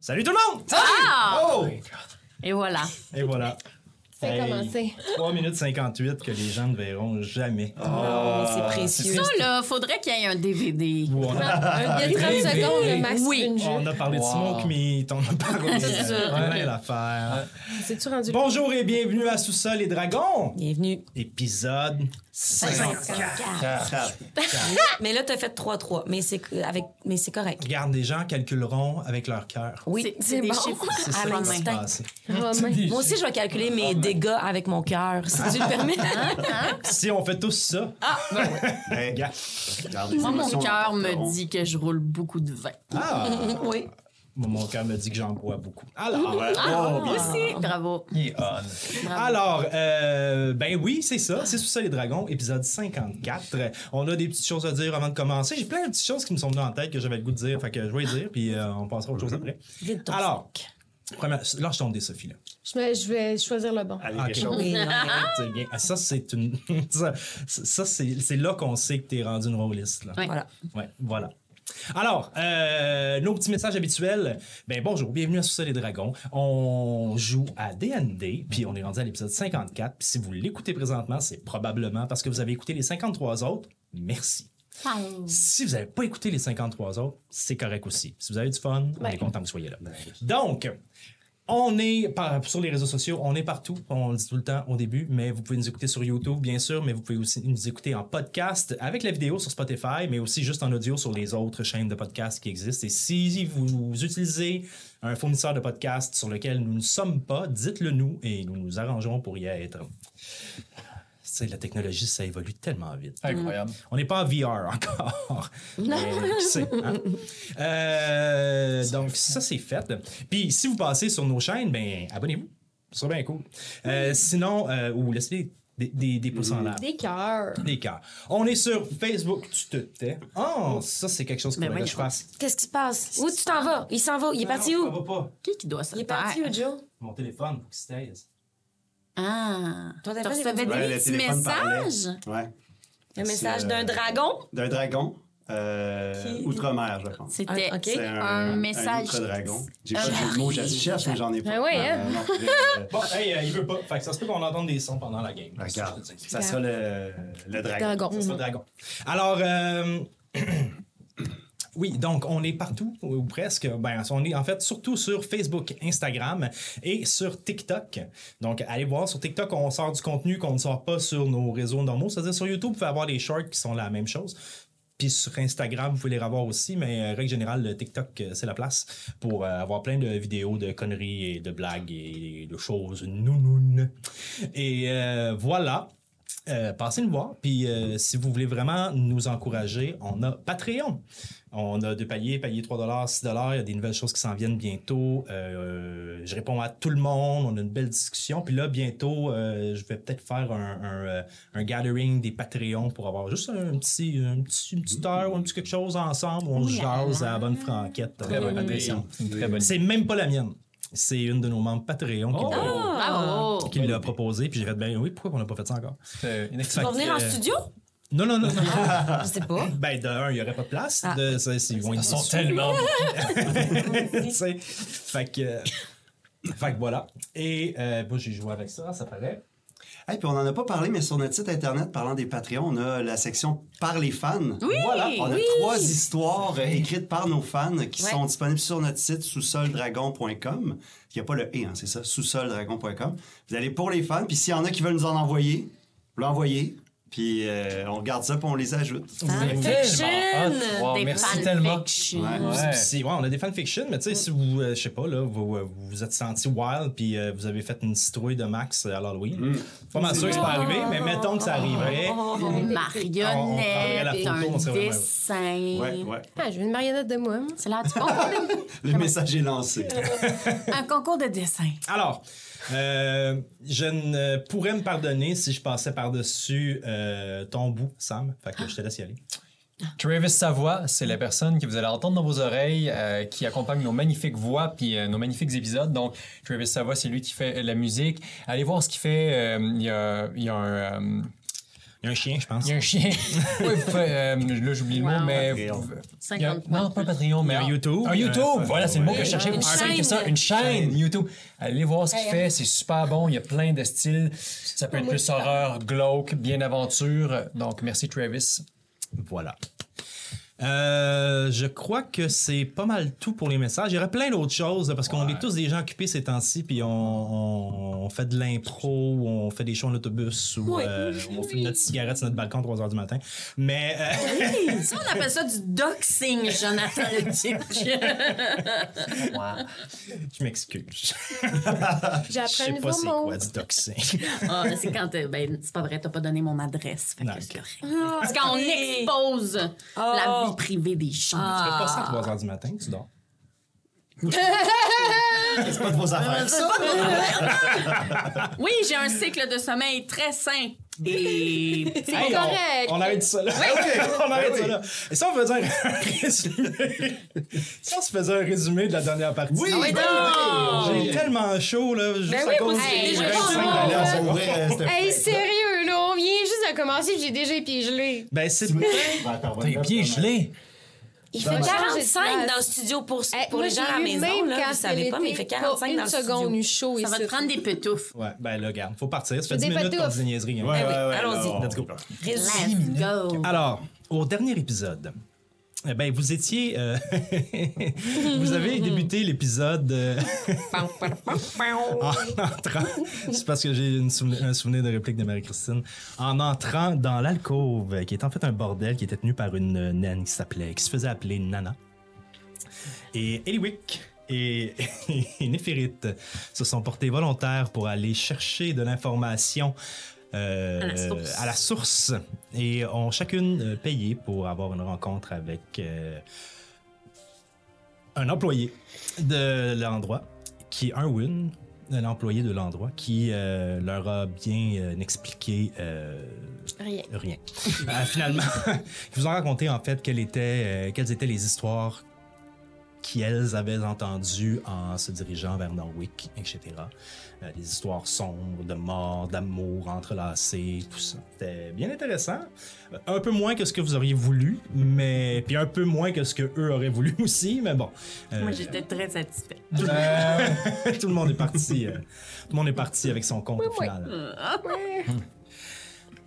Salut tout le monde! Ah! Oh! Et voilà. Et voilà. Ça a commencé. 3 minutes 58 que les gens ne verront jamais. Oh, Non, mais c'est précieux. Ça, là, faudrait qu'il y ait un DVD. Où on, a, Il y a 30 secondes, le max Oui. d'une on jupe. a parlé de Smoke Meat, on a parlé C'est de ça. plein d'affaires. C'est-tu rendu Bonjour et bienvenue à Sous-Sol et Dragons, Bienvenue. épisode 54. Mais là, t'as fait 3-3, mais c'est que- avec mais c'est correct. Regarde, les gens calculeront avec leur cœur. Oui. C'est bon. des chiffres. C'est à ça, la c'est main. ça. Passé. Romain? Moi aussi, je vais calculer mes dégâts avec mon cœur, si tu le permets. hein? Si on fait tous ça, Ben, regarde. Moi, mon cœur me dit que je roule beaucoup de vin. Ah! oui. Mon- Mon cœur me dit que j'en bois beaucoup. Alors, Ah, moi aussi. Bravo. Il est on. Alors, euh, ben oui, c'est ça. C'est sous ça les dragons, épisode 54. Euh, On a des petites choses à dire avant de commencer. J'ai plein de petites choses qui me sont venues en tête que j'avais le goût de dire. Fait que je vais les dire, puis euh, on passera à autre chose après. Vide ton Alors, première, lâche ton dé, Sophie. Là. Je, me- je vais choisir le bon. Allez, Ah, quelque ok. chose. Oui, non, mais- C'est bien. Ah, Ça, c'est une. ça, ça, c'est c'est là qu'on sait que t'es rendu une rôliste. là. Ouais. Voilà. Ouais, voilà. Alors, euh, nos petits messages habituels. Ben bonjour, bienvenue à Sous-Sol et Dragons. On joue à D&D, puis on est rendu à l'épisode 54. Puis si vous l'écoutez présentement, c'est probablement parce que vous avez écouté les 53 autres. Merci. Si vous n'avez pas écouté les 53 autres, c'est correct aussi. Si vous avez du fun, on est content que vous soyez là. Donc, on est par- sur les réseaux sociaux, on est partout, on le dit tout le temps au début, mais vous pouvez nous écouter sur YouTube, bien sûr, mais vous pouvez aussi nous écouter en podcast avec la vidéo sur Spotify, mais aussi juste en audio sur les autres chaînes de podcast qui existent. Et si vous utilisez un fournisseur de podcast sur lequel nous ne sommes pas, dites-le nous et nous nous arrangerons pour y être. C'est la technologie, ça évolue tellement vite. Incroyable. On n'est pas en VR encore. Non. hein? Euh, donc, ça, c'est fait. Puis, si vous passez sur nos chaînes, ben abonnez-vous. Ce serait bien cool. Euh, Sinon, euh, ou laissez des, des, des pouces en l'air. Des cœurs. Des cœurs. On est sur Facebook. Tu te tais. Oh, ça, c'est quelque chose qu'il Ben faudrait que je voyons. fasse. Qu'est-ce qui se passe? Où tu t'en vas? Il s'en va. Il est parti Ça où? va pas. Qui qui doit se Il est taire? parti où, Joe? Mon téléphone, faut qu'il se taise. Ah. Tu Toi, t'as fait recevais les- des Ouais, le petits téléphone parlait. messages? Ouais. Le C'est, message euh, d'un dragon? D'un dragon. euh, Qui- Outre-mer, je pense. C'était Ah, ok. C'est un message- dragon. J'ai un pas le mot, je cherche, mais j'en ai pas. Euh, Ben ouais, hein. non, je- euh, Bon, hey, euh, il veut pas. Fait que ça se peut qu'on entende des sons pendant la game. Regarde, ça sera le, le dragon. Dragon. Ça sera dragon. Alors, euh, oui, donc on est partout, ou presque. Ben, on est en fait surtout sur Facebook, Instagram et sur TikTok. Donc, allez voir sur TikTok, on sort du contenu qu'on ne sort pas sur nos réseaux normaux. C'est-à-dire sur YouTube, vous pouvez avoir les shorts qui sont la même chose. Puis sur Instagram, vous pouvez les revoir aussi, mais euh, règle générale, le TikTok, euh, c'est la place pour euh, avoir plein de vidéos de conneries et de blagues et de choses nounounes. Et euh, voilà. Euh, passez nous voir. Puis euh, si vous voulez vraiment nous encourager, on a Patreon. On a deux paliers, palier 3 6 Il y a des nouvelles choses qui s'en viennent bientôt. Euh, je réponds à tout le monde. On a une belle discussion. Puis là, bientôt, euh, je vais peut-être faire un, un, euh, un gathering des Patreons pour avoir juste un petit, un petit, une petite heure ou un petit quelque chose ensemble. On se jase à la bonne franquette. Très bonne impression. Puis, C'est même pas la mienne. C'est une de nos membres Patreon Oh! qui l'a- Bravo. qui l'a proposé. Puis j'ai fait, ben oui, pourquoi on n'a pas fait ça encore? Tu vas Fait venir que- en studio? Non, non, non, non. Je sais pas. Ben, de un, il n'y aurait pas de place. Ah. De, ça, c'est- ils vont être sous- tellement. tu sais. fait que. euh, fait que voilà. Et euh, moi, j'ai joué avec ça, ça paraît. Hey, puis on n'en a pas parlé, mais sur notre site internet, parlant des Patreons, on a la section par les fans. Oui, voilà, on a oui. trois histoires euh, écrites par nos fans qui Ouais. sont disponibles sur notre site sous-soldragon.com. Il n'y a pas le et, hein, c'est ça, sous-soldragon.com. Vous allez pour les fans, puis s'il y en a qui veulent nous en envoyer, vous l'envoyez, puis euh, on regarde ça, puis on les ajoute. Fanfiction, tellement hot. Wow, des merci fanfictions. tellement. Ouais. Ouais. C'est- ouais, on a des fanfictions, mais tu sais, si vous, euh, je sais pas, là, vous euh, vous, vous êtes senti wild puis euh, vous avez fait une citrouille de Max euh, à l'Halloween. Pas mal sûr que c'est pas arrivé, mais mettons que Oh. ça arriverait. Une On- on prendrait la marionnette, photo, on un serait vraiment- dessin. Ouais, ouais. Ah, je veux une marionnette de moi. hein. C'est là, tu comprends? Le message est lancé. Euh, un concours de dessin. Alors, euh, je ne pourrais me pardonner si je passais par-dessus euh, ton bout, Sam. Fait que je te laisse y aller. Travis Savoie, c'est la personne que vous allez entendre dans vos oreilles, euh, qui accompagne nos magnifiques voix puis euh, nos magnifiques épisodes. Donc, Travis Savoie, c'est lui qui fait euh, la musique. Allez voir ce qu'il fait. euh, Il y, a, il y a un, euh, Il y a un chien, je pense. il y a un chien. Ouais, vous pouvez, euh, là, j'oublie le mot, Wow. mais. Patreon. vous- il y a- 50 non, points. pas un Patreon, mais Il y a un YouTube. Un YouTube, Euh, voilà, c'est le mot ouais. que je cherchais. Une Un truc chaîne. comme ça, une chaîne YouTube. Allez voir ce qu'il fait, c'est super bon. Il y a plein de styles. Ça peut être plus horreur, glauque, bien aventure. Donc, merci Travis. Voilà. Euh, je crois que c'est pas mal tout pour les messages. Il y aurait plein d'autres choses parce qu'on est tous des gens occupés ces temps-ci, puis on, on- on fait de l'impro, ou on fait des shows en autobus, ou euh, on fume notre cigarette sur notre balcon à 3 h du matin. Mais euh, Ça, on appelle ça du doxing, Jonathan le je m'excuse. Je J'apprends sais pas un nouveau c'est mot. quoi du doxing. Ah, c'est quand. t'es- Ben, c'est pas vrai, t'as pas donné mon adresse. Fait que Non, c'est ok. correct. Parce qu'on expose la vie privée des gens. Tu fais pas ça à 3 h du matin, tu dors. C'est pas de vos affaires. ça. Oui, j'ai un cycle de sommeil très sain. Et. C'est Hey, on- correct. On, arrête ça là. on arrête ça là. Et ça, on faisait un résumé. ça, on se faisait un résumé de la dernière partie. Oui, J'ai tellement chaud là. Juste à Ben oui, cause moi aussi, du vingt-cinq j'ai déjà chaud. dernières Pour secondes. vrai, euh, c'était- Hey, sérieux, là, on vient juste de commencer puis j'ai déjà les pieds gelés. Ben, c'est Ben, attends, on va Tes le mettre pieds dans la- gelés. Il fait Dommage. 45 dans le studio pour, Hey, Eh, pour moi, les gens à la j'ai eu maison, même là, quand vous savez c'est pas, mais il l'été, fait 45 une dans le seconde, studio. eu chaud Ça va ici. te prendre des pantoufles. Ouais, ben là, regarde, faut partir. Ça fait Des 10 minutes qu'on patous. dit des niaiseries. hein. Ouais, ouais, ouais, Allons-y. là, on- Let's go. Let's go. Alors, au dernier épisode, eh ben, vous étiez. euh, vous avez débuté l'épisode euh, Oh, en entrant. C'est parce que j'ai une souven- un souvenir de réplique de Marie-Christine. En entrant dans l'alcôve, qui est en fait un bordel qui était tenu par une euh, naine qui s'appelait, qui se faisait appeler Nana. Et Eliwick et, et Néphérite se sont portés volontaires pour aller chercher de l'information euh, À la source. à la source. et ont chacune euh, payé pour avoir une rencontre avec euh, un employé de l'endroit qui est un win l'employé de l'endroit qui euh, leur a bien euh, expliqué euh, Rien. Rien. Euh, finalement, ils vous ont raconté en fait quelles étaient, euh, quelles étaient les histoires qu'elles avaient entendues en se dirigeant vers Norwick, etc. Euh, des histoires sombres, de mort, d'amour entrelacées, tout ça. C'était bien intéressant. Euh, Un peu moins que ce que vous auriez voulu, mais puis un peu moins que ce que eux auraient voulu aussi, mais bon. Euh, Moi, j'étais très satisfaite. tout le monde est parti. euh, tout le monde est parti avec son compte au final. Hum.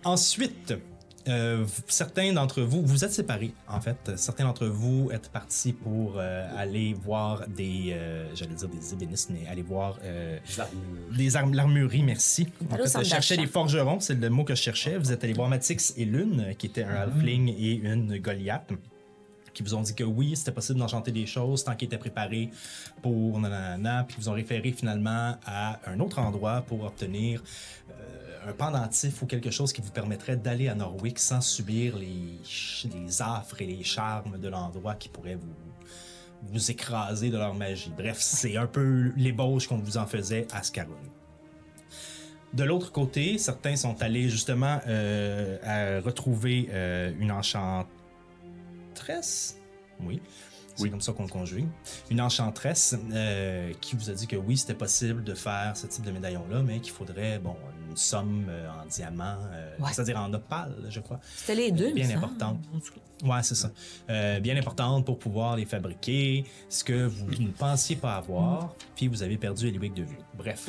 Ensuite, euh, v- certains d'entre vous, vous êtes séparés en fait. Euh, Certains d'entre vous êtes partis pour euh, aller voir des, euh, j'allais dire des ébénistes, mais aller voir euh, des armes, l'armurerie, merci. En Allô, fait, centre euh, chercher d'achat. des forgerons, c'est le mot que je cherchais. Vous êtes allés voir Matix et Lune, euh, qui étaient un halfling et une Goliath qui vous ont dit que oui, c'était possible d'enchanter des choses tant qu'ils étaient préparés pour nanana, puis ils vous ont référé finalement à un autre endroit pour obtenir euh, un pendentif ou quelque chose qui vous permettrait d'aller à Norwick sans subir les, ch- les affres et les charmes de l'endroit qui pourraient vous, vous écraser de leur magie. Bref, c'est un peu l'ébauche qu'on vous en faisait à Scarron. De l'autre côté, certains sont allés justement euh, à retrouver euh, une enchantresse. Oui. C'est comme ça qu'on le conjugue. Une enchantresse euh, qui vous a dit que oui, c'était possible de faire ce type de médaillon-là, mais qu'il faudrait bon, une somme euh, en diamant, euh, Ouais. c'est-à-dire en opale, je crois. C'était les deux, Bien me semble. importante. Ouais, c'est ça. Euh, bien importante pour pouvoir les fabriquer, ce que vous ne pensiez pas avoir, puis vous avez perdu Eliwick de vue. Bref.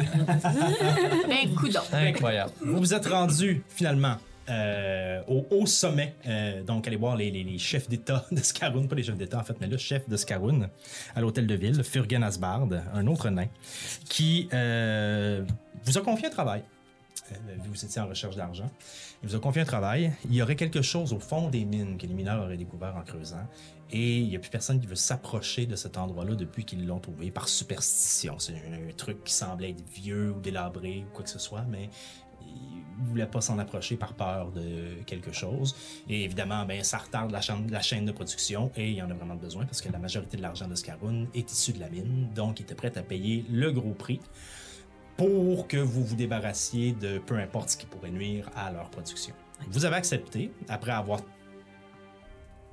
Ben, coudon. Incroyable. vous vous êtes rendu finalement euh, au haut sommet. Euh, donc, allez voir les, les- les chefs d'État de Scaroun, pas les chefs d'État en fait, mais le chef de Scaroun à l'hôtel de ville, Furgen Asbard, un autre nain, qui euh, vous a confié un travail. Euh, Vous étiez en recherche d'argent. Il vous a confié un travail. Il y aurait quelque chose au fond des mines que les mineurs auraient découvert en creusant. Et il n'y a plus personne qui veut s'approcher de cet endroit-là depuis qu'ils l'ont trouvé par superstition. C'est un, un truc qui semblait être vieux ou délabré ou quoi que ce soit, mais il voulait pas s'en approcher par peur de quelque chose. Et évidemment, ben, ça retarde la chaîne, la chaîne de production et il y en a vraiment besoin parce que la majorité de l'argent de Scaroun est issu de la mine. Donc, il était prêt à payer le gros prix pour que vous vous débarrassiez de peu importe ce qui pourrait nuire à leur production. Vous avez accepté, après avoir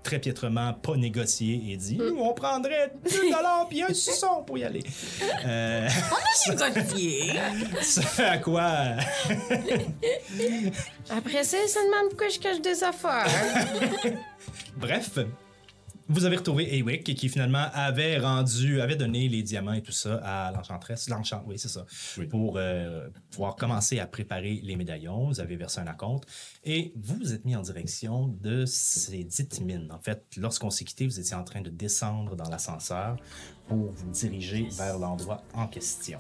très piètrement pas négocié et dit on prendrait 2 dollars puis un suçon pour y aller. Euh, ce à quoi euh, Après ça, ça demande pourquoi je cache des affaires. Bref, vous avez retrouvé Ewick qui finalement avait rendu, avait donné les diamants et tout ça à l'enchantresse, l'enchant, oui c'est ça, pour euh, pouvoir commencer à préparer les médaillons. Vous avez versé un acompte et vous vous êtes mis en direction de ces dites mines. En fait, lorsqu'on s'est quitté, vous étiez en train de descendre dans l'ascenseur pour vous diriger vers l'endroit en question.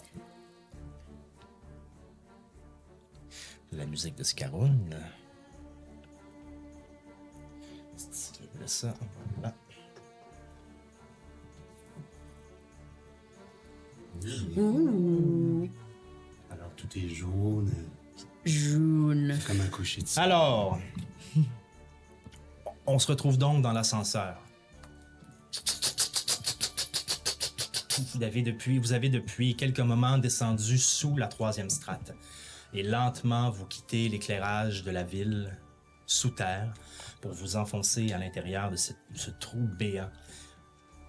La musique de Scaroun. Style, ça, voilà. Alors tout est jaune, Jaune. comme un coucher de soleil. Alors, on se retrouve donc dans l'ascenseur. Vous avez, depuis, vous avez depuis quelques moments descendu sous la troisième strate. Et lentement, vous quittez l'éclairage de la ville sous terre pour vous enfoncer à l'intérieur de cette- ce trou béant.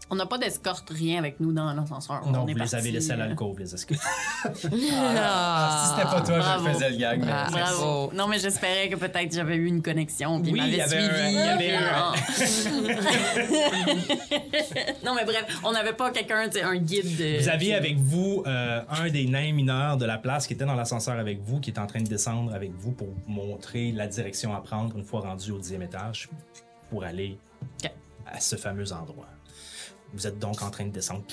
On n'a pas d'escorte, rien avec nous dans l'ascenseur. Non, On vous est les partis, avez laissés à euh, l'alcôve, les esclaves. hein. Ah, Si c'était pas toi, bravo. je faisais le gag. mais- Ah, bravo. Non, mais j'espérais que peut-être j'avais eu une connexion. Puis Oui, il il y m'avait avait suivi. un- il y avait un- puis ah. non. non, mais bref, on n'avait pas quelqu'un, tu sais, un guide. de- Vous aviez avec vous euh, un des nains mineurs de la place qui était dans l'ascenseur avec vous, qui est en train de descendre avec vous pour vous montrer la direction à prendre une fois rendu au dixième étage pour aller Ok. à ce fameux endroit. Vous êtes donc en train de descendre.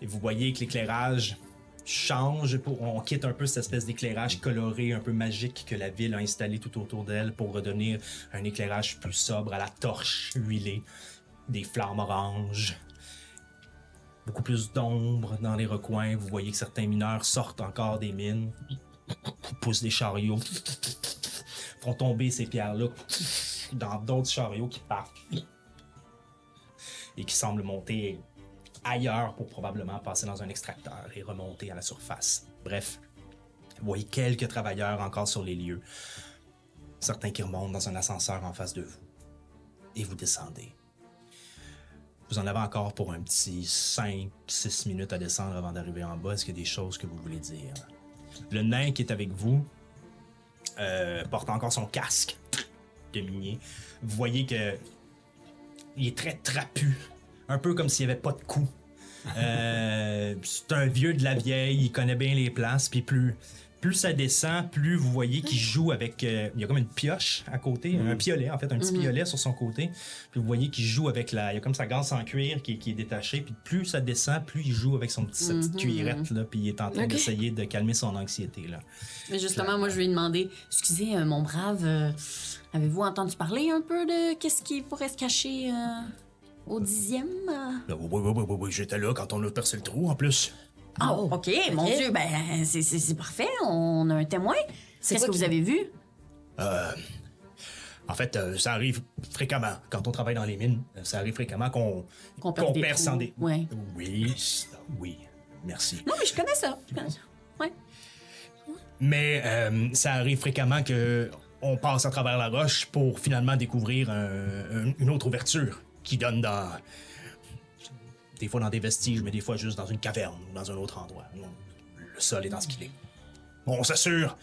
Et vous voyez que l'éclairage change. Pour, on quitte un peu cette espèce d'éclairage coloré, un peu magique que la ville a installé tout autour d'elle pour redonner un éclairage plus sobre à la torche huilée, des flammes oranges beaucoup plus d'ombre dans les recoins. Vous voyez que certains mineurs sortent encore des mines, poussent des chariots, font tomber ces pierres-là dans d'autres chariots qui partent et qui semblent monter ailleurs pour probablement passer dans un extracteur et remonter à la surface. Bref, vous voyez quelques travailleurs encore sur les lieux, certains qui remontent dans un ascenseur en face de vous et vous descendez. Vous en avez encore pour un petit 5-6 minutes à descendre avant d'arriver en bas. Est-ce qu'il y a des choses que vous voulez dire? Le nain qui est avec vous euh, porte encore son casque de minier. Vous voyez que il est très trapu, un peu comme s'il n'y avait pas de cou. Euh, c'est un vieux de la vieille, il connaît bien les places, puis plus, plus ça descend, plus vous voyez qu'il joue avec... euh, il y a comme une pioche à côté, un piolet en fait, un petit piolet sur son côté, puis vous voyez qu'il joue avec la... Il y a comme sa ganse en cuir qui, qui est détachée, puis plus ça descend, plus il joue avec son petit, sa petite cuirette, là, puis il est en train Ok. d'essayer de calmer son anxiété, là. Mais justement, moi, je lui ai demandé Excusez, euh, mon brave, euh, avez-vous entendu parler un peu de qu'est-ce qui pourrait se cacher euh, au dixième euh? Là, oui, oui, oui, oui, oui, j'étais là quand on a percé le trou en plus. Ah, OK, mon Dieu, ben, c'est- c'est c'est parfait, on a un témoin. Qu'est-ce quoi que qui- vous avez vu? En fait, euh, ça arrive fréquemment quand on travaille dans les mines. euh, Ça arrive fréquemment qu'on Qu'on perd des sans trous. des. Ouais. Oui, c'est- oui, merci. Non, mais Ah je connais ça. Je connais ça. Ouais. Mais euh, ça arrive fréquemment que on passe à travers la roche pour finalement découvrir euh, un- un- une autre ouverture qui donne dans. Des fois dans des vestiges, mais des fois juste dans une caverne ou dans un autre endroit. Le sol est dans ce qu'il est. On s'assure,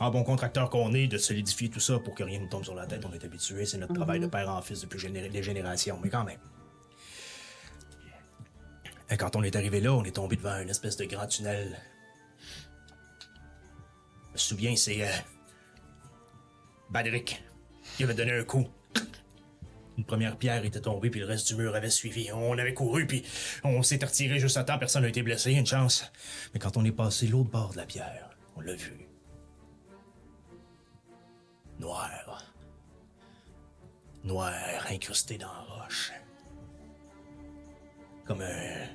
en bon contracteur qu'on est, de solidifier tout ça pour que rien ne tombe sur la tête. On est habitué, c'est notre travail de père en fils depuis géné- des générations, mais quand même. Et quand on est arrivé là, on est tombé devant une espèce de grand tunnel. Je me souviens, c'est. euh, Badrick qui avait donné un coup. Une première pierre était tombée, puis le reste du mur avait suivi. On avait couru, puis on s'était retiré juste à temps. Personne n'a été blessé, une chance. Mais quand on est passé l'autre bord de la pierre, on l'a vu. Noir. Noir, incrusté dans la roche. Comme un,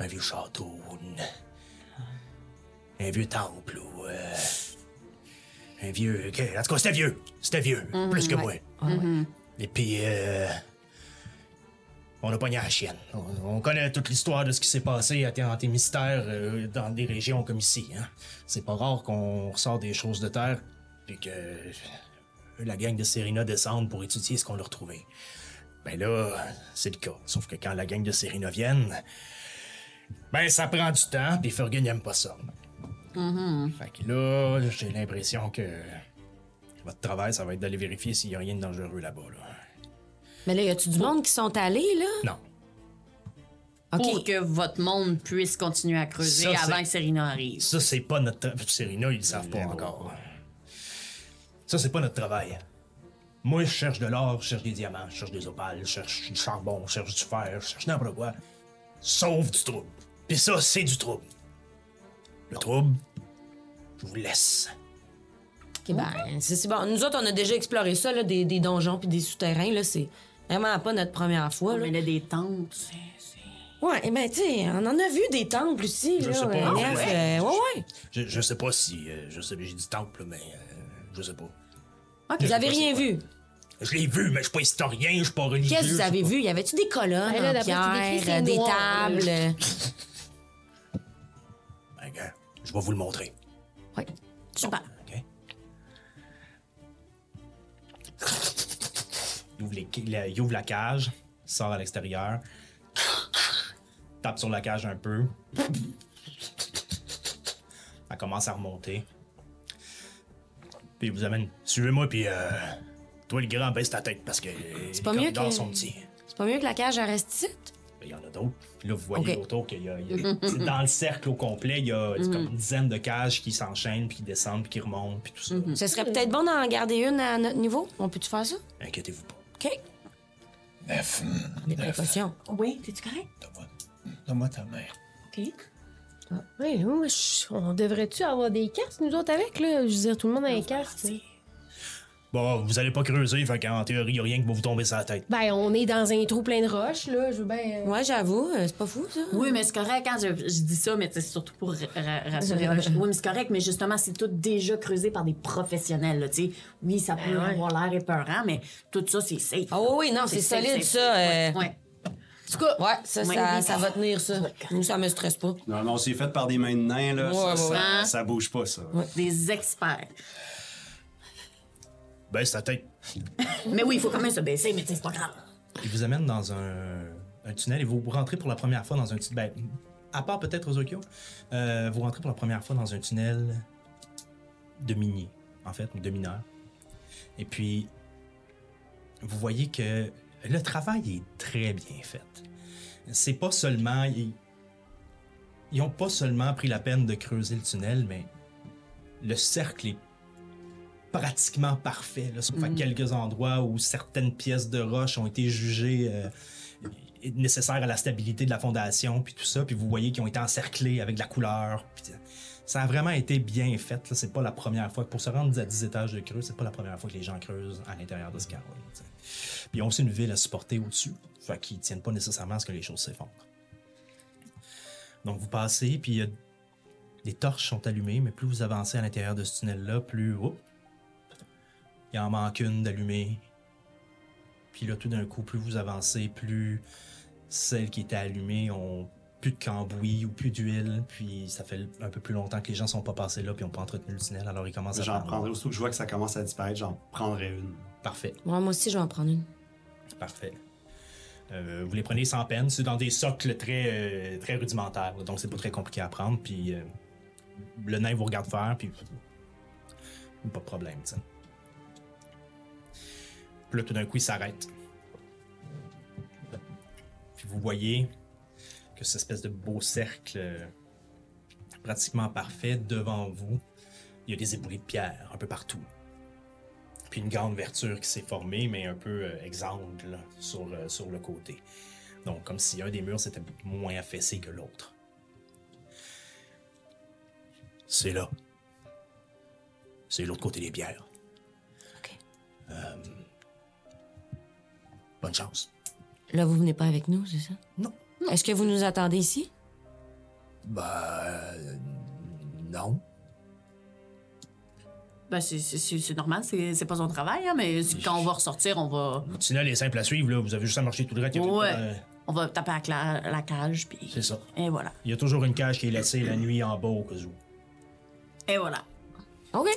un vieux château, ou une- un vieux temple, ou euh, un vieux... En tout cas, c'était vieux. C'était vieux, plus que moi. Mhm. Et puis, euh, on a pogné la chienne. On, on connaît toute l'histoire de ce qui s'est passé à Terre Mystère euh, dans des régions comme ici. hein. C'est pas rare qu'on ressort des choses de terre puis que la gang de Serena descende pour étudier ce qu'on a retrouvé. Ben là, c'est le cas. Sauf que quand la gang de Serena vienne, ben ça prend du temps, puis Fergus n'aime pas ça. Fait que là, j'ai l'impression que votre travail, ça va être d'aller vérifier s'il y a rien de dangereux là-bas. Là. Mais là, y a-tu du monde qui sont allés, là? Non. OK. Pour que votre monde puisse continuer à creuser Ça, c'est- avant que Serena arrive. Ça, c'est pas notre travail. Serena, ils le savent pas encore. Ça, c'est pas notre travail. Moi, je cherche de l'or, je cherche des diamants, je cherche des opales, je cherche du charbon, je cherche du fer, je cherche n'importe quoi. Sauf du trouble. Puis ça, c'est du trouble. Le trouble, je vous laisse. OK, ben, c'est c'est bon. Nous autres, on a déjà exploré ça, là, des, des donjons puis des souterrains, là. C'est vraiment pas notre première fois, là. Mais là, des tentes, c'est- c'est- Ouais, et ben, tu sais, on en a vu des temples aussi, Je là. sais pas, Ah euh, ouais. Nef, euh, ouais, ouais. Je, je sais pas si. euh, je sais, j'ai dit temple, mais. euh, je sais pas. OK, vous avez rien vu. Je l'ai vu, mais je suis pas historien, je suis pas religieux. Qu'est-ce que je vous suis avez pas- vu? Y avait-tu des colonnes Ben là, en d'après ce qu'il pierre, décrit, c'est euh, des noir, tables? là. euh, Ben, gars, je vais vous le montrer. Ouais. Super. OK? Il ouvre, les- la, il ouvre la cage, sort à l'extérieur, tape sur la cage un peu. Elle commence à remonter. Puis il vous amène. Suivez-moi, puis euh, toi le grand, baisse ta tête parce que les pas mieux corridors que- sont petits. C'est pas mieux que la cage à restite? Il y en a d'autres. Puis Là, vous voyez Ok. autour qu'il y a. il y a- c'est dans le cercle au complet, il y a c'est Mm. comme une dizaine de cages qui s'enchaînent, puis qui descendent, puis qui remontent, puis tout ça. Ce serait peut-être bon d'en garder une à notre niveau. On peut-tu faire ça? Inquiétez-vous pas. OK. Neuf. Des précautions. Oui, t'es-tu correct? Donne-moi- Donne-moi ta main. OK. Ouais, nous, moi, je- on devrait-tu avoir des casques, nous autres, avec, là? Je veux dire, tout le monde a un casque. là. Bon, vous allez pas creuser, fait qu'en théorie, y a rien qui va vous tomber sur la tête. Ben, on est dans un trou plein de roches, là. Je veux bien... euh, Ouais, j'avoue, euh, c'est pas fou, ça. Oui, mais c'est correct quand je, je dis ça, mais c'est surtout pour ra- ra- rassurer. Euh, oui, mais c'est correct, mais justement, c'est tout déjà creusé par des professionnels. Là, tu sais. oui, ça peut avoir l'air épeurant, mais tout ça, Oh, c'est safe. Ah oui, oui, non, c'est safe, solide, safe. ça, Ouais, euh. ouais. En tout cas, ouais, ça, Ouais. ça, ça va tenir, ça. Nous, ça me stresse pas. Non, non, c'est fait par des mains de nains, là. ça, Ouais, ouais, ça- ouais. ça bouge pas, ça. Des experts. Baisse ta tête. Mais oui, il faut quand même se baisser, mais tu sais, c'est pas grave. Il vous amène dans un, un tunnel et vous rentrez pour la première fois dans un tunnel. Ben, à part peut-être Ozokyo, euh, vous rentrez pour la première fois dans un tunnel de minier, en fait, ou de mineur. Et puis, vous voyez que le travail est très bien fait. C'est pas seulement. Ils, ils ont pas seulement pris la peine de creuser le tunnel, mais le cercle est pratiquement parfait. Là, sauf à quelques endroits où certaines pièces de roche ont été jugées euh, nécessaires à la stabilité de la fondation, puis tout ça. Puis vous voyez qu'ils ont été encerclés avec de la couleur. puis ça a vraiment été bien fait. là. C'est pas la première fois. Pour se rendre à 10 étages de creux, c'est pas la première fois que les gens creusent à l'intérieur de ce carreau. là, tu sais. Puis ils ont aussi une ville à supporter au-dessus. Fait qu'ils tiennent pas nécessairement à ce que les choses s'effondrent. Donc vous passez, puis il y a- les torches sont allumées, mais plus vous avancez à l'intérieur de ce tunnel-là, plus. Oups! Il en manque une d'allumée. Puis là, tout d'un coup, plus vous avancez, plus celles qui étaient allumées ont plus de cambouis ou plus d'huile. Puis ça fait un peu plus longtemps que les gens sont pas passés là puis ont pas entretenu le tunnel. Alors ils commencent à J'en faire- prendrai, surtout que je vois que ça commence à disparaître, j'en prendrai une. Parfait, Ouais, moi aussi, je vais en prendre une. parfait. Euh, vous les prenez sans peine. C'est dans des socles très, euh, très rudimentaires. là. donc c'est pas très compliqué à prendre. Puis euh, le nain vous regarde faire, puis pas de problème, tu sais. Puis là, tout d'un coup, il s'arrête. Puis vous voyez que cette espèce de beau cercle euh, pratiquement parfait devant vous, il y a des éboulis de pierre un peu partout. Puis une grande verture qui s'est formée, mais un peu euh, exsangue là, sur, euh, sur le côté. Donc, comme si un des murs s'était moins affaissé que l'autre. C'est là. C'est l'autre côté des pierres. OK. Euh, bonne chance. Là, vous venez pas avec nous, c'est ça? Non. Est-ce que vous nous attendez ici? Bah. euh, non. Ben, c'est- c'est c'est- c'est normal, c'est c'est pas son travail, hein, mais c'est- quand on va ressortir, on va, Le tunnel est simple à suivre, là. Vous avez juste à marcher tout droit. il y a- Ouais. euh, on va taper à la, la cage, puis. C'est ça. Et voilà. Il y a toujours une cage qui est laissée la nuit en bas au cas où. Et voilà. OK.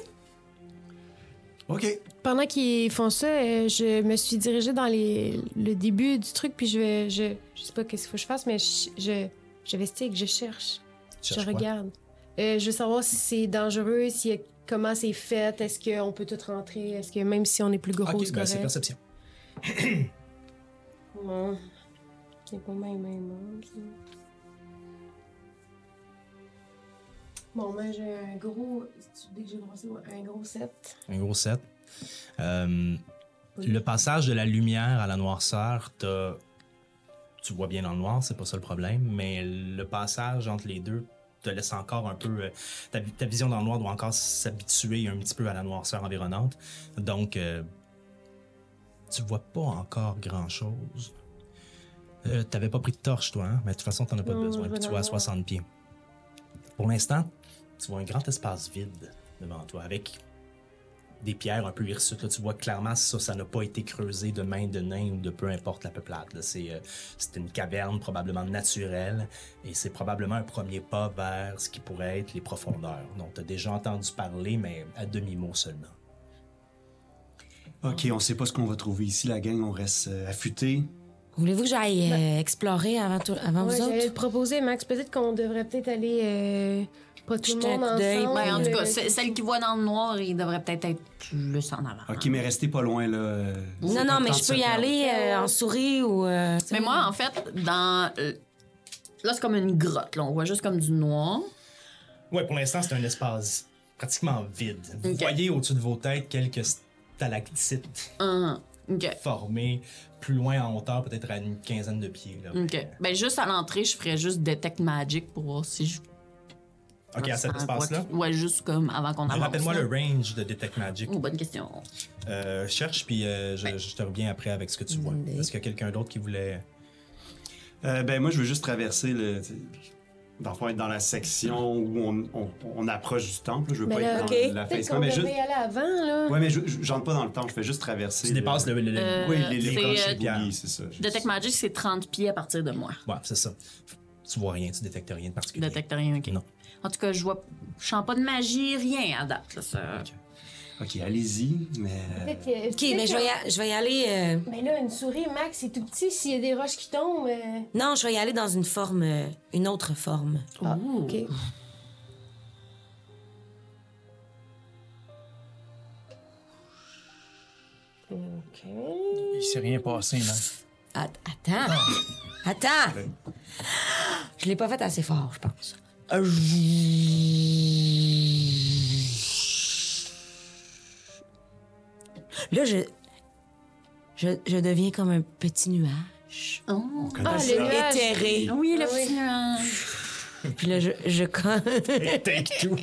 OK. Pendant qu'ils font ça, euh, je me suis dirigée dans les, le début du truc, puis je vais. Je, je sais pas qu'est-ce qu'il faut que je fasse, mais je, je, je vestige, je cherche, Tu je cherches quoi? regarde. Euh, je veux savoir si c'est dangereux, s'il y a- comment c'est fait, est-ce qu'on peut tout rentrer, est-ce que même si on est plus gros, Ok, c'est ben, c'est correct? perception. Ouais. C'est pas même, même, hein, ça. Bon, ben, j'ai un gros. Dès que j'ai brassé, ouais, un gros 7. Un gros 7. Le passage de la lumière à la noirceur, t'as- tu vois bien dans le noir, c'est pas ça le problème, mais le passage entre les deux te laisse encore un peu. euh, ta, vi- ta vision dans le noir doit encore s'habituer un petit peu à la noirceur environnante. Donc, euh, tu vois pas encore grand chose. T'avais pas pris de torche, toi, hein? mais de toute façon, t'en as pas Non, besoin, je puis vais tu la vois à voir. 60 pieds. Pour l'instant, tu vois un grand espace vide devant toi avec des pierres un peu hirsutes. Là, tu vois clairement ça, ça n'a pas été creusé de main de nain ou de peu importe la peuplade. là. C'est euh, c'est une caverne probablement naturelle et c'est probablement un premier pas vers ce qui pourrait être les profondeurs. Donc, tu as déjà entendu parler, mais à demi-mot seulement. OK, on sait pas ce qu'on va trouver ici, la gang. On reste euh, affûté. Voulez-vous que j'aille euh, explorer avant, tout- avant Ouais, vous j'allais autres? le proposer, Max. Peut-être qu'on devrait peut-être aller. euh, pas tout Jeter le monde un coup d'œil, ensemble. Ben, en tout euh, cas, ce- celle qui voit dans le noir, il devrait peut-être être plus en avant. OK, mais restez pas loin, là. euh, Non, non, mais Tente je peux de y se aller euh, en souris ou. euh, Mais moi, en fait, dans. euh, Là, c'est comme une grotte, là. On voit juste comme du noir. Ouais, pour l'instant, c'est un espace pratiquement vide. Vous Ok. voyez au-dessus de vos têtes quelques stalactites Hein, OK. formées plus loin en hauteur, peut-être à une quinzaine de pieds. Là. OK. Ben, juste à l'entrée, je ferais juste Detect Magic pour voir si je. OK, à cet sens quoi espace-là. Ah, que- Ouais, juste comme avant qu'on avance. Rappelle-moi là. le range de Detect Magic. Oh, bonne question. Euh, cherche, puis euh, je, je te reviens après avec ce que tu vois. Est-ce qu'il y a quelqu'un d'autre qui voulait. Euh, ben moi, je veux juste traverser le. Dans le fond, être dans la section où on, on- on approche du temple. là. Je veux Mais pas là, être dans ok. la Peut-être face. qu'on mais devrait juste. y aller avant, là. Ouais, mais je, je- j'entre pas dans le temple. Je fais juste traverser. Tu le- dépasses le. le- le- Euh, Oui, les, les c'est, branches euh, et les bouillies, c'est ça. Je- Detect Magic, c'est 30 pieds à partir de moi. Ouais, c'est ça. Tu vois rien, tu détectes rien de particulier. Detect rien, OK. Non. En tout cas, je vois. Je sens pas de magie, rien à date, là. ça. Ok, allez-y, mais. euh, Peut-être que- OK, mais je vais y, a- je vais y aller. euh, Mais là, une souris, Max, c'est tout petit. S'il y a des roches qui tombent. euh, Non, je vais y aller dans une forme. euh, une autre forme. Ah, Ouh. ok. Il s'est rien passé, man. Att- Attends. Attends. Je l'ai pas fait assez fort, je pense. Euh, je- Là, je... je. je deviens comme un petit nuage. On connaît Ah, ça. le nuage. Éthéré. Oui, Ah le petit nuage. Puis là, je. je... Take two.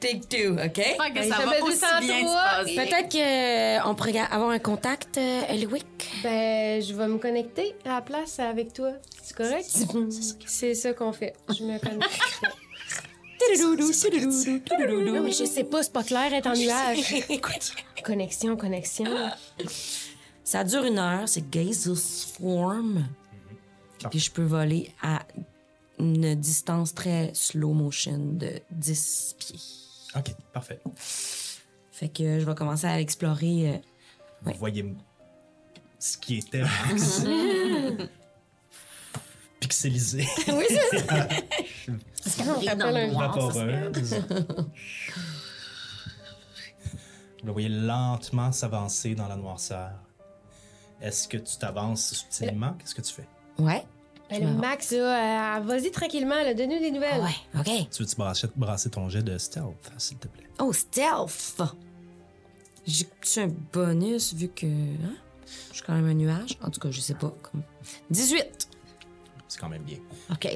Take two, OK? J'espère que Ben, ça ça va fait aussi bien se 203. passer. Peut-être qu'on pourrait avoir un contact, euh, Elwick. Ben, je vais me connecter à la place avec toi. C'est correct? C'est ça qu'on fait. Je me connecte. Non, mais je sais pas, c'est pas clair être en nuage. Connexion, connexion. Ah, Ça dure une heure, c'est Gaseous Form. Puis je peux voler à une distance très slow motion de 10 pieds. OK, parfait. Fait que je vais commencer à l'explorer. euh. Vous voyez ce qui était Max. pixelisée, oui, c'est ça. Parce qu'elle brille rappelle dans un le noir, ça, c'est- vaporeuse. Vous la voyez lentement s'avancer dans la noirceur. Est-ce que tu t'avances subtilement? Qu'est-ce que tu fais? Ouais. Ben, le Max, là, euh, vas-y tranquillement, là, donne-nous des nouvelles. Ah Ouais, OK. Tu veux-tu brasser, brasser ton jet de stealth, s'il te plaît? Oh, stealth! J'ai-tu un bonus vu que. hein? Je suis quand même un nuage. En tout cas, je sais pas. comme- 18! C'est quand même bien. OK.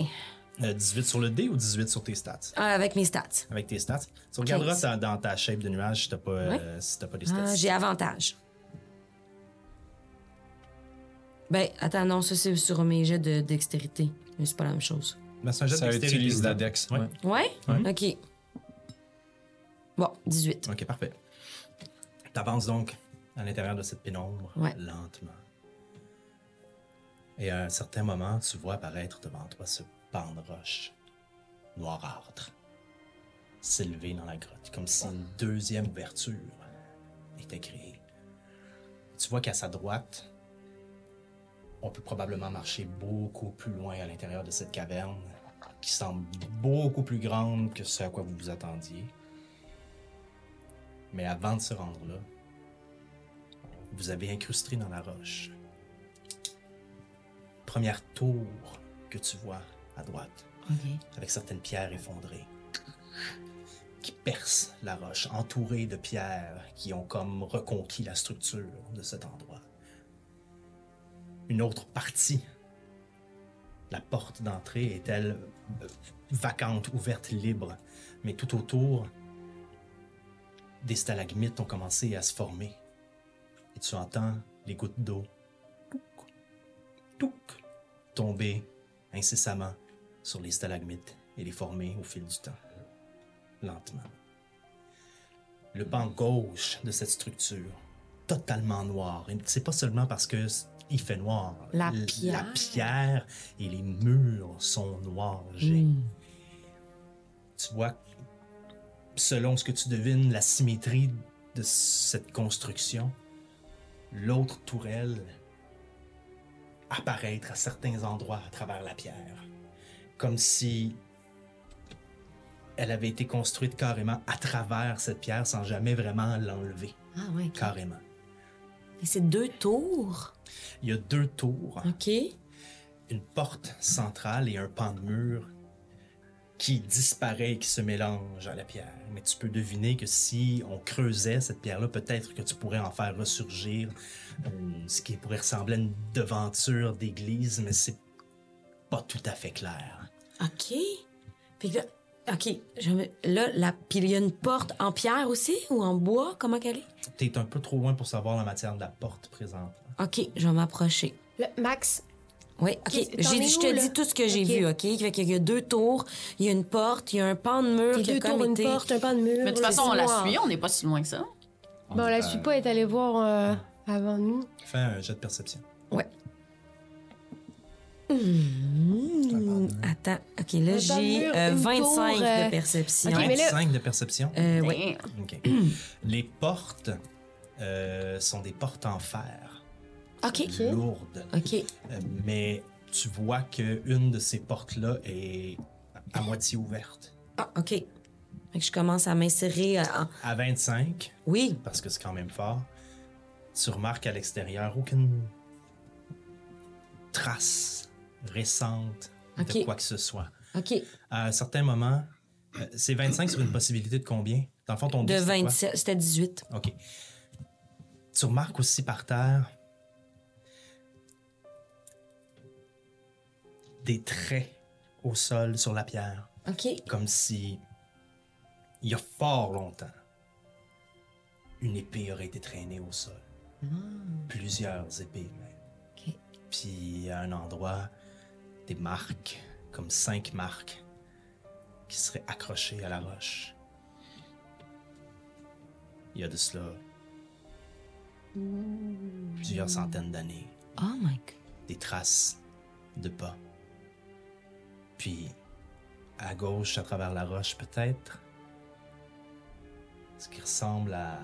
Euh, 18 sur le dé ou 18 sur tes stats? Ah, avec mes stats. Avec tes stats. Tu regarderas Quinze. ta- dans ta shape de nuage si t'as pas, euh, si t'as pas les stats. Ah, j'ai avantage. Ben, attends, non, ça c'est sur mes jets de dextérité. Mais c'est pas la même chose. Ben, c'est un jet de Ça dextérité, utilise là. la dex. Ouais. ouais. Ouais? OK. Bon, 18. Ok, parfait. T'avances donc à l'intérieur de cette pénombre, Ouais. lentement. Et à un certain moment, tu vois apparaître devant toi ce pan de roche noirâtre s'élever dans la grotte, comme si une deuxième ouverture était créée. Tu vois qu'à sa droite, on peut probablement marcher beaucoup plus loin à l'intérieur de cette caverne, qui semble beaucoup plus grande que ce à quoi vous vous attendiez. Mais avant de se rendre là, vous avez incrusté dans la roche. Première tour que tu vois à droite, avec certaines pierres effondrées, qui percent la roche, entourée de pierres qui ont comme reconquis la structure de cet endroit. Une autre partie, la porte d'entrée est-elle euh, vacante, ouverte, libre, mais tout autour, des stalagmites ont commencé à se former. Et tu entends les gouttes d'eau touc, touc, tomber incessamment sur les stalagmites et les former au fil du temps, lentement. Le banc gauche de cette structure, totalement noir, et c'est pas seulement parce que c- il fait noir. La L- pierre. pierre et les murs sont noirs. Jay. Hmm. Tu vois selon ce que tu devines, la symétrie de cette construction, l'autre tourelle apparaître à certains endroits à travers la pierre, comme si elle avait été construite carrément à travers cette pierre sans jamais vraiment l'enlever, Ah, ouais. carrément. Et c'est deux tours. Il y a deux tours, OK. une porte centrale et un pan de mur qui disparaît et qui se mélange à la pierre. Mais tu peux deviner que si on creusait cette pierre-là, peut-être que tu pourrais en faire ressurgir euh, ce qui pourrait ressembler à une devanture d'église, mais c'est pas tout à fait clair. OK. Puis là, OK. je me- Là, la... puis il y a une porte en pierre aussi ou en bois? Comment qu'elle est? T'es un peu trop loin pour savoir la matière de la porte présente. OK, je vais m'approcher. Le- Max, Oui, OK. Qu'est-ce- t'en J'ai- es je où, te là? dis tout ce que j'ai OK. vu, OK? Fait qu'il y a deux tours, il y a une porte, il y a un pan de mur les qui a deux comme tours, une été- porte, un pan de mur. Mais de toute façon, on la noir. suit, on n'est pas si loin que ça. Ben, on la suit pas, elle est allée voir euh, avant nous. Fais un jet de perception. Ouais. Hmm, Attends, OK, là, Un pan de j'ai mur, euh, une 25 tour, euh, de perception. OK, mais là- 25 de perception. Euh, ouais. Oui. Ok. Les portes euh, sont des portes en fer, OK. lourdes. OK. Euh, mais tu vois qu'une de ces portes-là est à moitié ouverte. Ah, OK. Fait que je commence à m'insérer. euh, en- À 25, Oui. parce que c'est quand même fort, tu remarques à l'extérieur aucune trace récente de Ok. quoi que ce soit. OK. À un certain moment, euh, c'est 25 sur une possibilité de combien? Dans le fond, ton De dé, c'était quoi? 27, c'était 18. OK. Tu remarques aussi par terre des traits au sol sur la pierre. OK. comme si, il y a fort longtemps, une épée aurait été traînée au sol. Plusieurs épées, même. Ok. Puis, à un endroit, des marques, comme cinq marques, qui seraient accrochées à la roche. Il y a de cela plusieurs centaines d'années Oh my God. des traces de pas. Puis, à gauche, à travers la roche, peut-être, ce qui ressemble à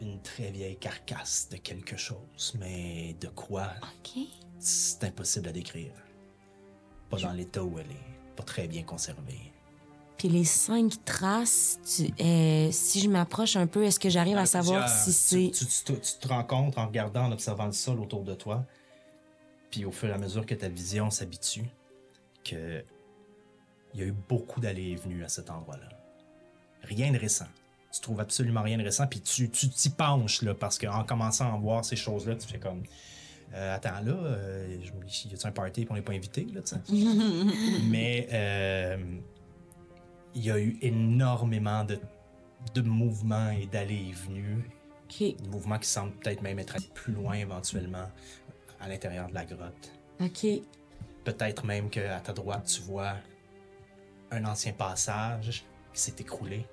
une très vieille carcasse de quelque chose, mais de quoi OK. C'est impossible à décrire. Pas dans l'état où elle est. Pas très bien conservée. Puis les cinq traces, tu- euh, si je m'approche un peu, est-ce que j'arrive à savoir si c'est... Tu, tu- tu- tu te rencontres en regardant, en observant le sol autour de toi. Puis au fur et à mesure que ta vision s'habitue, que il y a eu beaucoup d'allées et venues à cet endroit-là. Rien de récent. Tu trouves absolument rien de récent, puis tu tu t'y penches, là, parce qu'en commençant à voir ces choses-là, tu fais comme... Euh, attends, là, euh, je me dis, y a un party et on n'est pas invité, là, tu sais? Mais... euh, il y a eu énormément de, de mouvements et d'allées et venues. Ok, Des mouvements qui semblent peut-être même être allés plus loin éventuellement à l'intérieur de la grotte. ok. Peut-être même qu'à ta droite, tu vois un ancien passage qui s'est écroulé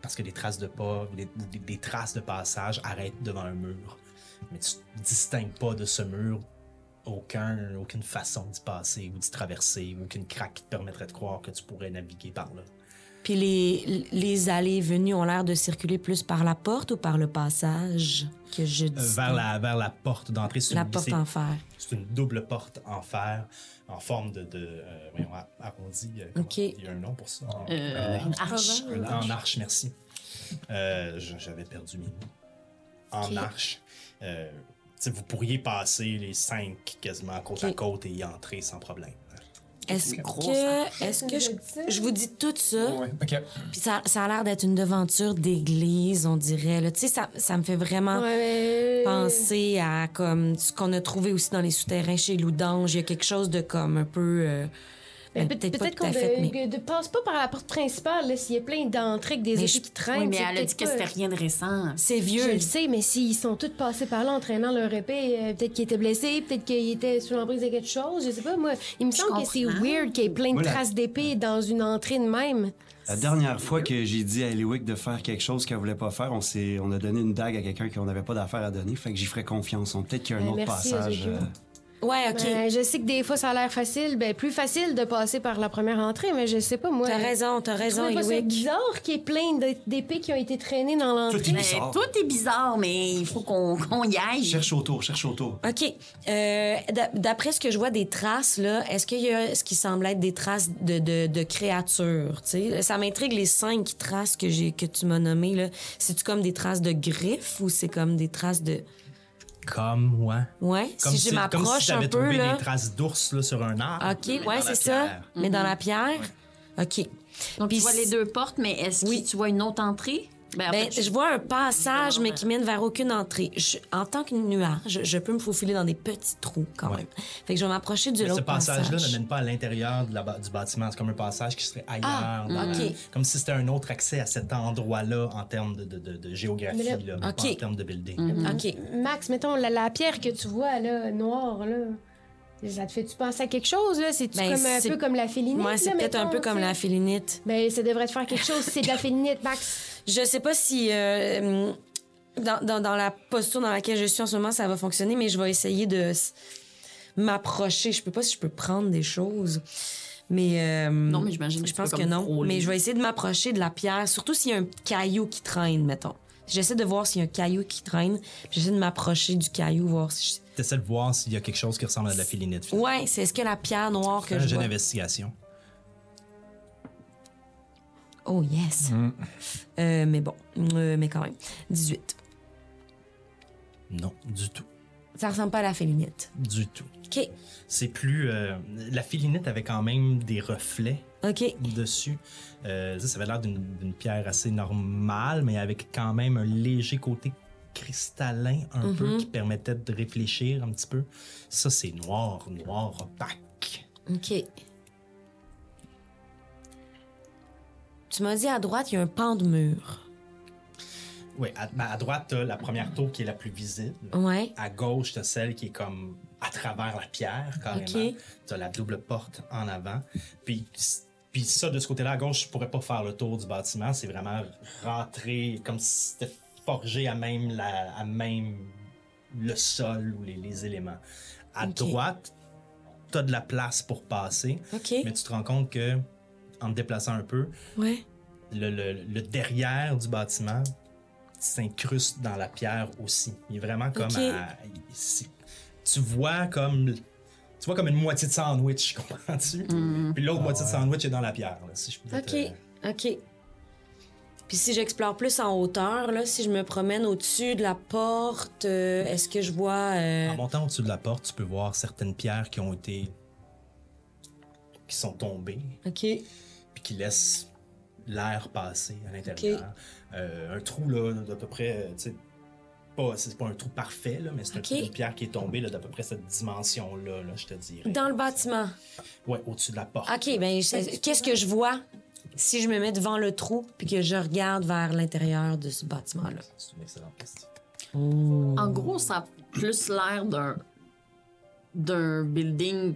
parce que des traces de pas ou des, ou des- des traces de passage arrêtent devant un mur. Mais tu ne distingues pas de ce mur aucun, aucune façon d'y passer ou d'y traverser, aucune craque qui te permettrait de croire que tu pourrais naviguer par là. Euh, Puis les, les allées et venues ont l'air de circuler plus par la porte ou par le passage que je Euh, dis. vers la, vers la porte d'entrée. c'est La une- porte c'est- en fer. C'est une double porte en fer, en forme de. de euh, voyons, a- arrondi. euh, comment- Ok. Il y a un nom pour ça. En, Euh, une arche. en arche. merci. Euh, j- J'avais perdu mes mots. En arche. Euh, tu sais, vous pourriez passer les cinq quasiment côte à Ok. côte et y entrer sans problème. Est-ce grosse que, est-ce que je, je vous dis tout ça? Ok. Puis ça, ça a l'air d'être une devanture d'église, on dirait. là. Tu sais, ça, ça me fait vraiment Ouais, mais- penser à comme ce qu'on a trouvé aussi dans les souterrains chez Loudange. Il y a quelque chose de comme un peu. euh, Mais ben, peut- peut-être pas Peut-être tout qu'on à ne fait, mais. que- de passe pas par la porte principale, là, s'il y a plein d'entrées avec des Mais épées je- qui traînent. oui, mais c'est elle a dit peut-être que pas- c'était rien de récent. C'est Je vieux. le sais, mais s'ils sont tous passés par là en traînant leur épée, euh, peut-être qu'ils étaient blessés, peut-être qu'ils étaient sous l'emprise de quelque chose, je sais pas, moi. Il me semble que c'est comprends. weird qu'il y ait plein de Voilà. traces d'épée dans une entrée de même. La dernière fois que j'ai dit à Eliwick de faire quelque chose qu'elle voulait pas faire, on, s'est- on a donné une dague à quelqu'un qu'on n'avait pas d'affaire à donner. Fait que j'y ferais confiance. On- Peut-être qu'il y a un Ben, autre merci, passage. euh, Ezekiel. Ouais, ok. Ben, je sais que des fois, ça a l'air facile, ben, plus facile de passer par la première entrée, mais je sais pas, moi. T'as raison, t'as Je raison, trouvais pas ça Eliwick. bizarre qu'il y ait plein de- d'épées qui ont été traînées dans l'entrée. Tout est Mais bizarre. Ben, tout est bizarre, mais il faut qu'on qu'on y aille. Cherche autour, cherche autour. OK. Euh, d'a- D'après ce que je vois des traces, là, est-ce qu'il y a ce qui semble être des traces de, de, de créatures? tu sais? Ça m'intrigue les cinq traces que j'ai que tu m'as nommées. là. C'est-tu comme des traces de griffes ou c'est comme des traces de. Comme moi. Ouais, Comme si je comme m'approche si t'avais un peu. trouvé Là... des traces d'ours là, sur un arbre. mais OK, dans ouais, la c'est ça. pierre. Mm-hmm. Mais dans la pierre? OK. Donc, Puis tu vois les si- deux portes, mais est-ce Oui. que tu vois une autre entrée? Ben, en Ben, fait, je vois un passage, mais qui mène vers aucune entrée. Je- en tant que nuage, je, je peux me faufiler dans des petits trous quand même. Fait que je vais m'approcher du Mais ce l'autre passage-là passage. ne mène pas à l'intérieur de la ba- du bâtiment. C'est comme un passage qui serait ailleurs. Ah, dans la- ok. Comme si c'était un autre accès à cet endroit-là en termes de, de- de- de géographie, Mais là- là, mais Ok. Mm. pas en termes de building. OK. Max, mettons, la, la pierre que tu vois, là, noire, là, ça te fait-tu penser à quelque chose, là? C'est-tu Ben, comme un c'est- peu comme la félinite, Moi, c'est là, peut-être un mettons, peu comme tu sais? la félinite. Ben, ça devrait te faire quelque chose si c'est de la félinite, Max. Je sais pas si euh, dans, dans- dans la posture dans laquelle je suis en ce moment, ça va fonctionner, mais je vais essayer de s- m'approcher. Je peux pas si je peux prendre des choses. Mais euh, Non, mais j'imagine que je tu peux pense que comme non. frôler. Mais je vais essayer de m'approcher de la pierre, surtout s'il y a un caillou qui traîne, mettons. J'essaie de voir s'il y a un caillou qui traîne. puis J'essaie de m'approcher du caillou, voir si. Tu essaies de voir s'il y a quelque chose qui ressemble à de la félinite. Je... finalement. Ouais, c'est est-ce que la pierre noire que Fais un je jeu vois. d'investigation. Oh yes. Euh, mais bon, euh, mais quand même, 18. Non, du tout. Ça ressemble pas à la félinite. Du tout. Ok, C'est plus. euh, la félinite avait quand même des reflets ok. dessus. Euh, ça, ça avait l'air d'une d'une pierre assez normale, mais avec quand même un léger côté cristallin un peu qui permettait de réfléchir un petit peu. Ça, c'est noir, noir, opaque. OK. Tu m'as dit à droite, il y a un pan de mur. Oui, à, ben, à droite, t'as la première tour qui est la plus visible. Ouais. À gauche, t'as celle qui est comme à travers la pierre, carrément. Ok. T'as la double porte en avant. Puis, puis ça, de ce côté-là, à gauche, je pourrais pas faire le tour du bâtiment. C'est vraiment rentrer comme si c'était forgé à même, la, à même le sol ou les, les éléments. À droite, t'as de la place pour passer. OK. Mais tu te rends compte que, en te déplaçant un peu, Ouais. le, le- le derrière du bâtiment s'incruste dans la pierre aussi. Il est vraiment comme Ok. à- c'est- tu vois comme tu vois comme une moitié de sandwich, comprends-tu? Puis l'autre moitié de sandwich est dans la pierre, là, si je pouvais Mm. OK, te- OK. Puis si j'explore plus en hauteur, là, si je me promène au-dessus de la porte, euh, est-ce que je vois... euh, En montant au-dessus de la porte, tu peux voir certaines pierres qui ont été. qui sont tombées, OK. puis qui laissent l'air passer à l'intérieur. Euh, un trou, là, d'à peu près. euh, tu sais, Pas, c'est pas un trou parfait, là, mais c'est un Ok. trou de pierre qui est tombé là, d'à peu près cette dimension-là, là, je te dirais. Dans le bâtiment. Ouais, au-dessus de la porte. OK, ben je- qu'est-ce que je vois si je me mets devant le trou puis que je regarde vers l'intérieur de ce bâtiment-là? C'est une excellente question. En gros, ça a plus l'air d'un d'un building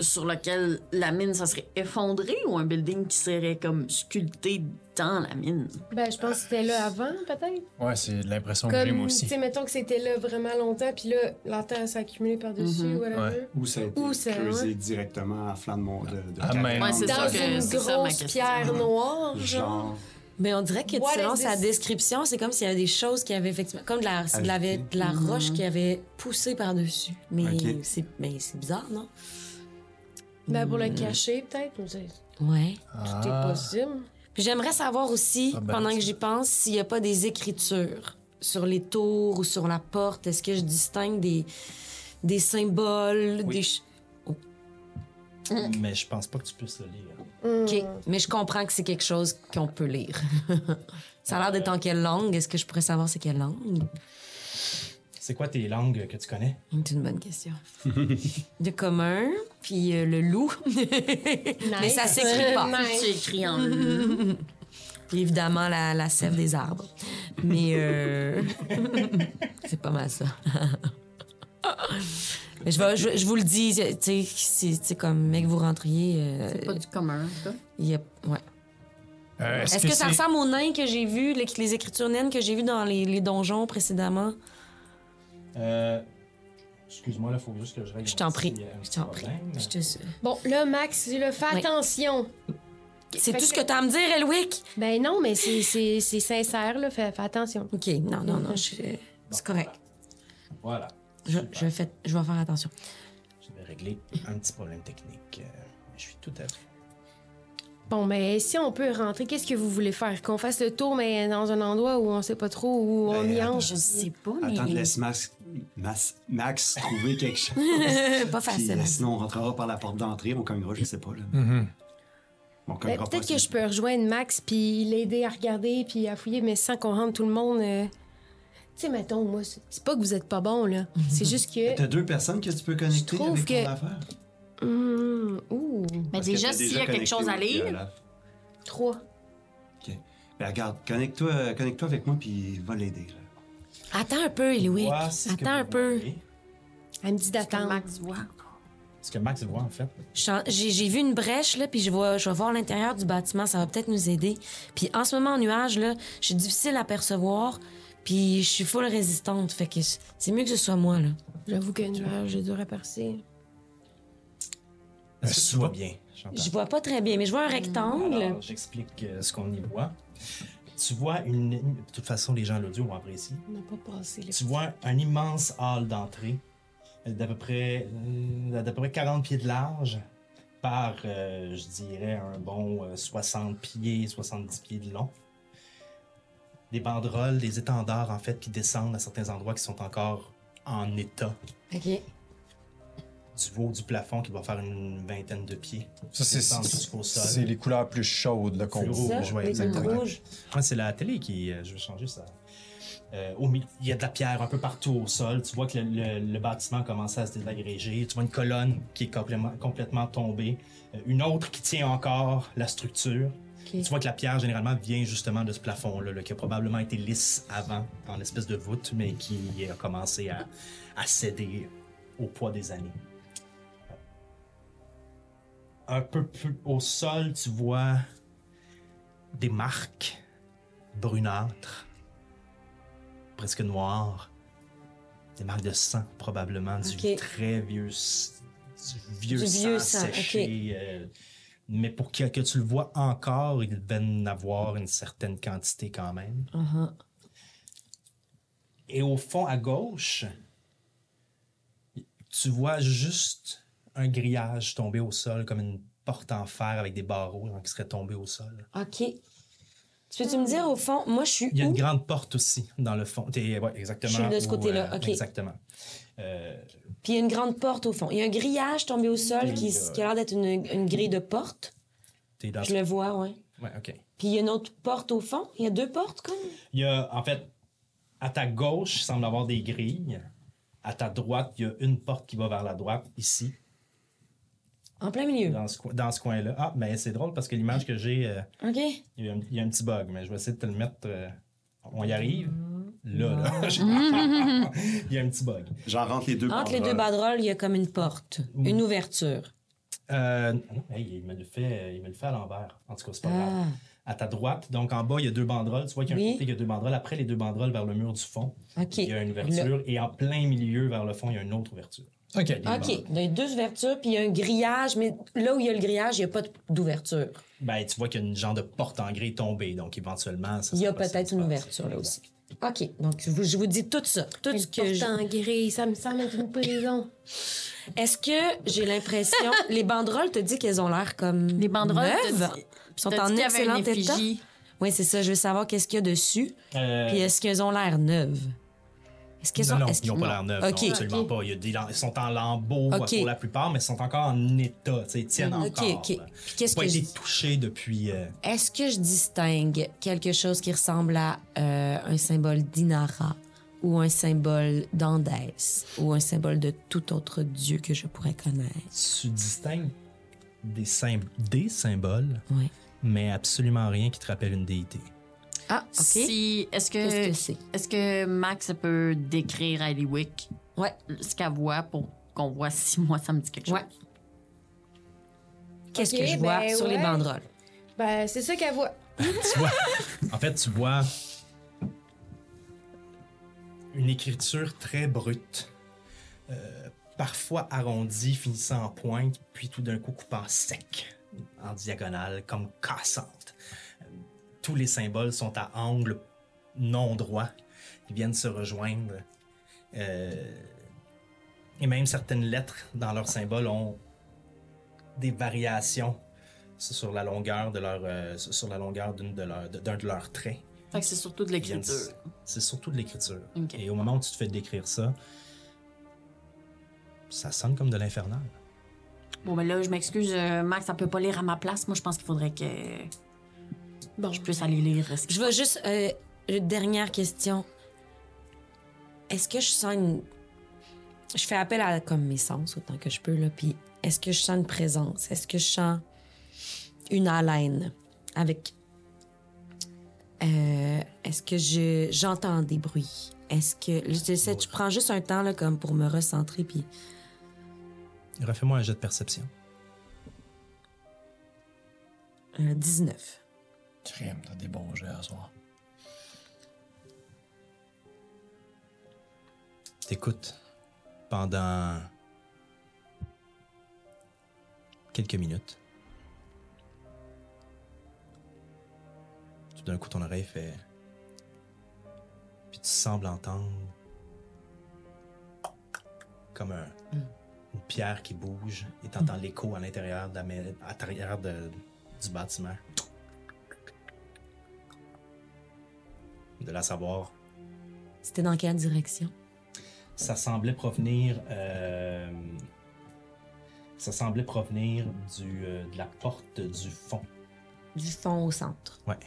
sur lequel la mine ça serait effondrée ou un building qui serait comme sculpté dans la mine. Ben, je pense que c'était là avant, peut-être. Ouais, c'est l'impression que j'ai moi Comme, tu aussi. sais, mettons que c'était là vraiment longtemps, puis là, la terre s'est accumulée par-dessus, Mm-hmm. Mhm. whatever. Ou ça a été Ou ça, hein? creusé ouais. directement à flanc de mon... De, de Ah, mais- Ouais, c'est ça Dans que- une c'est ça ma grosse question. pierre noire, genre. Genre... Mais on dirait que What selon is sa this? description, c'est comme s'il y avait des choses qui avaient effectivement. Comme de la, c'est de la, Ajouté. de la Mm-hmm. roche qui avait poussé par-dessus. Mais Ok. c'est mais c'est bizarre, non? Ben, pour le cacher, peut-être. ou c'est- Ouais. Tout est possible. Puis j'aimerais savoir aussi, Ah ben, pendant que ça. j'y pense, s'il n'y a pas des écritures sur les tours ou sur la porte. Est-ce que je distingue des, des symboles? Des... ch- Mm. Mais je pense pas que tu puisses le lire. Mm. OK. Mais je comprends que c'est quelque chose qu'on peut lire. Ça a l'air d'être en quelle langue? Est-ce que je pourrais savoir c'est quelle langue? C'est quoi tes langues que tu connais? C'est une bonne question. de commun, puis euh, le loup. Mais ça s'écrit pas. C'est écrit en bleu. Puis évidemment, la, la sève des arbres. Mais euh, c'est pas mal ça. Mais je, vais- je, je vous le dis, tu sais, c'est c'est comme, mec, vous rentriez. euh, C'est pas du commun, ça. il y a- ouais. Euh, Est-ce que, ça c'est- ressemble aux nains que j'ai vus, les, les écritures naines que j'ai vues dans les, les donjons précédemment? Euh, Excuse-moi, là, faut juste que je règle. Je t'en un prie. petit, euh, Je t'en prie. problème. Je te... Bon, là, Max, dis-le, fais Oui. attention. C'est Fait tout que- ce que t'as à me dire, Elwick? Ben non, mais c'est- c'est c'est sincère, là. Fais, fais attention. OK, non, non, non, je- euh, c'est correct. Voilà. Je, Super. je, fais- je vais faire attention. Je vais régler un petit problème technique. Euh, Je suis tout à fait. Bon, ben si on peut rentrer, qu'est-ce que vous voulez faire? Qu'on fasse le tour, mais dans un endroit où on sait pas trop où on Ben, y attends. entre? Je sais pas, mais. Attends, laisse Max, Max- Max trouver quelque chose. pas Puis, facile. euh, sinon, on rentrera par la porte d'entrée, on cognera, je sais pas. Là. Mm-hmm. On Ben, cognera Peut-être pas, que je c'est- peux rejoindre Max puis l'aider à regarder puis à fouiller, mais sans qu'on rentre tout le monde. euh, Tu sais, mettons, moi, c'est c'est pas que vous êtes pas bon, là. C'est juste que. T'as deux personnes que tu peux connecter trouve avec que- ton affaire. Hum, ouh, Mais Parce que déjà, t'as s'il y a quelque connecté chose à au- puis lire, la- trois. OK. Ben, regarde, connecte-toi connecte avec moi, puis va l'aider. là. Attends un peu, Elwick. Voir si ce que Attends un vous peu. voyez. Elle me dit Attends, d'attendre. Max voit. Ce que Max voit, en fait. J'en- J'ai j'ai vu une brèche, là, puis je vais, je vais voir l'intérieur du bâtiment. Ça va peut-être nous aider. Puis en ce moment, en nuage, là, je suis difficile à percevoir, puis je suis full résistante. Fait que je- c'est mieux que ce soit moi, là. J'avoue qu'une nuage, j'ai dû rapercer. Est-ce que tu vois bien? j'entends? Je vois pas très bien, mais je vois un rectangle. Alors, j'explique euh, ce qu'on y voit. Tu vois une. De toute façon, les gens à l'audio vont apprécier. On n'a pas passé les. Tu vois un immense hall d'entrée euh, d'à peu près euh, d'à peu près 40 pieds de large par, euh, je dirais, un bon euh, 60 pieds, 70 pieds de long. Des banderoles, des étendards, en fait, qui descendent à certains endroits qui sont encore en état. OK. Du haut du plafond qui va faire une vingtaine de pieds. Ça, c'est- Descendre c'est jusqu'au c'est sol. les couleurs plus chaudes là, qu'on Fluo, voit. ouais, les exactement. rouges. Ouais, Ah, c'est la télé qui. euh, je vais changer ça. Euh, au milieu, il y a de la pierre un peu partout au sol. Tu vois que le, le- le bâtiment commence à se désagréger. Tu vois une colonne qui est complètement, complètement tombée. Euh, une autre qui tient encore la structure. Tu vois que la pierre, généralement, vient justement de ce plafond-là, là, qui a probablement été lisse avant, en espèce de voûte, mais qui a commencé à, à céder au poids des années. Un peu plus au sol, tu vois des marques brunâtres, presque noires, des marques de sang probablement, du Ok. très vieux, s- du vieux, Du sang, vieux sang, séché. euh, mais pour que, que tu le vois encore, il va en avoir une certaine quantité quand même. Uh-huh. Et au fond, à gauche, tu vois juste un grillage tomber au sol, comme une porte en fer avec des barreaux genre, qui seraient tombés au sol. OK. Tu peux-tu me dire, au fond, moi, je suis Il y a où? une grande porte aussi dans le fond. T'es- ouais, exactement. Je suis de ce où, côté-là, ok. Exactement. Euh, Puis il y a une grande porte au fond. Il y a un grillage tombé au sol qui, là. qui a l'air d'être une, une grille de porte. t'es dans. Je le vois, ouais. Ouais, ok. Puis il y a une autre porte au fond. Il y a deux portes, comme. Il y a, en fait, à ta gauche, il semble avoir des grilles. À ta droite, il y a une porte qui va vers la droite, ici, En plein milieu. dans ce, coin- dans ce coin-là. Ah, ben c'est drôle parce que l'image que j'ai, euh, OK. il y a un- il y, a un petit bug, mais je vais essayer de te le mettre. euh, on y arrive? Là, là. il y a un petit bug. J'en rentre les deux Entre les banderoles. deux banderoles, il y a comme une porte, Mm. une ouverture. Euh, non, hey, il, me le fait, euh, il me le fait à l'envers. En tout cas, c'est pas grave. À ta droite, donc en bas, il y a deux banderoles. Tu vois qu'il y a un Ah. Oui. côté, il y a deux banderoles. Après, les deux banderoles vers le mur du fond, OK. il y a une ouverture. Et en plein milieu, vers le fond, il y a une autre ouverture. OK. OK. Il y a deux ouvertures, puis il y a un grillage, mais là où il y a le grillage, il n'y a pas de- d'ouverture. Ben, tu vois qu'il y a une genre de porte en grès tombée, donc éventuellement, ça Il y serait a possible peut-être de une faire ouverture ça. là aussi. OK. Donc, je vous, je vous dis tout ça. Tout ce que Porte je- en grille, ça me semble être une prison. Est-ce que j'ai l'impression. les banderoles te disent qu'elles ont l'air comme. Les banderoles te neuves. dit- sont t'as en dit qu'il y avait excellent une état. effigie. Oui, c'est ça. Je veux savoir qu'est-ce qu'il y a dessus. Euh, Puis est-ce qu'elles ont l'air neuves? Est-ce qu'elles non, ont. non, est-ce ils n'ont qu'ils- pas l'air neufs, OK. non, absolument pas. Il y a des lam- ils sont en lambeaux OK. pour la plupart, mais ils sont encore en état, tu sais, ils tiennent OK, encore. OK. là. Puis qu'est-ce Ils ont que pas je été dis- touchés depuis... euh, Est-ce que je distingue quelque chose qui ressemble à euh, un symbole d'Inara ou un symbole d'Andès ou un symbole de tout autre dieu que je pourrais connaître? tu distingues des, sym- des symboles, Oui. mais absolument rien qui te rappelle une déité. Ah, OK. Si, est-ce Qu'est-ce que, que c'est? est-ce que Max peut décrire à Eliwick Ouais. ce qu'elle voit pour qu'on voit si moi ça me dit quelque chose? Ouais. Qu'est-ce Ok, que je vois ben sur les ouais. banderoles? Ben, c'est ça qu'elle voit. tu vois, en fait, tu vois une écriture très brute, euh, parfois arrondie, finissant en pointe, puis tout d'un coup coupant sec, en diagonale, comme cassante. Euh, Tous les symboles sont à angle non droit, ils viennent se rejoindre. euh, et même certaines lettres dans leurs symboles ont des variations sur la longueur de leur euh, sur la longueur d'une de leurs- d'un de leurs traits. Fait que c'est surtout de l'écriture. Yes. C'est surtout de l'écriture. Ok. Et au moment où tu te fais décrire ça, ça sonne comme de l'infernal. Bon, ben là, je m'excuse, euh, Max, elle peut pas lire à ma place. Moi, je pense qu'il faudrait que Bon, je puisse aller lire. ce qu'il Je veux juste. euh, une dernière question. Est-ce que je sens une. Je fais appel à comme mes sens autant que je peux, là. Puis est-ce que je sens une présence? Est-ce que je sens une haleine avec. Euh, est-ce que je j'entends des bruits? Est-ce que. Je sais, tu prends juste un temps, là, comme pour me recentrer, puis. Refais-moi un jet de perception. euh, 19. Crème, t'as des bons jets à soir. T'écoutes pendant quelques minutes. Tout d'un coup, ton oreille fait. Puis tu sembles entendre comme un- une pierre qui bouge et t'entends l'écho à l'intérieur de la ma- à l'intérieur de- du bâtiment. De la savoir C'était dans quelle direction? ça semblait provenir euh, ça semblait provenir du, euh, de la porte du fond Du fond au centre. ouais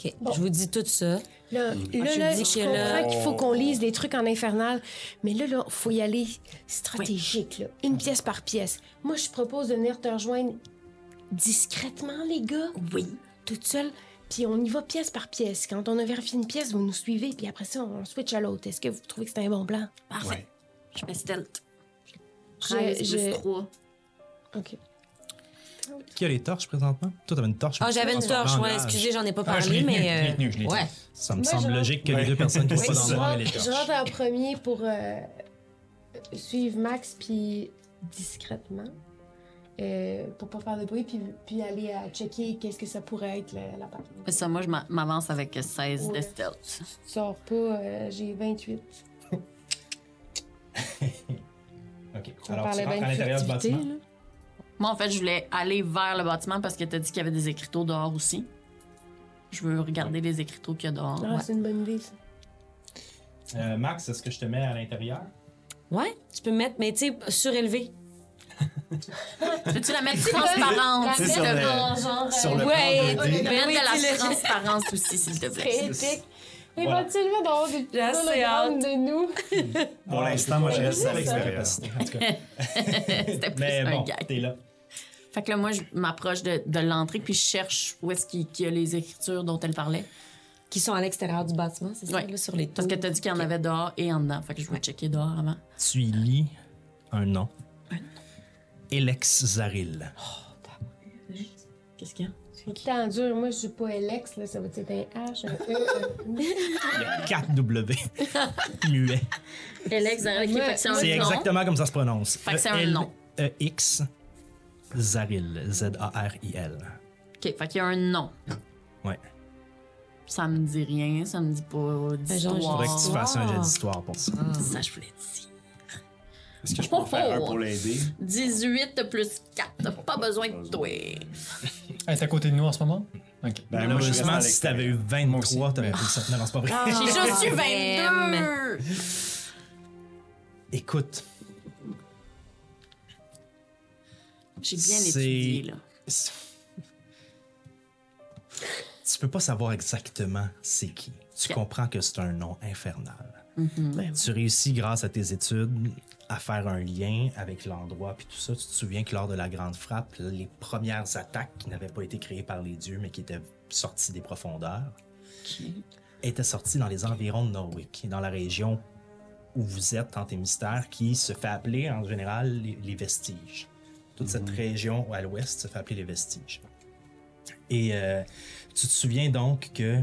OK. Je vous dis tout ça. là, là, je là, Ah, dis je que là- comprends qu'il faut qu'on lise des trucs en infernal, mais là, là, faut y aller stratégique, là. Une pièce par pièce. Moi, je propose de venir te rejoindre discrètement, les gars. Oui. Toute seule. Puis on y va pièce par pièce. Quand on a vérifié une pièce, vous nous suivez, puis après ça, on switch à l'autre. Est-ce que vous trouvez que c'est un bon plan? faut. Parfait. Ouais. Je fais stealth. Je- 13 je- plus 3. OK. qui a les torches présentement toi t'avais une torche Ah, j'avais une Ah, torche, non, ouais, ah, excusez, j'en ai pas Ah, je parlé, l'ai tenu, mais. je l'ai tenu, je l'ai euh, ouais. ça me Moi, semble je- logique que les Ouais. deux personnes qui Oui, sont pas dans c'est le noir rentre- aient les je torches rentre en premier pour euh, suivre Max, puis discrètement, euh, pour pas faire de bruit, puis, puis aller à checker qu'est-ce que ça pourrait être la, la part. Ça, moi, je m'a- m'avance avec 16 Ouais. de stealth. Tu sors pas, euh, j'ai 28. ok Alors, tu rentres à l'intérieur du bâtiment. Moi, en fait, je voulais aller vers le bâtiment parce que t'as dit qu'il y avait des écriteaux dehors aussi. Je veux regarder les écriteaux qu'il y a dehors. Ah, c'est une bonne idée, ça. Euh, Max, est-ce que je te mets à l'intérieur? Ouais, tu peux mettre, mais tu sais, surélevé. Peux-tu la mettre transparente, C'est s'il sur te le- plaît? genre, sur euh, le ouais, plan 2D. Mettre Ben oui, de la dis-le. transparence aussi, s'il te très plaît. épique. Voilà. Éventuellement, d'avoir des petits assez hologrammes de nous. Pour Ah, je l'instant, peux moi, pas je reste à avec l'extérieur. cette capacité, en tout cas. C'était plus Mais un bon, gag. t'es là. Fait que là, moi, je m'approche de, de l'entrée puis je cherche où est-ce qu'il qu'il y a les écritures dont elle parlait. Qui sont à l'extérieur du bâtiment, c'est ça, Ouais. là, sur les Parce tours. que t'as dit qu'il y en avait dehors et en dedans. Fait que je vais checker dehors avant. Tu y lis un nom. Elex Zaril. Qu'est-ce qu'il y a? Tant dur, moi, je suis pas Alex, là, ça veut dire un H, un E, Il y a 4 W. Muet. Alex, avec Ouais, C'est exactement comme ça se prononce. E Fait que c'est un nom. E-X Zaril. Z-A-R-I-L. Ok, fait qu'il y a un nom. Ouais. Ça me dit rien, ça me dit pas d'histoire. genre, Faudrait que tu fasses un Ah. jet d'histoire pour ça. Ah. Ça, je voulais dire. Est-ce que je peux en faire un Oh. pour l'aider? 18 plus 4, t'as pas besoin de toi. Elle est à côté de nous en ce moment? OK. Ben, moi, je reste Malheureusement, à si t'avais eu l'extérieur. 23, t'aurais pris ça. Non, non, c'est pas vrai. J'ai juste eu Ah, 22! Écoute, J'ai bien C'est- étudié, là. c'est- tu peux pas savoir exactement c'est qui. Tu Ok. Mm-hmm. comprends que c'est un nom infernal. Ben, Tu réussis grâce à tes études à faire un lien avec l'endroit puis tout ça. Tu te souviens que lors de la grande frappe, les premières attaques qui n'avaient pas été créées par les dieux mais qui étaient sorties des profondeurs étaient sorties dans les environs de Norwick, dans la région où vous êtes en mystère qui se fait appeler en général les, les vestiges. Toute cette région à l'ouest se fait appeler les vestiges. Et euh, tu te souviens donc que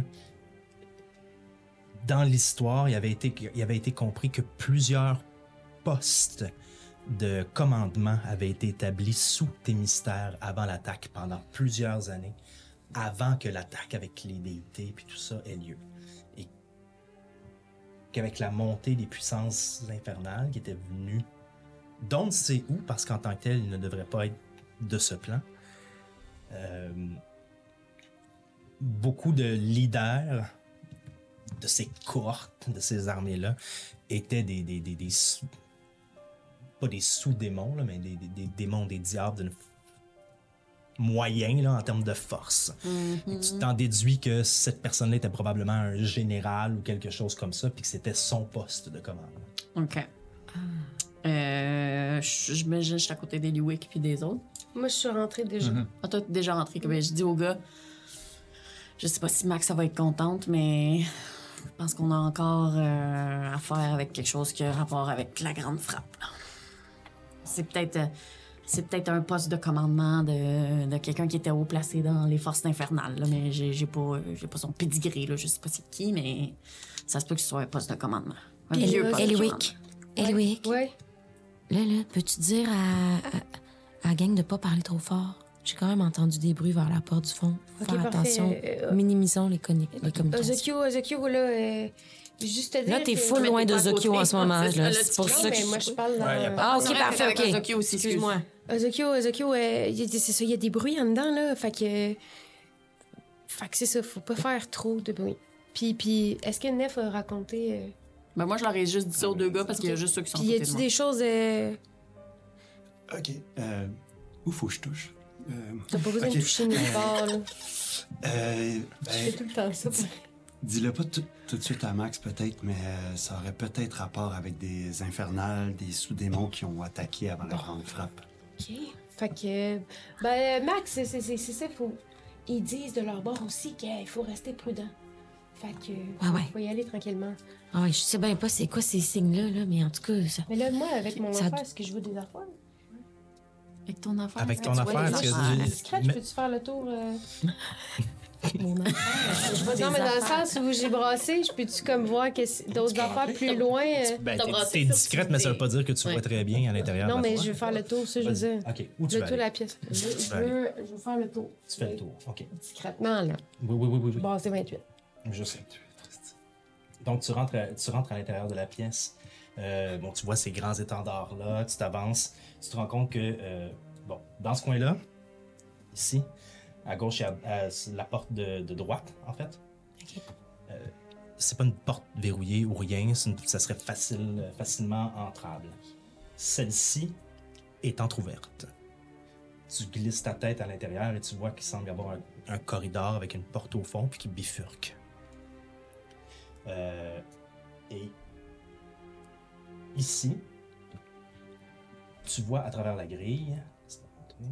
dans l'histoire, il avait été, il avait été compris que plusieurs postes de commandement avaient été établis sous tes mystères avant l'attaque pendant plusieurs années, avant que l'attaque avec les déités puis tout ça ait lieu. Et qu'avec la montée des puissances infernales qui étaient venues d'on ne sait où, parce qu'en tant que tel, ils ne devraient pas être de ce plan, euh, beaucoup de leaders de ces cohortes, de ces armées-là, étaient des, des, des, des sous- pas des sous-démons, là, mais des, des- des démons, des diables d'une f- moyen là, en termes de force. Et Tu t'en déduis que cette personne-là était probablement un général ou quelque chose comme ça, puis que c'était son poste de commande. Ok. Euh, je- J'imagine que je suis à côté des Lewick puis des autres. Moi, je suis rentrée déjà. Mhm. Ah, toi, t'es déjà rentré. Ben, je dis au gars, je sais pas si Max ça va être contente, mais je pense qu'on a encore euh, affaire avec quelque chose qui a rapport avec la grande frappe. là. C'est peut-être euh, c'est peut-être un poste de commandement de, de quelqu'un qui était haut placé dans les forces infernales, là, mais j'ai j'ai pas, euh, j'ai pas son pedigree, là, je sais pas c'est qui, mais ça se peut que ce soit un poste de commandement. Un Puis vieux Elwick. poste de Elwick. Elwick, Ouais. là, là, peux-tu dire à, à, à la gang de pas parler trop fort? J'ai quand même entendu des bruits vers la porte du fond. Faut Ok, Faire parfait. attention. Euh, Minimisons les, conni- les communications. Ozokyo, Ozokyo, là, euh, juste te dire. Là, t'es que- full Mais loin t'es de pas à côté. Zokyo en ce moment. C'est là. ça, le C'est pour petit Non, ça que mais moi, je... je parle dans. Ah, Ouais, y a pas- Ah, Ça OK, aurait pu parfait, faire avec OK. Ozokyo aussi, excuse. Excuse-moi. Ozokyo, Ozokyo, euh, y a- c'est ça, il y a des bruits en dedans, là. Fait que. Fait que c'est ça, faut pas faire trop de bruit. Puis, puis est-ce que Nef a raconté. euh, Ben, moi, je leur ai juste dit ça aux deux gars parce qu'il y a Ok. juste ceux qui sont à puis, côté y de a-tu moi. des choses. euh, OK. Euh, où faut que je touche? Euh, T'as pas besoin Ok. de toucher nulle part, là. Ben, euh, Je ben, fais tout le temps ça. Dis-le pas tout, tout de suite à Max, peut-être, mais euh, ça aurait peut-être rapport avec des infernales, des sous-démons qui ont attaqué avant la grande frappe. OK. Fait que. Ben, euh, Max, c'est c'est- c'est ça, faut. Ils disent de leur bord aussi qu'il faut rester prudent. Fait que. Ouais, ouais. Faut y aller tranquillement. Ah ouais, je sais bien pas c'est quoi ces signes-là, là, mais en tout cas, ça... Mais là, moi, avec mon Ça- affaire, est-ce que je veux des affaires? Avec ton affaire. Avec ton tu vois affaire, les Ah, parce que affaires. j'ai- Discrète, mais- peux-tu faire le tour? euh? Mon affaire. Non, mais dans le sens où j'ai brassé, je peux-tu comme voir que d'autres affaires plus loin? euh? Ben, T'as t'es- brassé t'es sur discrète, tes- mais ça veut pas dire que tu Ouais. vois très bien à l'intérieur. Non, de la mais toile. je veux faire le tour, ça, je veux dire. Ok, où tu Le vas tour, aller? la pièce. Je Tu vas je veux, je veux faire le tour. Tu fais le tour, ok. Discrètement, là. Oui, oui, oui, oui. oui. Brassé 28. Je sais. Donc, tu rentres à, tu rentres à l'intérieur de la pièce. Euh, bon, tu vois ces grands étendards-là, tu t'avances, tu te rends compte que, euh, bon, dans ce coin-là, ici, à gauche, il y a euh, la porte de, de droite, en fait. Euh, c'est pas une porte verrouillée ou rien, c'est une- ça serait facile, euh, facilement entrable. Celle-ci est entr'ouverte. Tu glisses ta tête à l'intérieur et tu vois qu'il semble y avoir un, un corridor avec une porte au fond puis qui bifurque. Euh, et ici, tu vois à travers la grille. c'est à montrer.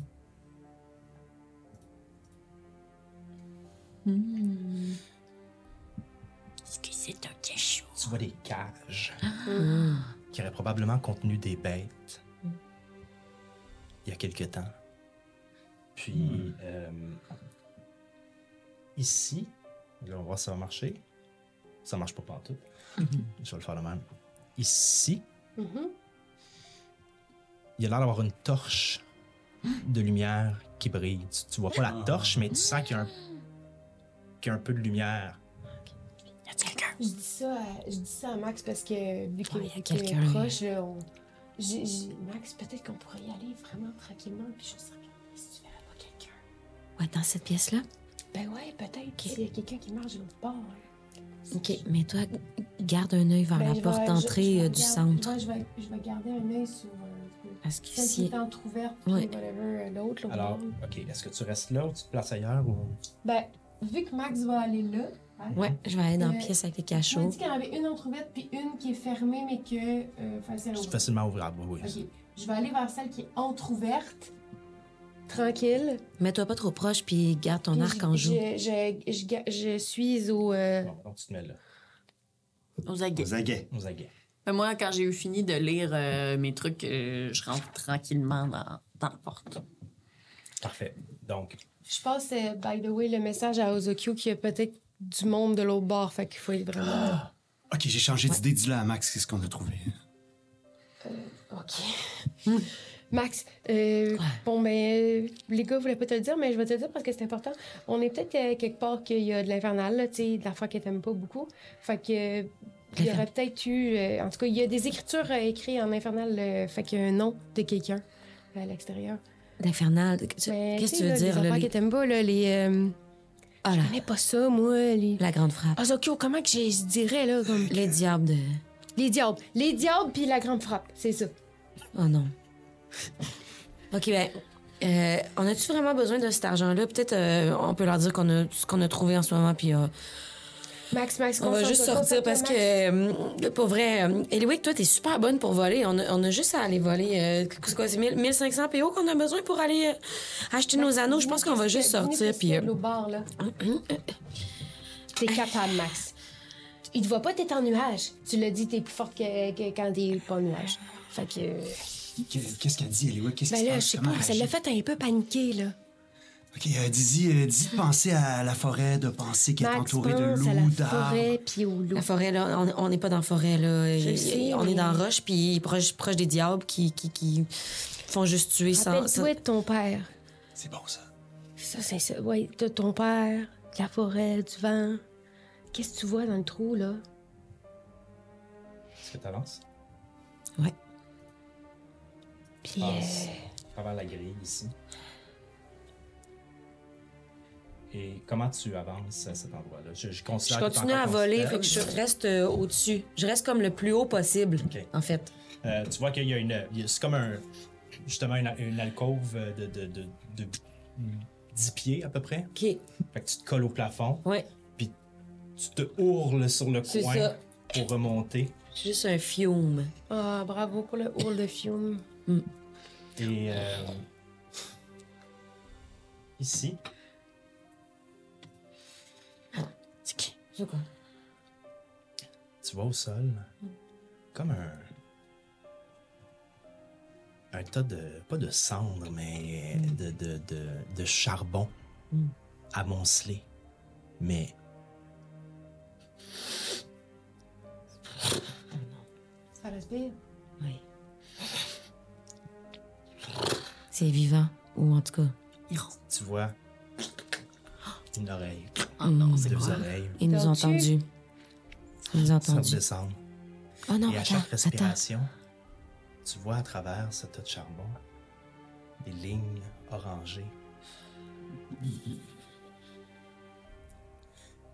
Est-ce que c'est un cachot? Tu vois des cages qui auraient probablement contenu des bêtes il y a quelque temps. Puis euh, ici, là, on va voir si ça va marcher. Ça marche pas partout. Je vais le faire le même. Ici, il y a l'air d'avoir une torche de lumière qui brille. Tu, tu vois pas la torche, mais tu sens qu'il y a un, qu'il y a un peu de lumière. Je dis ça, à, je dis ça à Max parce que vu qu'il Ouais, il y a vu qu'il quelqu'un. est proche, là, on- j'ai- j'ai- Max, peut-être qu'on pourrait y aller vraiment tranquillement, puis je serais bien si tu verrais pas quelqu'un. Ouais, dans cette pièce-là? Ben ouais, peut-être s'il y a quelqu'un qui marche de l'autre bord. hein. OK, mais toi, garde un œil vers Ben, la je porte vais- je- d'entrée je vais euh, regarder- du centre. ouais, je, vais, je vais garder un œil sur euh, Parce que celle qui si... est entrouverte, Ouais. puis whatever, euh, l'autre, l'autre. Alors, bord. ok, est-ce que tu restes là ou tu te places ailleurs ou... Ben, vu que Max va aller là, hein, Ouais, je vais aller dans la Euh, pièce avec les tu m'as cachots. dit qu'il y en avait une entrouverte, puis une qui est fermée, mais que. Euh, facile à C'est ouvrir. facilement ouvrable, oui. oui. Ok, je vais aller vers celle qui est entrouverte. Tranquille. Mets-toi pas trop proche, puis garde ton Puis arc je- en joue. Je, je, je ga- je suis au. euh, Bon, donc tu te mets là, Aux aguets. Aux aguets. aux aguets. Mais moi, quand j'ai eu fini de lire euh, mes trucs, euh, je rentre tranquillement dans, dans la porte. Parfait. Donc, Je passe, euh, by the way, le message à Ozokyo qu'il y a peut-être du monde de l'autre bord, fait qu'il faut être Ah. vraiment. Ok, j'ai changé d'idée, dis-le à Max, qu'est-ce qu'on a trouvé. OK. Hmm. Max, euh, bon, ben, euh, les gars voulaient pas te le dire, mais je vais te le dire parce que c'est important. On est peut-être euh, quelque part qu'il y a de l'infernal, là, tu sais, de la foi qu'elle t'aime pas beaucoup. Fait que. euh, Il y aurait peut-être eu. euh, en tout cas, il y a des écritures euh, écrites en infernal, euh, fait qu'il y a un nom de quelqu'un à l'extérieur. D'infernal. que- tu- Mais, Qu'est-ce que tu Ben, sais, veux là, Les dire, là? affaires les- que t'aimes pas, là, les. euh, Ah là, Je connais Ah, pas ça, moi, les. la grande frappe. Ozokyo, comment que j'ai- je dirais, là, comme. Les diables de... Les diables. Les diables puis la grande frappe, c'est ça. Oh non. OK, ben... euh, on a-tu vraiment besoin de cet argent-là? Peut-être euh, on peut leur dire qu'on a ce qu'on a trouvé en ce moment, puis euh, Max, Max, on va concentre-toi, juste sortir concentre-toi, parce que, Max. euh, pour vrai, euh, Eliwick, toi, t'es super bonne pour voler. On a, on a juste à aller voler. euh, c'est quoi, c'est 1000 1500 PO qu'on a besoin pour aller euh, acheter Ben, nos anneaux? Je pense qu'on va juste Venez sortir, tester puis... euh, l'eau bar, là. hein, T'es capable, Max. Il te voit pas, t'es en nuage. Tu l'as dit, t'es plus forte que, que quand t'es pas en nuage. Fait que. Que- Qu'est-ce qu'elle dit, Eliwa? Qu'est-ce Ben qui se là, je passe? sais Comment pas, ça elle l'a agit? fait un peu paniquer, là. Ok, euh, Dizzy, euh, Dizzy de penser à la forêt, de penser qu'elle est Max pense entourée de à la loups, d'arbres. forêt puis au loup. La forêt, là, on- on n'est pas dans la forêt, là. Je Il- sais, on mais- est dans la roche, puis proche, proche des diables qui, qui, qui font juste tuer sans... sans- Rappelle-toi de ton père. C'est bon, ça. Ça, c'est ça. Ouais, de ton père, de la forêt, du vent. Qu'est-ce que tu vois dans le trou, là? est-ce que tu avances? Ouais. Puis. Ah. euh, Passe à travers la grille ici. Et comment tu avances à cet endroit-là? Je, je Je considère que t'es continue à encore voler, fait que considérable. je reste euh, au-dessus. Je reste comme le plus haut possible, Ok. en fait. Euh, tu vois qu'il y a une. il y a- C'est comme un. Justement, une, une alcôve de, de, de, de 10 pieds à peu près. OK, Fait que tu te colles au plafond, ouais. tu te hurles sur le C'est coin ça. pour remonter. J'ai juste un fiume. Ah, bravo pour le hall de fiume. Et Oh. euh, ici, C'est quoi? tu vois au sol comme un un tas de pas de cendres mais Mm. de, de, de, de charbon amoncelé mais Ça respire. Oui. C'est vivant, ou en tout cas... tu vois une oreille Oh non, c'est deux quoi? oreilles Ils nous ont T'as-tu- entendus. Ils nous ont ça entendus. redescend Oh non, et à attends, chaque respiration, tu vois à travers ce tas de charbon des lignes orangées.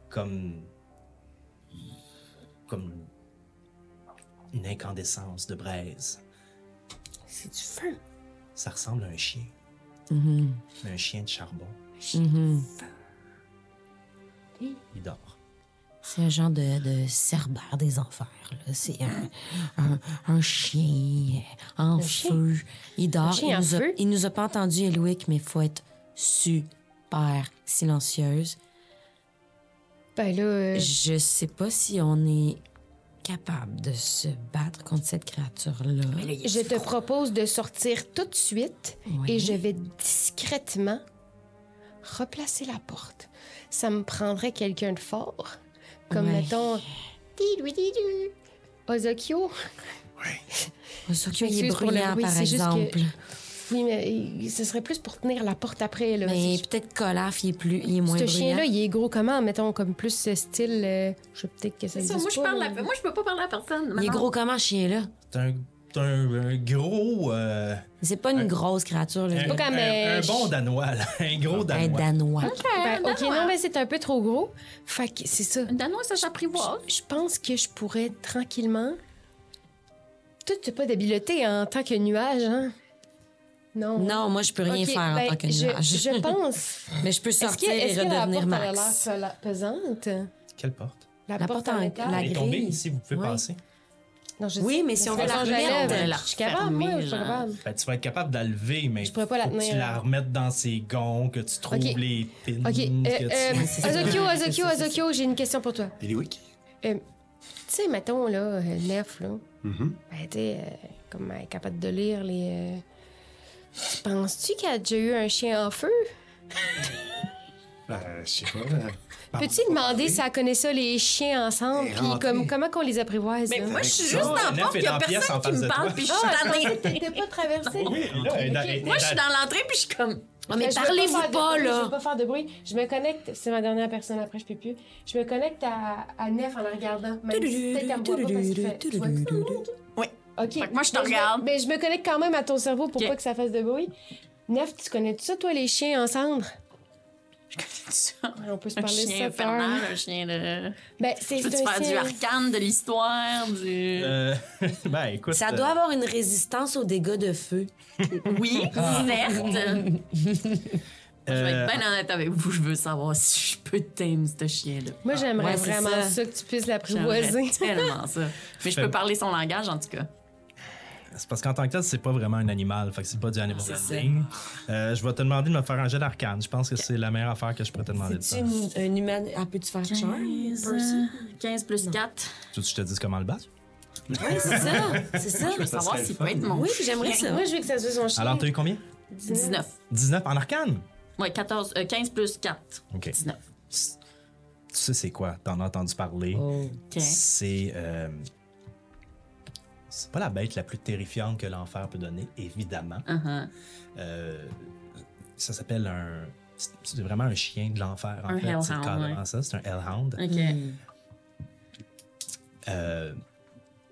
Comme. Comme une incandescence de braise. C'est du feu. Ça ressemble à un chien. Un chien de charbon. Il dort. C'est un genre de, de cerbère des enfers. là. C'est un, un- un chien euh, en feu. Il dort. chien il, en nous a, feu? il nous a pas entendu, Eloïc, mais faut être super silencieuse. Ben là, euh, Je sais pas si on est capable de se battre contre cette créature-là. je te propose de sortir tout de suite Oui. et je vais discrètement replacer la porte. Ça me prendrait quelqu'un de fort, comme Ouais. mettons... Didou, didou, Ozokyo. Osokyo, Je il est m'excuse pour le bruyant, bruit, par c'est juste que- exemple. Oui, mais euh, ce serait plus pour tenir la porte après. Là. Mais C'est- peut-être Colaf, il est, plus, il est moins ce bruyant. chien-là, il est gros comment? Mettons, comme plus euh, style... euh, je sais peut-être que ça Ça, existe moi, je pas, parle mais- à... moi, je peux pas parler à personne. Il est maintenant. gros comment, ce chien-là? C'est un, c'est un- un gros. euh, C'est pas une grosse créature, là. un, pas comme, un- euh, un bon je- danois, là. Un gros Un danois. Danois. Ben, Un ok, Danois. non, mais c'est un peu trop gros. Fait que c'est ça. Une Danoise, ça s'apprivoise. Je pense que je pourrais tranquillement. Toi, t'as pas d'habileté en tant que nuage, hein? Non. Non, moi, je peux rien Ok, faire ben, en tant que je- nuage. Je, pense. Mais je peux Est-ce que, sortir est-ce et que la redevenir porte elle a l'air Max. pela- pesante? Quelle porte? La, porte en- métal? la- Elle est tombée grille. ici, vous pouvez Ouais. passer. Non, je Oui, sais, mais si on veut façon, la je remettre, lève. on va la Je suis capable, moi, je suis refermer, capable. Ben, tu vas être capable de la lever, mais Je pourrais pas la faut que tenir, tu la là. remettes dans ses gonds, que tu trouves Ok. les pins. Ok, que tu- euh, euh, Azokyo, Azokyo, Azokyo, j'ai une question pour toi. Eliwick? Euh, Tu sais, mettons, là, euh, Nef, là, Mhm. ben, tu sais, euh, comme elle est capable de lire les. euh, Tu Penses-tu qu'elle a déjà eu un chien en feu? Ben, je sais pas. euh, par- Peux-tu demander si elle connaît ça, les chiens ensemble, Et puis rentrer. comme, comment qu'on les apprivoise? Mais là? moi, je suis ça, juste en Nef porte, est il y en a pièce en face personne qui de me toi. parle, Ah, puis je suis tannée. T'es pas traversée? Oui, là, elle est dans- elle est Moi, je suis dans- dans l'entrée, puis je suis comme... Ah, mais Je veux parlez-vous faire de pas, bruit, Je veux là. pas faire de bruit. Je me connecte, c'est ma dernière personne, après je peux plus. Je me connecte à, à Nef en la regardant. Même si peut-être qu'elle me voit pas parce qu'il fait- tu vois que ça monte? Oui. Ok. Fait que moi, je te Mais regarde. Mais je me connecte quand même à ton cerveau pour Ok. pas que ça fasse de bruit. Nef, tu connais tout ça, toi, les chiens en cendre? On peut se Un parler de chien ça, peur. infernal, un chien de... Ben, c'est Peux-tu c'est un faire du chien- arcane, de l'histoire, du... Euh, ben, écoute. Ça euh, doit avoir une résistance aux dégâts de feu. Oui, certes. Je vais euh, être bien honnête avec vous, je veux savoir si je peux t'aimer ce chien-là. Moi, j'aimerais Ouais, c'est vraiment ça. ça. que tu puisses J'aimerais l'apprivoiser. tellement ça. Mais je peux parler son langage, en tout cas. C'est parce qu'en tant que tel, c'est pas vraiment un animal. Fait que c'est pas du animal ça. handling. Euh, je vais te demander de me faire un jet d'arcane. Je pense que c'est la meilleure affaire que je pourrais te demander de C'est faire. une, une humaine. Ah, peux-tu faire charm? 15 plus 4. Tu veux que je te dise comment le battre? Oui, c'est ça. C'est ça. Je veux savoir serait s'il le peut fun. être mon Oui, j'aimerais ça. Moi, je veux que ça soit son chien. Alors, t'as eu combien? 19. 19 en arcane? Ouais, 14, euh, 15 plus 4. Ok. 19. Tu sais, c'est quoi? T'en as entendu parler. OK. C'est. euh, c'est pas la bête la plus terrifiante que l'enfer peut donner, évidemment. Uh-huh. Euh, ça s'appelle un. c'est- C'est vraiment un chien de l'enfer, en Un fait. c'est hellhound, carrément ouais. ça. C'est un hellhound. OK. Euh,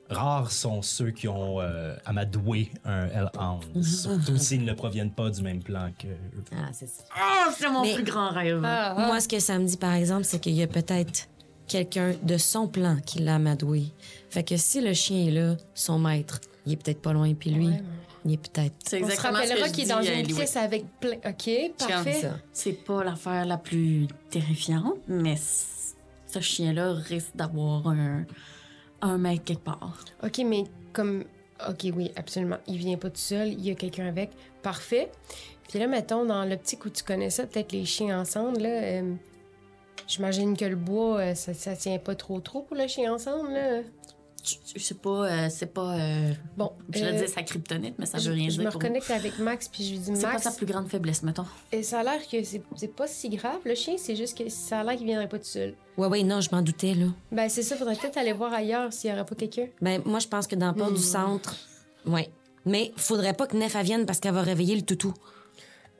rares sont ceux qui ont euh, amadoué un hellhound, surtout s'ils ne proviennent pas du même plan que eux. Ah, c'est ça. Ah, c'est mon Mais- plus grand rêve. Ah, Moi, ce que ça me dit, par exemple, c'est qu'il y a peut-être quelqu'un de son plan qui l'a amadoué. Fait que si le chien est là, son maître, il est peut-être pas loin, puis lui, il est peut-être. C'est On se exactement ce que rappellera je qu'il est dis dans à une Eliwick. pièce avec plein. Ok, parfait. ça. C'est pas l'affaire la plus terrifiante, mais c- ce chien-là risque d'avoir un, un maître quelque part. OK, mais comme. OK, oui, absolument. Il vient pas tout seul, il y a quelqu'un avec. Parfait. Puis là, mettons, dans l'optique où tu connais ça, peut-être les chiens ensemble, là. euh, J'imagine que le bois, euh, ça, ça tient pas trop trop pour le chien ensemble, là. Tu- tu- C'est pas... euh, c'est pas euh, Bon, je euh, le dis, sa kryptonite, mais ça je, veut rien je dire me pour reconnecte avec Max, puis je lui dis, C'est pas Max, Ah. sa plus grande faiblesse, mettons. et ça a l'air que c'est c'est pas si grave, le chien, c'est juste que ça a l'air qu'il viendrait pas tout seul. Ouais, ouais, non, je m'en doutais, là. Ben, c'est ça, faudrait peut-être aller voir ailleurs s'il y aurait pas quelqu'un. Ben, moi, je pense que dans le port du Ah, centre, ouais. Mais faudrait pas que Nef elle vienne parce qu'elle va réveiller le toutou.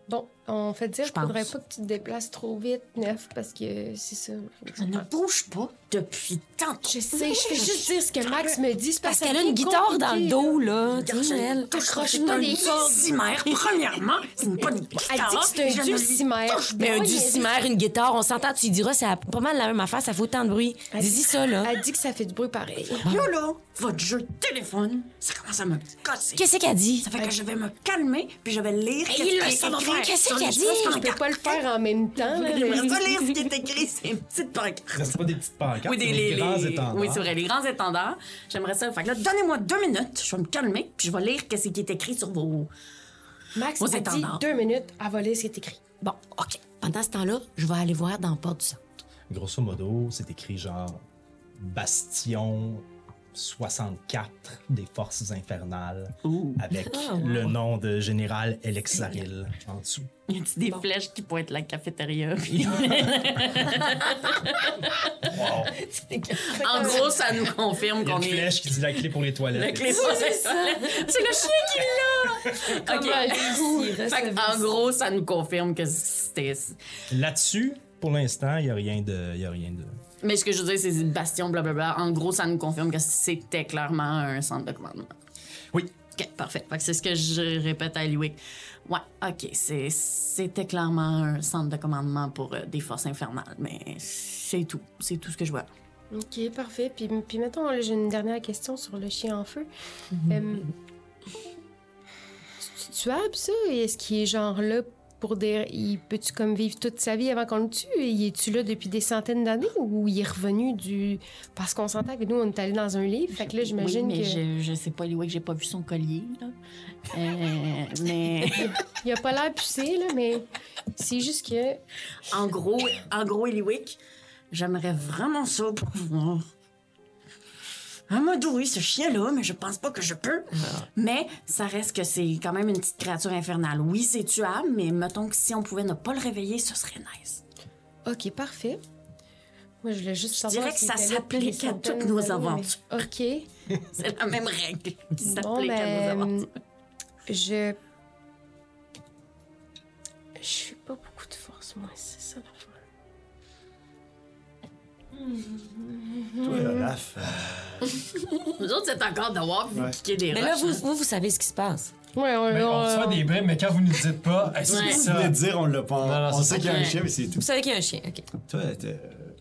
Bon, on fait dire Je qu'il faudrait pense. pas que tu te déplaces trop vite, Neuf, parce que c'est ça. Je ne bouge pas depuis tantôt. Je sais, je fais juste dire ce que Max me dit. c'est Parce que qu'elle a ça une devient guitare dans compliqué, le dos, là. tu sais, elle. Accroche-moi des des cordes. cimères, premièrement. C'est pas une Elle dit guitare. que c'est un Je dieu ne lui cimère. Ben, Mais un Oui, du elle dit- cimère, une guitare, on s'entend, tu lui diras, c'est pas mal la même affaire, ça fait autant de bruit. Dis-y ça, là. Oh Elle dit que ça fait du bruit pareil. Là, là, votre jeu de téléphone, ça commence à me casser. Qu'est-ce qu'elle dit? Ça fait que je vais me calmer, puis je vais Ben, lire il le sait bien, qu'est-ce sur qu'il a les dit? choses qu'on Je peux regarde. pas le faire en même temps. là, mais- J'aimerais ça lire ce qui est écrit, c'est une petite pancarte. C'est pas des petites pancartes, Oui, c'est des, des les- grands les- étendards. oui, c'est vrai, les grands étendards. J'aimerais ça. Fait que là, donnez-moi deux minutes, je vais me calmer, puis je vais lire qu'est-ce qui est écrit sur vos. Max Aux a dit étendards. deux minutes à voler ce qui est écrit. Bon, OK. Pendant ce temps-là, je vais aller voir dans le port du sang. Grosso modo, c'est écrit genre Bastion 64 des forces infernales avec le nom de général Elexaril en dessous. Y a-t-il des flèches qui pointent la cafétéria? en gros, ça nous confirme Il y a qu'on une est. flèche qui dit la clé pour les La toilettes. clé pour les toilettes. C'est le chien qui Ah, l'a! ben, OK. Ah, Fait que, en gros, ça nous confirme que c'était. Là-dessus, pour l'instant, il n'y a rien de. Il y a rien de... Mais ce que je veux dire, c'est une bastion, blablabla. En gros, ça nous confirme que c'était clairement un centre de commandement. Oui, OK, parfait. Fait que c'est ce que je répète à Eliwick. Ouais, OK, c'est- c'était clairement un centre de commandement pour euh, des forces infernales, mais c'est tout. C'est tout ce que je vois. Ok, parfait. Puis, puis mettons, là, j'ai une dernière question sur le chien en feu. Mhm. Euh, C'est tuable, ça? Est-ce qu'il est genre là pour dire. Il peut-tu comme vivre toute sa vie avant qu'on le tue? Il est-tu là depuis des centaines d'années ou il est revenu du. Parce qu'on s'entend que nous, on est allé dans un livre. Fait que là, j'imagine oui, mais que. je, je sais pas, Eliwick, j'ai pas vu son collier, là. Euh, mais... Il a pas l'air pucé, là, mais c'est juste que. En gros, en gros, Eliwick, j'aimerais vraiment ça pour pouvoir amadouer ce chien-là, mais je pense pas que je peux. Ah. Mais ça reste que c'est quand même une petite créature infernale. Oui, c'est tuable, mais mettons que si on pouvait ne pas le réveiller, ce serait nice. Ok, parfait. Moi, je voulais juste savoir. dirais que s'il ça était là depuis des s'applique à toutes centaines nos d'années, aventures. mais- Ok. C'est la même règle qui s'applique Bon, à nos ben, mm. aventures. je. Je suis pas beaucoup de force, moi, c'est ça l'affaire. Hmm. Toi, Olaf, euh, Nous autres, c'est encore d'avoir vous Ouais. piquer des Mais roches. hein. là, vous, vous, vous savez ce qui se passe. Ouais, euh, on, Mais Ben, on reçoit des bribes, mais quand vous ne nous dites pas, eh, c'est Ouais. vous venez ça. de dire, on l'a pas. Non, non, on sait c'est qu'il y a vrai. un chien, mais c'est tout. Vous savez qu'il y a un chien, OK. Toi, t'es, euh,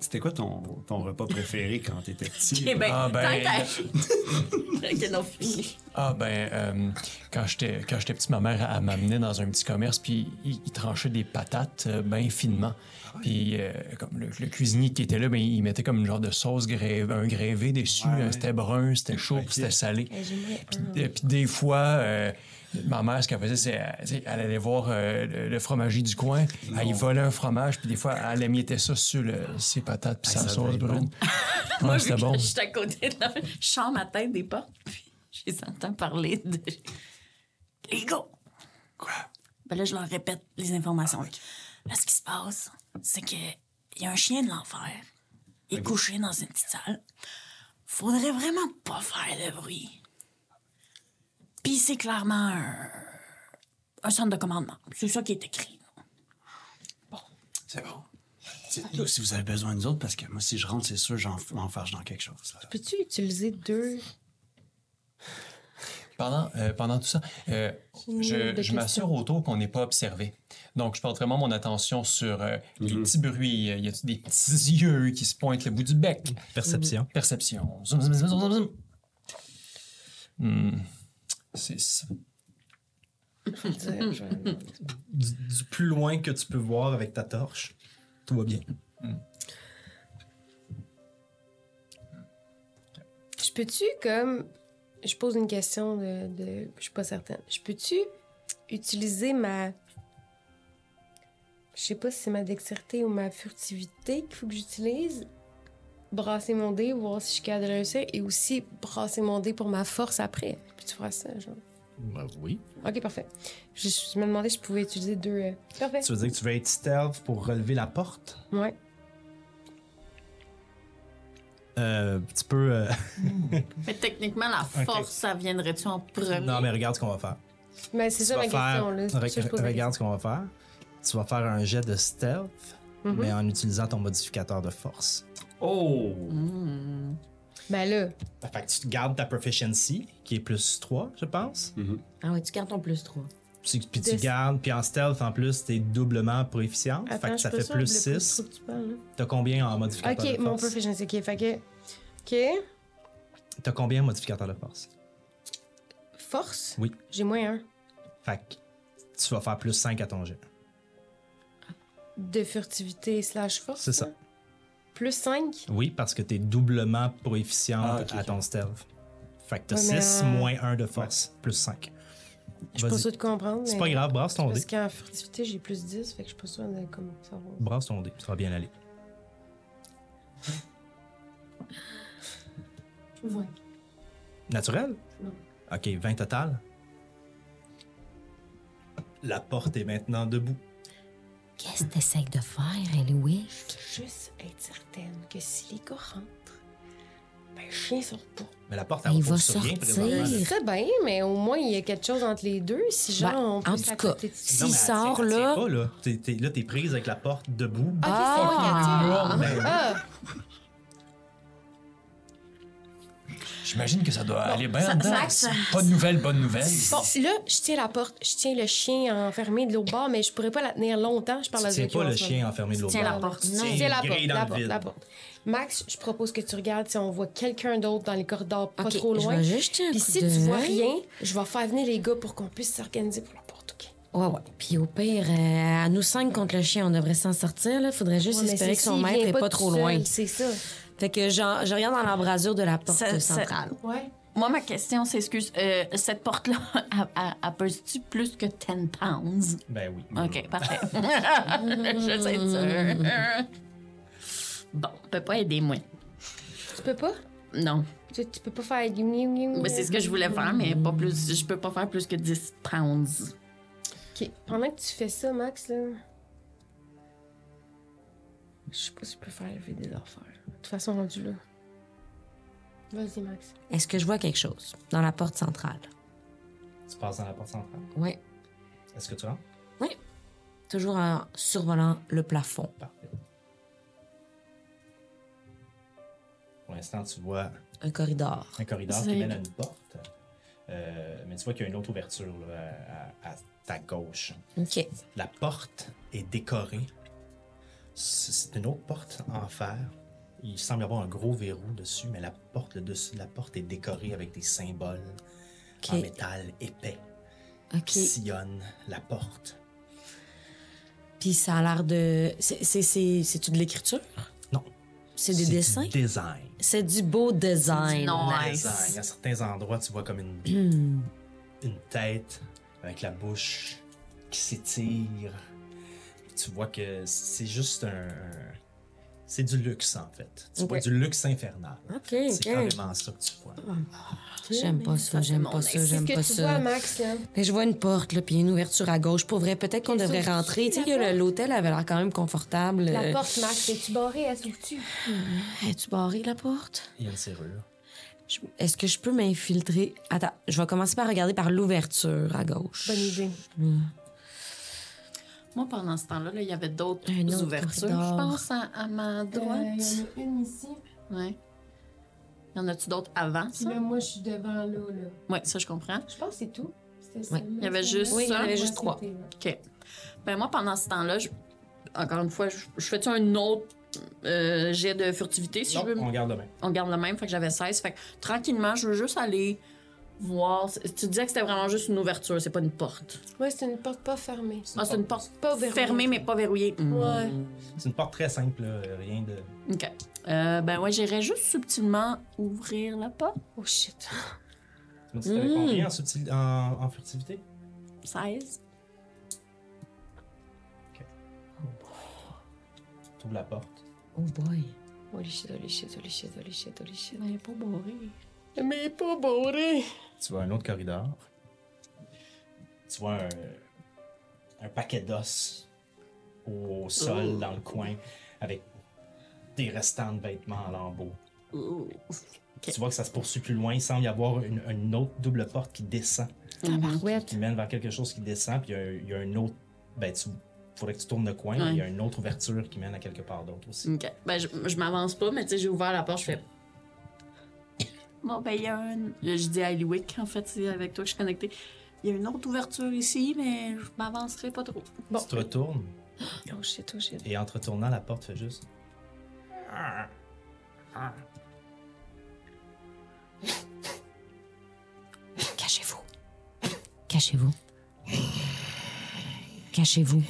c'était quoi ton, ton repas préféré quand t'étais petit? Eh ben, Ah, tant ben. qu'à- Ok, non, fini. Ah ben, euh, quand j'étais quand j'étais petit, ma mère elle m'amenait dans un petit commerce puis il, il tranchait des patates euh, ben finement. Puis euh, comme le, le cuisinier qui était là, ben, il mettait comme une genre de sauce grave, un grévé dessus. hein, C'était brun, c'était chaud, puis c'était salé. Puis, euh, puis des fois, euh, ma mère ce qu'elle faisait, c'est euh, tu sais, elle allait voir euh, le, le fromager du coin, elle y volait un fromage, puis des fois elle émiettait ça sur le- ses patates puis sa ça sauce doit être brune. Ouais, Moi, vu c'était que bon. Ah, Je suis à côté de la... Je sors ma tête des portes, puis je les entends parler de... Les gars! Quoi? Ben là, je leur répète les informations. Là, ce qui se passe, c'est que il y a un chien de l'enfer. Il est couché dans une petite salle. Faudrait vraiment pas faire de bruit. Puis c'est clairement un... un centre de commandement. C'est ça qui est écrit. C'est bon. Dites-nous si vous avez besoin de nous autres, parce que moi, si je rentre, c'est sûr, j'en j'en fâche dans quelque chose. là. Peux-tu utiliser deux. Pendant, euh, pendant tout ça, euh, de je, je questions. m'assure autour qu'on n'est pas observé. Donc, je porte vraiment mon attention sur euh, les petits bruits. Euh, Y a-t-il des petits yeux qui se pointent le bout du bec? perception. Perception. Zoom, zoom, zoom, zoom, zoom, zoom. Hmm. Six. Du, du plus loin que tu peux voir avec ta torche, tout va bien. Je peux-tu, comme. Je pose une question de. de- Je suis pas certaine. Je peux-tu utiliser ma. Je sais pas si c'est ma dextérité ou ma furtivité qu'il faut que j'utilise. Brasser mon dé, voir si je suis capable de le réussir. Et aussi brasser mon dé pour ma force après. Puis tu feras ça, genre. Bah oui. Ok, parfait. Je, je me demandais si je pouvais utiliser deux. euh, Parfait. Tu veux dire que tu veux être stealth pour relever la porte? Ouais. Euh, tu peux. euh, Mais techniquement, la Ok. force, ça viendrait-tu en premier? non, mais regarde ce qu'on va faire. Mais Ben, c'est Tu ça vas ma question. faire- Là. Re- Ça, je pose la regarde ce qu'on va faire. Tu vas faire un jet de stealth, Mhm. mais en utilisant ton modificateur de force. Oh! question. Ben là, Fait que tu gardes ta proficiency, qui est plus 3, je pense. Mhm. Ah ouais, tu gardes ton plus 3. Puis puis tu De- gardes, puis en stealth, en plus, t'es doublement proficient. Fait attends, que ça je suis pas fait sûre plus de plus 6. trop que tu parles, là. T'as combien en modificateur Ah, Ok, de mon force? proficiency, ok, fait que... Ok, T'as combien en modificateur de force? force. Oui. J'ai moins un. Fait que tu vas faire plus 5 à ton jet. De furtivité slash force. C'est ça. là. Plus 5. Oui, parce que t'es doublement proficient Ah, ok, à ok. ton stealth. Fait que t'as Ouais, 6 mais, euh, moins 1 de force, plus 5. Je suis pas sûre de comprendre. C'est mais- pas grave, brasse ton dé. Parce qu'en furtivité, j'ai plus 10, fait que je suis pas sûre de comment ça va. Brasse ton dé, ça va bien aller. Naturel? Ok, 20 total. La porte est maintenant debout. Qu'est-ce que t'essayes de faire, Eloïc? Juste être certaine que si les gars rentrent, ben le chien sort pas. Mais la porte, elle Mais il repose va sur rien sortir. présentement, là. C'est très bien, mais au moins, il y a quelque chose entre les deux. Si genre, Ben, on peut en se tout raconter cas, de- si- Non, mais S'il elle tient- sort, elle tient là- pas, là. T'es- t'es- là, t'es prise avec la porte debout. Ok, c'est moi qui attire. Ben, J'imagine que ça doit aller bien en dedans. Max, Pas de nouvelles, bonnes nouvelles. Bon, là, je tiens la porte, je tiens le chien enfermé de l'autre bord, mais je pourrais pas la tenir longtemps. Je parle tu à tiens Zeki pas en le ce chien moment. enfermé de l'autre Tiens la bord. porte. Tu Non. tiens Je tiens Ah, la grillé porte, dans la le porte, vide. la porte. Max, je propose que tu regardes si on voit quelqu'un d'autre dans les corridors, pas Ok, trop je loin. vais juste jeter un Puis coup si tu vois d'œil. rien, je vais faire venir les gars pour qu'on puisse s'organiser pour la porte, OK? Ouais, ouais. Puis au pire, euh, à nous cinq contre le chien, on devrait s'en sortir. Là. Faudrait juste Ouais, mais espérer c'est que son s'il maître vient est pas, tout trop seul, loin. C'est ça. Fait que j'en- je regarde dans l'embrasure de la porte Ça- ça- centrale. Ouais. Moi, ma question, c'est excuse, euh, cette porte-là, elle, elle- elle pèse-tu plus que 10 pounds? Ben oui. Ok, parfait. Je sais sûr. Bon, on peut pas aider moi. Tu peux pas? Non. Tu, tu peux pas faire du miou miou. Mais c'est ce que je voulais faire, mais pas plus. Je peux pas faire plus que 10 pounds. Ok. Pendant que tu fais ça, Max, là. Je sais pas si je peux faire lever des affaires. De toute façon, rendu là. Vas-y, Max. Est-ce que je vois quelque chose dans la porte centrale? Tu passes dans la porte centrale. Oui. Est-ce que tu rentres? Oui. Toujours en survolant le plafond. Parfait. Pour l'instant, tu vois Un corridor. un corridor C'est- qui mène à une porte. Euh, mais tu vois qu'il y a une autre ouverture là, à, à- à ta gauche. OK. La porte est décorée. C'est c'est une autre porte en fer. Il semble y avoir un gros verrou dessus, mais la porte, le dessus de la porte est décorée avec des symboles Ok. en métal épais OK. qui sillonnent la porte. Puis ça a l'air de. c'est- c'est- c'est- C'est-tu de l'écriture? Non. C'est des du dessins? Design. C'est du beau design. Non. La Nice. lasagne. À certains endroits, tu vois comme une, une tête avec la bouche qui s'étire. Tu vois que c'est juste un. C'est du luxe, en fait. Tu vois Ok. du luxe infernal. OK, Ah. C'est OK. carrément ça que tu vois. J'aime pas ça, j'aime mon pas ça, C'est ce j'aime que pas tu vois, ça. Max, là. Mais je vois une porte, là, puis une ouverture à gauche. Pour vrai, peut-être qu'on devrait rentrer. Tu sais, que le- l'hôtel avait l'air quand même confortable. La Euh, porte, Max, es-tu barré? Elle s'ouvre-tu? Est-tu barré, la porte? Il y a une serrure. Je- Est-ce que je peux m'infiltrer? Attends, je vais commencer par regarder par l'ouverture à gauche. Bonne idée. Moi, pendant ce temps-là, là, il y avait d'autres Un autre ouvertures, corridor. je pense, à, à ma Euh, droite. a une ici. Ouais. Y en a-tu d'autres avant ça? moi, je suis devant l'eau, là. Ouais, ça, je comprends. Je pense que c'est tout. Ouais. Il y avait juste Oui, il y en ça. avait juste trois. OK. Ben moi, pendant ce temps-là, je- encore une fois, je, je fais-tu un autre euh, jet de furtivité, si Non, je veux? on garde demain. On garde le même, fait que j'avais 16. Fait que tranquillement, je veux juste aller voir... Tu disais que c'était vraiment juste une ouverture, c'est pas une porte. Ouais, c'est une porte pas fermée. Ah, c'est une porte Pas verrouillée. fermée, mais pas verrouillée. Hmm. Ouais. C'est une porte très simple, là, rien de. OK. Euh, ben ouais, j'irais juste subtilement ouvrir la porte. Oh shit. Tu m'as dit que Mm. t'avais combien en, subtil- en- en furtivité 16. Tu ouvres la porte. Oh boy. Holy shit, holy shit, holy shit, holy shit, holy shit. Ben, pas bourré. Mais pas bourré. Tu vois un autre corridor. Tu vois un, un paquet d'os au sol, dans le coin, avec des restants de vêtements en lambeaux. Ouh. Tu vois que ça se poursuit plus loin. Il semble y avoir une, une autre double porte qui descend, Ouais. qui mène vers quelque chose qui descend, puis il y a- il y, a une autre. Ben, tu faudrait que tu tournes le coin, mais il y a une autre ouverture qui mène à quelque part d'autre aussi. Ok. Ben, je, je m'avance pas, mais tu sais, j'ai ouvert la porte, je fais. Bon, ben, il y a une. Là, je dis à Eliwick, en fait, c'est avec toi que je suis connectée. Il y a une autre ouverture ici, mais je m'avancerai pas trop. Bon. Tu te retournes, Oh shit, oh shit. et en te retournant, la porte fait juste. Cachez-vous. Cachez-vous. Cachez-vous.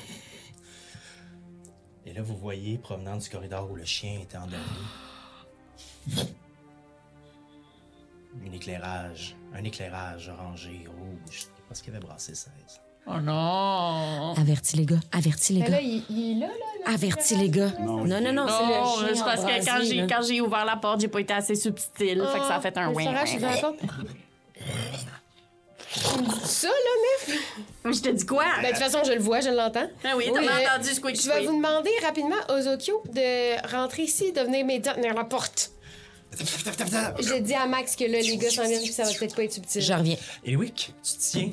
Et là, vous voyez, provenant du corridor où le chien était endormi, un éclairage, un éclairage orangé, rouge, parce qu'il avait brassé 16. Oh non! Avertis les gars. Avertis les Mais gars. Ben Eh, là, il, il est là, là. Avertis les gars. Non, Non, non, Non, non, c'est c'est le chien parce que quand embrasé, j'ai, là. quand j'ai ouvert la porte, j'ai pas été assez subtil. fait que Oh, ça a fait un Le wing. Sarah, je suis dans la porte. Tu me dis ça, là, Nef? Je te dis quoi? Ben, de toute façon, je le vois, je l'entends. ah oui, t'as Oui. bien entendu Squeak Je vais Squeak. vous demander rapidement, Ozokyo, de rentrer ici, de venir m'aider à tenir la porte. J'ai dit à Max que là, les gars s'en viennent et que ça va peut-être pas être subtil. Je reviens. Et oui, tu tiens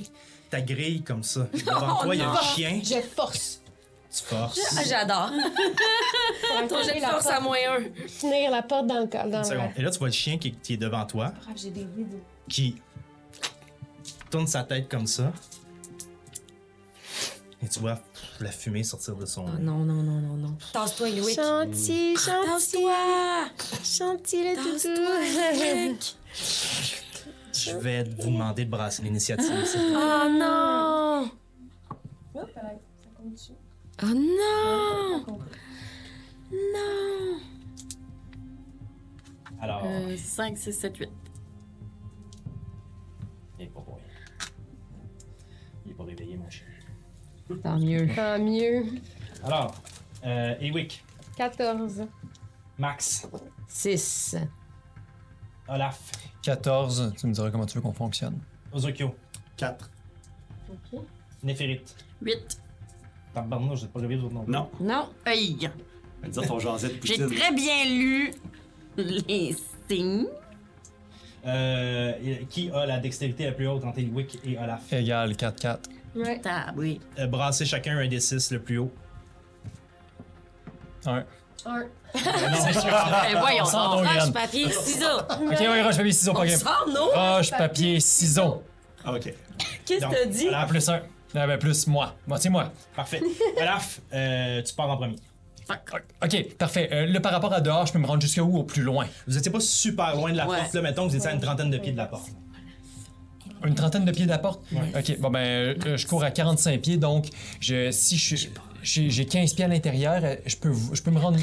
ta grille comme ça. Devant toi, il y a le chien, Oh Je Ah! force. tu forces. J'adore. Ton J'ai force à moins un. Tenir la porte dans le corps. Dans Une seconde. le... Et là, tu vois le chien qui, est- qui est devant toi, Ah, J'ai des vidéos. qui tourne sa tête comme ça. Et tu vois la fumée sortir de Ah, son nez. Non, non, non, non, non. Tasse-toi, Louis. Gentil, gentil, Ah, Tasse-toi. gentil, le toutou. Je vais vous demander de brasser l'initiative. s'il vous plaît. Oh non. Oh non. Non. Ah, Alors, euh, 5, 6, 7, 8. il est pas pour rien. Il est pas réveillé, mon chien. Tant mieux. Tant Ah, mieux. Alors, euh, Ewick, 14. Max, 6. Olaf, 14, tu me diras comment tu veux qu'on fonctionne. Ozokyo, 4. Neferit. 8. Tabarnouche, j'ai pas réveillé votre nom. Non. Non. Aïe! Ben, Disons ton jasette de J'ai poutine. très bien lu les signes. Euh, qui a la dextérité la plus haute entre Ewick et Olaf? Égal 4-4. Ouais. Ah oui. Euh, brassez chacun un des six le plus haut. 1. Ah, Ben voyons. Sors donc. donc, Roche, Yann. papier, ciseaux. Ok, ouais, roche, papier, ciseaux, pas On game. sort nos. Roche, papier, ciseaux. Ah, ok. Qu'est-ce Donc, que t'as dit? Ah, Olaf, plus un. Ah, ben, plus moi. Moi, c'est moi. parfait. Olaf, euh, tu pars en premier. Ok, parfait. Euh, là, par rapport à dehors, je peux me rendre jusqu'où au plus loin? Vous étiez pas super loin de la Ouais. porte, là, mettons que vous étiez à une trentaine de pieds de la porte. Une trentaine de pieds de la porte? Ok, bon ben, euh, je cours à 45 pieds, donc je, si je suis- j'ai j'ai 15 pieds à l'intérieur, euh, je peux, vous- je peux me rendre...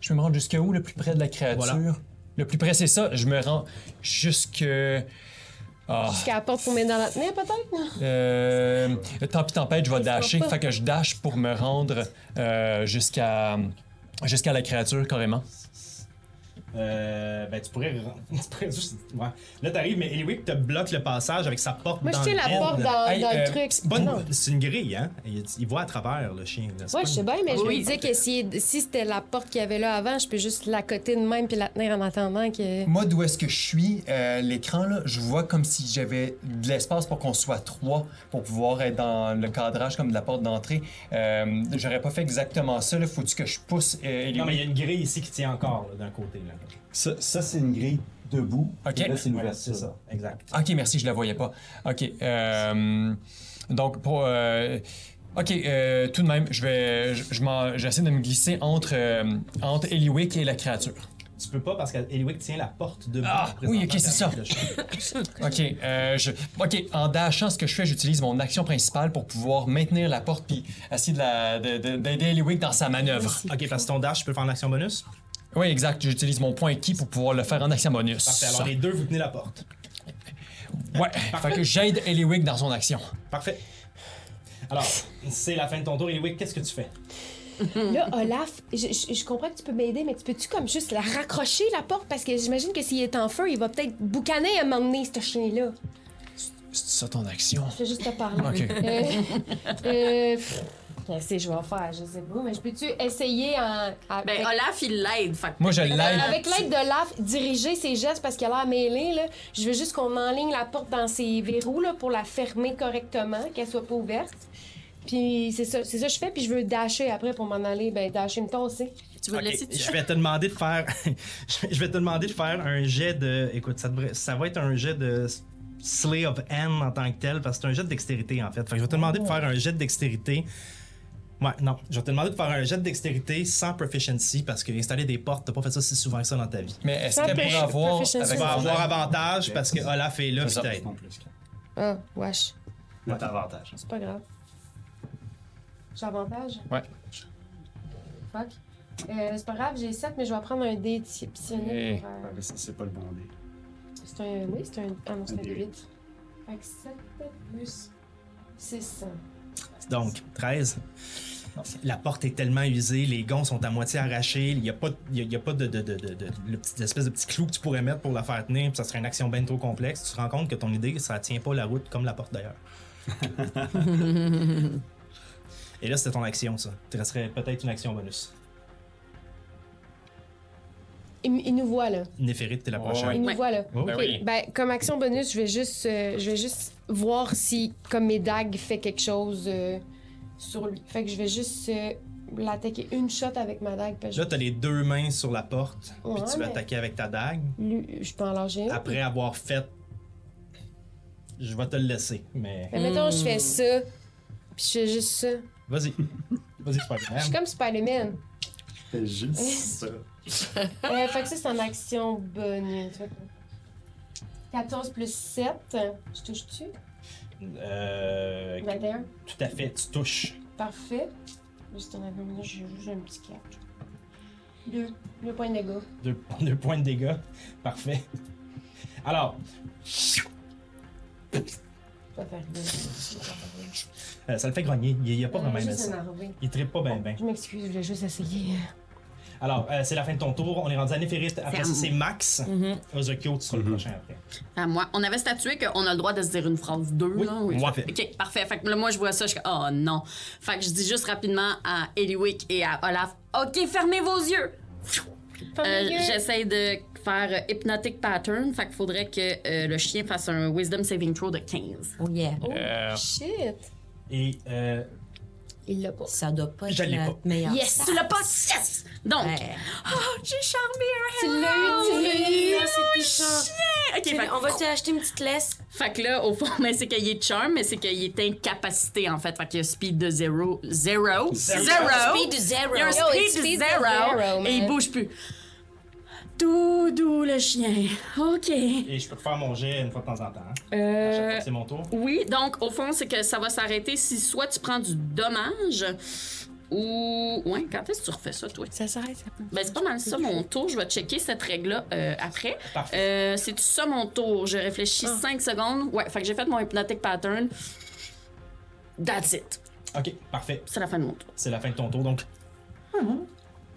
Je peux me rendre jusqu'à où, le plus près de la créature? Voilà. Le plus près, c'est ça. Je me rends jusque... euh, Ah, Jusqu'à la porte pour mettre dans la tenir, peut-être? euh, tant pis, tempête, je vais dasher. pas. Fait que je dash pour me rendre euh, jusqu'à jusqu'à la créature, carrément. Euh, ben, tu pourrais. re- tu pourrais juste- ouais. Là, t'arrives, mais Eliwick te bloque le passage avec sa porte Moi, je dans tiens le la vide. porte dans, Hey, dans euh, le truc. C'est pas Non. une- c'est une grille, hein? Il, il voit à travers le chien. là. C'est Ouais, pas je une- sais bien, mais je Oui. me disais que si, si c'était la porte qu'il y avait là avant, je peux juste la coter de même puis la tenir en attendant que. Moi, d'où est-ce que je suis, euh, l'écran, là, je vois comme si j'avais de l'espace pour qu'on soit trois, pour pouvoir être dans le cadrage comme de la porte d'entrée. Euh, J'aurais pas fait exactement ça. Là. Faut-tu que je pousse euh, Ellie? Non, mais il y a une grille ici qui tient encore, là, d'un côté. Là. Ça, ça, c'est une grille debout. Ok. Et Là, c'est une Voilà, ouverture. c'est ça. Exact. Ah, Ok, merci, je la voyais pas. Ok. euh, donc, pour. euh, Ok, euh, tout de même, je vais, je, je m'en- j'essaie de me glisser entre euh, entre Eliwick et la créature. Tu peux pas parce qu'Eliwick tient la porte debout. Ah, présentement, oui, ok, c'est ça. le chien. Ok, euh, je- ok. En dashant, ce que je fais, j'utilise mon action principale pour pouvoir maintenir la porte puis essayer de la- de- de- d'aider Eliwick dans sa manœuvre. Ok, parce que ton dash, tu peux faire une action bonus. Oui, exact. J'utilise mon point qui pour pouvoir le faire en action bonus. Parfait. Alors, les deux, vous tenez la porte. Ouais. Fait que j'aide Eliwick dans son action. Parfait. Alors, c'est la fin de ton tour. Eliwick, qu'est-ce que tu fais? Hmm. Là, Olaf, je, je- je comprends que tu peux m'aider, mais tu peux-tu comme juste la raccrocher, la porte? Parce que j'imagine que s'il est en feu, il va peut-être boucaner à m'emmener, ce chien-là. C'est ça ton action. Je vais juste te parler. Ok. Euh, euh, pff, Qu'est-ce que je vais faire? Je sais pas, mais je peux-tu essayer en- avec, Ben, Olaf, il l'aide. fait que- Moi, je l'aide. Euh, avec l'aide de l'AF, diriger ses gestes parce qu'elle a l'air mêlée, là. Je veux juste qu'on enligne la porte dans ses verrous, là, pour la fermer correctement, qu'elle soit pas ouverte. Puis c'est ça, c'est ça que je fais, puis je veux dasher après pour m'en aller. Ben, dasher, me tosser. Tu veux Ok, le laisser je dessus? vais te demander de faire je vais- je vais te demander de faire un jet de écoute ça, devrait- ça va être un jet de slay of N en tant que tel parce que c'est un jet de dextérité en fait. Fait que je vais te demander de faire un jet de dextérité. Ouais, non, je vais te demander de faire un jet de dextérité sans proficiency parce que installer des portes, t'as pas fait ça si souvent que ça dans ta vie. Mais est-ce Ça ben, qu'elle peut- pourrait avoir proficiency. avec Tu vas son avoir aide? avantage parce que Olaf est là, C'est ça. peut-être. Non plus. Ah, wesh. Là, t'as avantage. C'est pas grave. J'ai avantage? Ouais. Fuck. Euh, c'est pas grave, j'ai 7, mais je vais prendre un dé exceptionnel. Hey. pour, Ah, euh, mais ça, c'est pas le bon dé. C'est un. Oui, c'est un. Ah non, c'est Un un dé dé 8. Fait que 7 plus 6. Donc, 13. La porte est tellement usée, les gonds sont à moitié arrachés, il n'y a pas, il y a- il y a pas de, de, de, de- de- le petit- espèce de petit clou que tu pourrais mettre pour la faire tenir, puis ça serait une action bien trop complexe. Tu te rends compte que ton idée, ça tient pas la route comme la porte d'ailleurs. Et là, c'était ton action, ça. Tu resterais peut-être une action bonus. Il, il nous voit, là. Néphérite, t'es la Oh, prochaine. Il nous Ouais. voit, là. Oh, Ben Ok, oui. ben, comme action bonus, je vais juste, euh, je vais juste voir si, comme mes dagues, fait quelque chose euh, sur lui. Fait que je vais juste euh, l'attaquer une shot avec ma dague. parce que Là, t'as les deux mains sur la porte, puis Ouais, tu vas mais- attaquer avec ta dague. lui, je peux en lâcher une. Après avoir fait. Je vais te le laisser, mais. Mais mettons, je fais ça, puis je fais juste ça. Vas-y. Vas-y, Spider-Man. Je suis comme Spider-Man. C'est juste ça. Euh, fait que ça, c'est en action bonus. Fait que- 14 plus 7. Je touche-tu? Euh, 21. Tout à fait, tu touches. Parfait. Juste en action bonus, j'ai juste un petit 4. 2. Le point de dégâts. Deux, deux points de dégâts. Parfait. Alors, Pas faire deux. euh, ça le fait grogner. Il n'y a pas vraiment aimé juste ça. énervé. Il trippe pas bien, bien. Je m'excuse, je voulais juste essayer. Alors, euh, c'est la fin de ton tour. On est rendu à Néphériste. Après à ça, moi. c'est Max. Ozokyo, tu seras le prochain après. À moi. On avait statué qu'on a le droit de se dire une phrase deux, Oui. là. Ouais. OK, parfait. Fait que là, moi, je vois ça, je suis comme, oh non. Fait que je dis juste rapidement à Eliwick et à Olaf, OK, fermez vos yeux. Euh, J'essaie de faire euh, Hypnotic Pattern. Fait qu'il faudrait que euh, le chien fasse un Wisdom Saving Throw de 15. Oh yeah. Euh, Shit! Et euh, Il l'a pas. Ça doit pas être Je l'ai la pas. meilleure. Yes! Tu l'as pas? Yes! Donc, Ouais. oh, j'ai charmé un Tu hello! l'as eu, tu l'as eu! Ah, c'est touchant. OK, fait que- On va-tu acheter une petite laisse? Fait que là, au fond, mais c'est qu'il est charm, mais c'est qu'il est incapacité, en fait. Fait qu'il y a speed de zéro. Zéro. Zéro. Speed zéro. Il y a un Yo, it's speed, speed de de zéro. zéro, Et il man. bouge plus. Doudou le chien. OK. et je peux te faire mon jet une fois de temps en temps. hein. À chaque fois Euh, que C'est mon tour. oui, donc au fond, c'est que ça va s'arrêter si soit tu prends du dommage ou. Ouais, quand est-ce que tu refais ça, toi? Ça s'arrête, ça peut. Ben, c'est pas mal ça mon tour. Je vais checker cette règle-là euh, après. Parfait. Euh, C'est-tu ça mon tour? Je réfléchis Ah. 5 secondes. Ouais, fait que j'ai fait mon hypnotic pattern. That's it. Ok, parfait. C'est la fin de mon tour. C'est la fin de ton tour, donc.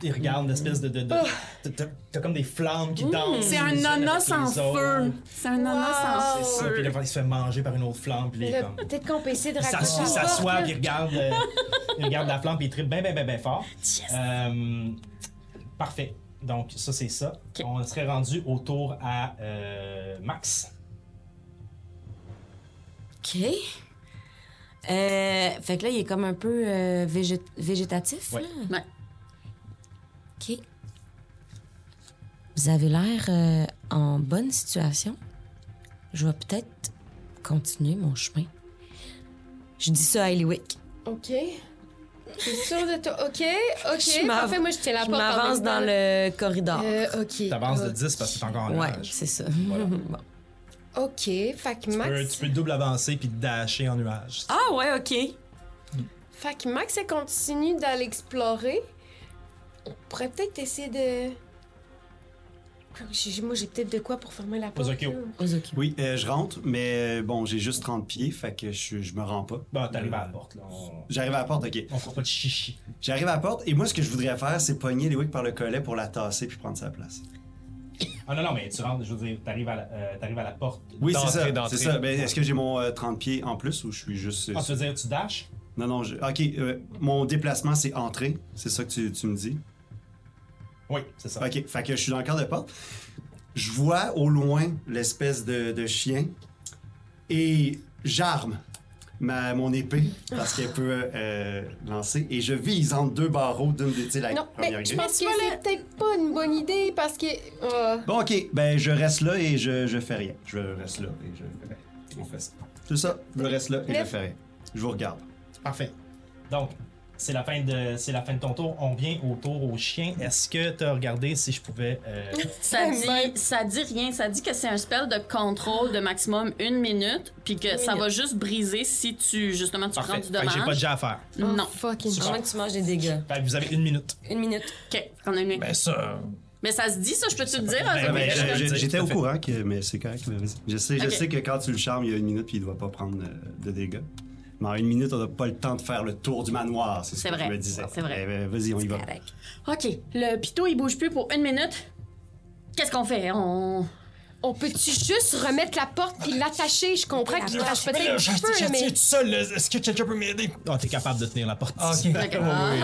Il regarde une espèce de. de, de- t'as- T'as t'as comme des flammes qui dansent. Oh. Mm. C'est un les unes nana avec sans les autres. feu. C'est un nana C'est sans ça, feu. puis là, il se fait manger par une autre flamme, puis il est comme. Peut-être qu'on peut essayer de Il raccrocher s'assoit- la il porte, s'assoit, là. puis il regarde, euh, il regarde la flamme, puis il tripe bien, bien, bien, bien fort. Euh, parfait. Donc, ça, c'est ça. Ok. On serait rendu au tour à euh, Max. OK. Euh, fait que là, il est comme un peu euh, végé- végétatif. Ouais. là. Ah. Ouais. OK. Vous avez l'air euh, en bonne situation. Je vais peut-être continuer mon chemin. Je dis ça à Eliwick. Ok. T'es sûr de toi? Ok, ok. Je m'av- Parfait, moi je tiens la je porte. en m'avance même dans temps. le corridor. Euh, ok. Ah. T'avances de 10 parce que t'es encore en ouais, nuage. c'est ça. Bon. Ok, fac Tu Max. peux, tu peux double avancer puis dasher en nuage. Ah ouais, OK. Fait que Max, elle continue d'aller explorer. On pourrait peut-être essayer de. Quoi que j'ai- Moi, j'ai peut-être de quoi pour fermer la porte. Ozokyo. là. Ozuki. Oui, euh, je rentre, mais euh, bon, j'ai juste 30 pieds, fait que je, je me rends pas. Bon, Bah, t'arrives à la porte, là. On, J'arrive à la porte, ok. on fera pas de chichi. J'arrive à la porte, et moi, ce que je voudrais faire, c'est pogner Lewick par le collet pour la tasser puis prendre sa place. Ah non, non, mais tu rentres, je veux dire, t'arrives à, la- euh, t'arrives à la porte. Oui, c'est D'entrée, ça. d'entrée. C'est ça. Ben, Est-ce que j'ai mon euh, 30 pieds en plus ou je suis juste. Ah, tu veux dire, tu dashes? Non, non, je- OK, euh, mon déplacement, c'est entrer. C'est ça que tu, tu me dis. Oui, c'est ça. OK, fait que je suis dans le cadre de porte. Je vois au loin l'espèce de, de chien et j'arme ma, mon épée parce qu'elle peut euh, lancer et je vise entre deux barreaux d'une des tu sais, la Non, première mais je grille. pense que c'est peut-être pas une bonne idée parce que. euh, Bon, OK, ben je reste là et je, je fais rien. Je reste là et je. On fait ça. C'est ça, je reste là et je Mais- fais rien. Je vous regarde. Parfait. Donc, c'est la fin de c'est la fin de ton tour. On vient au tour au chien. Est-ce que tu as regardé si je pouvais euh, Ça dit, ça dit rien. Ça dit que c'est un spell de contrôle de maximum une minute, puis que ça va juste briser si tu justement tu Parfait. prends du Fait que j'ai pas de dommage. jet à faire. Oh, Non. Fucking À moins que tu manges des dégâts. Fait que vous avez une minute. Une minute. Ok. On a une- Ben ça. Mais ça se dit ça, je peux te le dire. Ben, hein, Ah ben, ça? je- je- J'étais tout à au fait. courant que. Mais c'est correct. mais vas-y. Je sais, je Ok. sais que quand tu le charmes, il y a une minute puis il ne doit pas prendre euh, de dégâts. Mais en une minute, on n'a pas le temps de faire le tour du manoir. C'est ce C'est que vrai, je me disais. c'est vrai. Eh ben, Vas-y, on y va. Ok. Le pitot il bouge plus pour une minute. Qu'est-ce qu'on fait On On peut-tu juste remettre la porte puis l'attacher? Je comprends qu'il lâche Mais peut-être là, je un je peu, tiens mais. tout seul. là. Est-ce que quelqu'un peut m'aider? Ah, t'es capable de tenir la porte. Ah, ok. Ouais, ouais, ouais.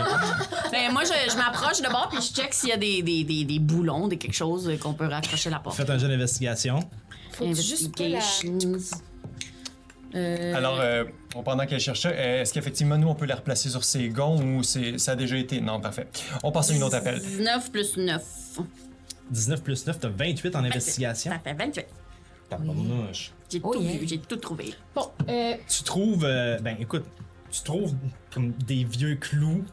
Ben, moi, je, je m'approche de bord puis je check s'il y a des, des, des, des boulons, des quelque chose euh, qu'on peut raccrocher à la porte. Faites un jeu d'investigation. Faut-tu juste pas la. Investigation. Euh, Alors, euh, pendant qu'elle cherche ça, euh, est-ce qu'effectivement, nous, on peut la replacer sur ses gonds ou c'est- ça a déjà été? Non, parfait. On passe à une autre appel. 19 plus 9. 19 plus 9, t'as 28 en investigation. Ça fait 28. Tabarnouche. J'ai Oh tout yeah. vu, j'ai tout trouvé. Bon, euh, Tu trouves, euh, ben écoute, tu trouves comme des vieux clous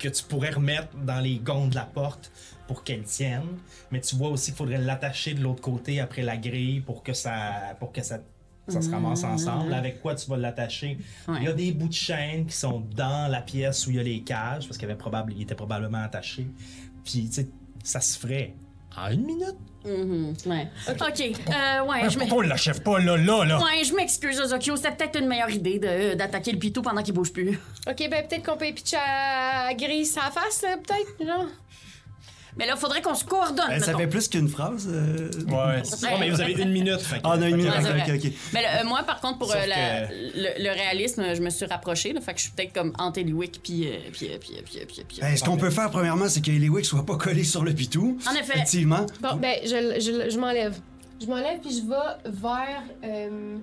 que tu pourrais remettre dans les gonds de la porte pour qu'elle tienne, mais tu vois aussi qu'il faudrait l'attacher de l'autre côté après la grille pour que ça, pour que ça, ça se ramasse ensemble. Avec quoi tu vas l'attacher Il y a des bouts de chaîne qui sont dans la pièce où il y a les cages parce qu'il y avait probable, il était probablement attaché. Puis tu sais, ça se ferait en une minute. Mhm, ouais. Ok, euh, ouais, je m'ex- Pourquoi on l'achève pas là, là, là? ouais, je m'excuse, Ozokyo. C'était peut-être une meilleure idée de- euh, d'attaquer le pitou pendant qu'il bouge plus. ok, ben peut-être qu'on peut y pitcher à Gris sa face, là, peut-être, genre. Mais là, faudrait qu'on se coordonne. Ben, Eh, ça mettons. fait plus qu'une phrase. euh, Ouais. Oh, mais vous avez une minute. fait que- Ah, on a une minute. Ouais, c'est ok, vrai. ok, ok. Mais le- euh, moi, par contre, pour Sauf euh, la- que- le, le réalisme, je me suis rapprochée. Là, fait que je suis peut-être comme Anteliwick, puis. euh, puis, euh, puis, euh, puis, euh, puis, euh, puis, euh. Ben, ce qu'on peut faire, premièrement, c'est que Eliwick soit pas collé sur le pitou. En effet. Effectivement. Bon, ben, je, je, je m'enlève. Je m'enlève puis je vais vers. Euh...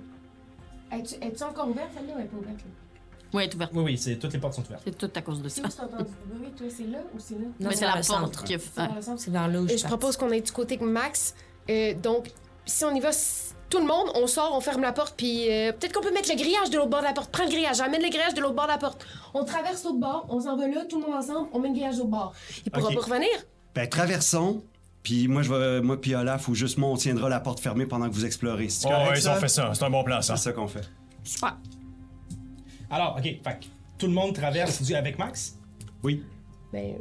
Es-tu, es-tu encore ouverte, celle-là, ou elle est pas ouverte? là? Ouais, tout ouvert. Oui, oui, c'est- toutes les portes sont ouvertes. C'est tout à cause de ça. C'est où que t'as entendu du bruit, toi? C'est là ou c'est là? Non, Mais c'est c'est dans la le porte centre. qui a Ça va ensemble. C'est vers là où je Euh, Je propose qu'on aille du côté que Max. Euh, donc, si on y va, s- tout le monde, on sort, on ferme la porte, puis euh, peut-être qu'on peut mettre le grillage de l'autre bord de la porte. Prends le grillage, amène le grillage de l'autre bord de la porte. On traverse l'autre bord, on s'en va là, tout le monde ensemble, on met le grillage de l'autre bord. Il pourra Ok. pas revenir. Ben, traversons. Puis moi, je vais, moi puis Olaf, ou juste moi, on tiendra la porte fermée pendant que vous explorez. C'est Oh, correct, ouais, ça, on fait ça. C'est un bon plan, ça. C'est ça qu'on fait. Super. Alors, ok, fait que tout le monde traverse du avec Max. Oui. Ben,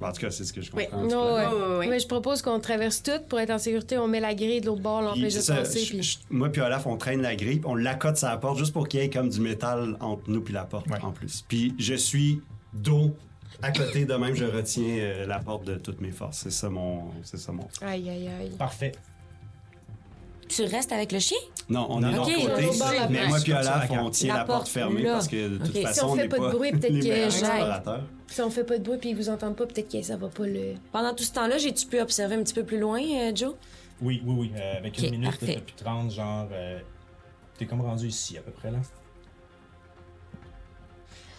En tout cas, c'est ce que je Oui. comprends. non, ouais. ouais, ouais. Mais je propose qu'on traverse tout pour être en sécurité, on met la grille de l'autre bord, là, on Puis fait juste ça, passer, je- puis- je- moi puis Olaf, on traîne la grippe, on l'accote sur la porte juste pour qu'il y ait comme du métal entre nous puis la porte Ouais. en plus. Puis je suis dos à côté de même, je retiens euh, la porte de toutes mes forces. C'est ça mon, c'est ça mon. Aïe, aïe, aïe. Parfait. Tu restes avec le chien? Non, on Non, est de non, l'autre ok, côté, on est au bord de mais la moi porte. puis Olaf, Sur la on tient La la, porte, porte, fermée là. parce que de toute Ok, si façon, on fait n'est pas de bruit, peut-être les que meilleurs j'aille. explorateurs. Si on fait pas de bruit puis ils vous entendent pas, peut-être que ça va pas le. Pendant tout ce temps-là, j'ai-tu pu observer un petit peu plus loin, euh, Joe? Oui, oui, oui. euh, avec Ok, une minute parfait. depuis 30, genre. euh, T'es comme rendu ici à peu près là.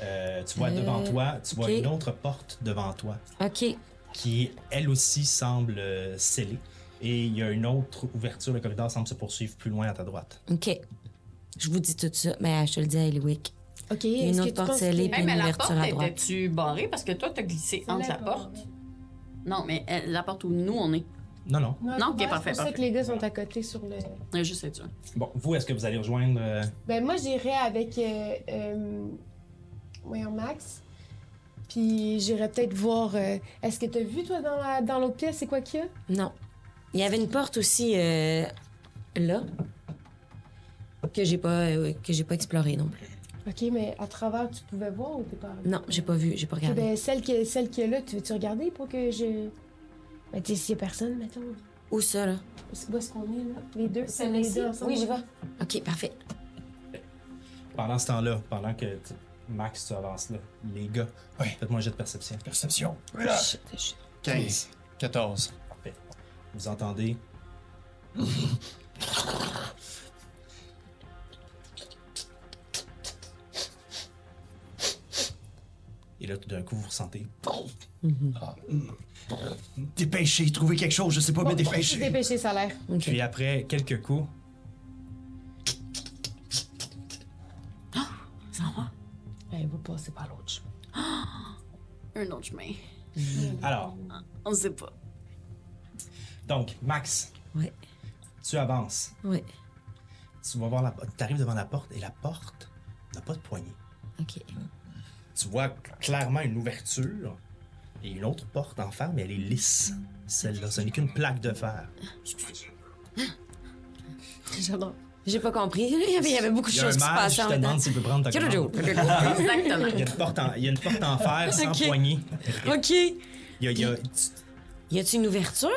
Euh, tu vois Euh, devant toi, tu vois ok. une autre porte devant toi OK. qui, elle aussi, semble euh, scellée. Et il y a une autre ouverture, le corridor semble se poursuivre plus loin à ta droite. OK. Je vous dis tout ça, mais je te le dis à Eliwick. Ok, y a est-ce une que autre tu porte penses scellée, que- puis- Une mais la ouverture porte, à droite. étais-tu barrée? Parce que toi, t'as glissé entre la porte. Non, mais euh, la porte où nous, on est. Non, non. Non, ok, parfait, ouais, C'est pour ça parfait. que les gars sont à côté sur le. Euh, Je sais, tu vois. Bon, vous, est-ce que vous allez rejoindre. euh, Ben moi j'irais avec euh, euh, voyons, Max. Puis j'irais peut-être voir. euh, Est-ce que t'as vu toi dans la dans l'autre pièce c'est quoi qu'il y a Non. Il y avait une porte aussi euh, là que j'ai pas euh, que j'ai pas explorée non plus. Ok, mais à travers tu pouvais voir ou t'es pas. arrivé? Non, j'ai pas vu, j'ai pas Ok, regardé. ben celle qui celle qui est là, tu veux tu regarder pour que je. Ben tu sais s'il y a personne mettons. Où ça là Où est-ce qu'on est là Les deux. les deux ensemble. Oui, j'y vais. OK, parfait. Pendant ce temps-là, pendant que tu- Max, tu avances là, les gars, Oui. faites-moi un jet de perception. Perception. 15. 14. Parfait. Vous entendez. Et là, tout d'un coup, vous ressentez. Dépêchez, trouvez quelque chose, je sais pas, mais Je dépêchez. dépêché, ça a l'air. Puis après quelques coups, Ça va? Elle va passer par l'autre chemin. Un autre chemin. alors, On sait pas. donc, Max, Ouais. tu avances. Oui. Tu vas voir la porte. Tu arrives devant la porte et la porte n'a pas de poignée. OK. Tu vois clairement une ouverture et une autre porte en fer, mais elle est lisse. Celle-là, ce n'est qu'une plaque de fer. J'adore. J'ai pas compris. Il y avait, il y avait beaucoup de Il y a un choses qui se mage, je passaient en te même temps. demande s'il peut prendre ta commande. Jojo. Exactement. Il y a une porte en, il y a une porte en fer sans Ok. poignée. OK. Il y a- il y a- tu- Y a-tu une ouverture?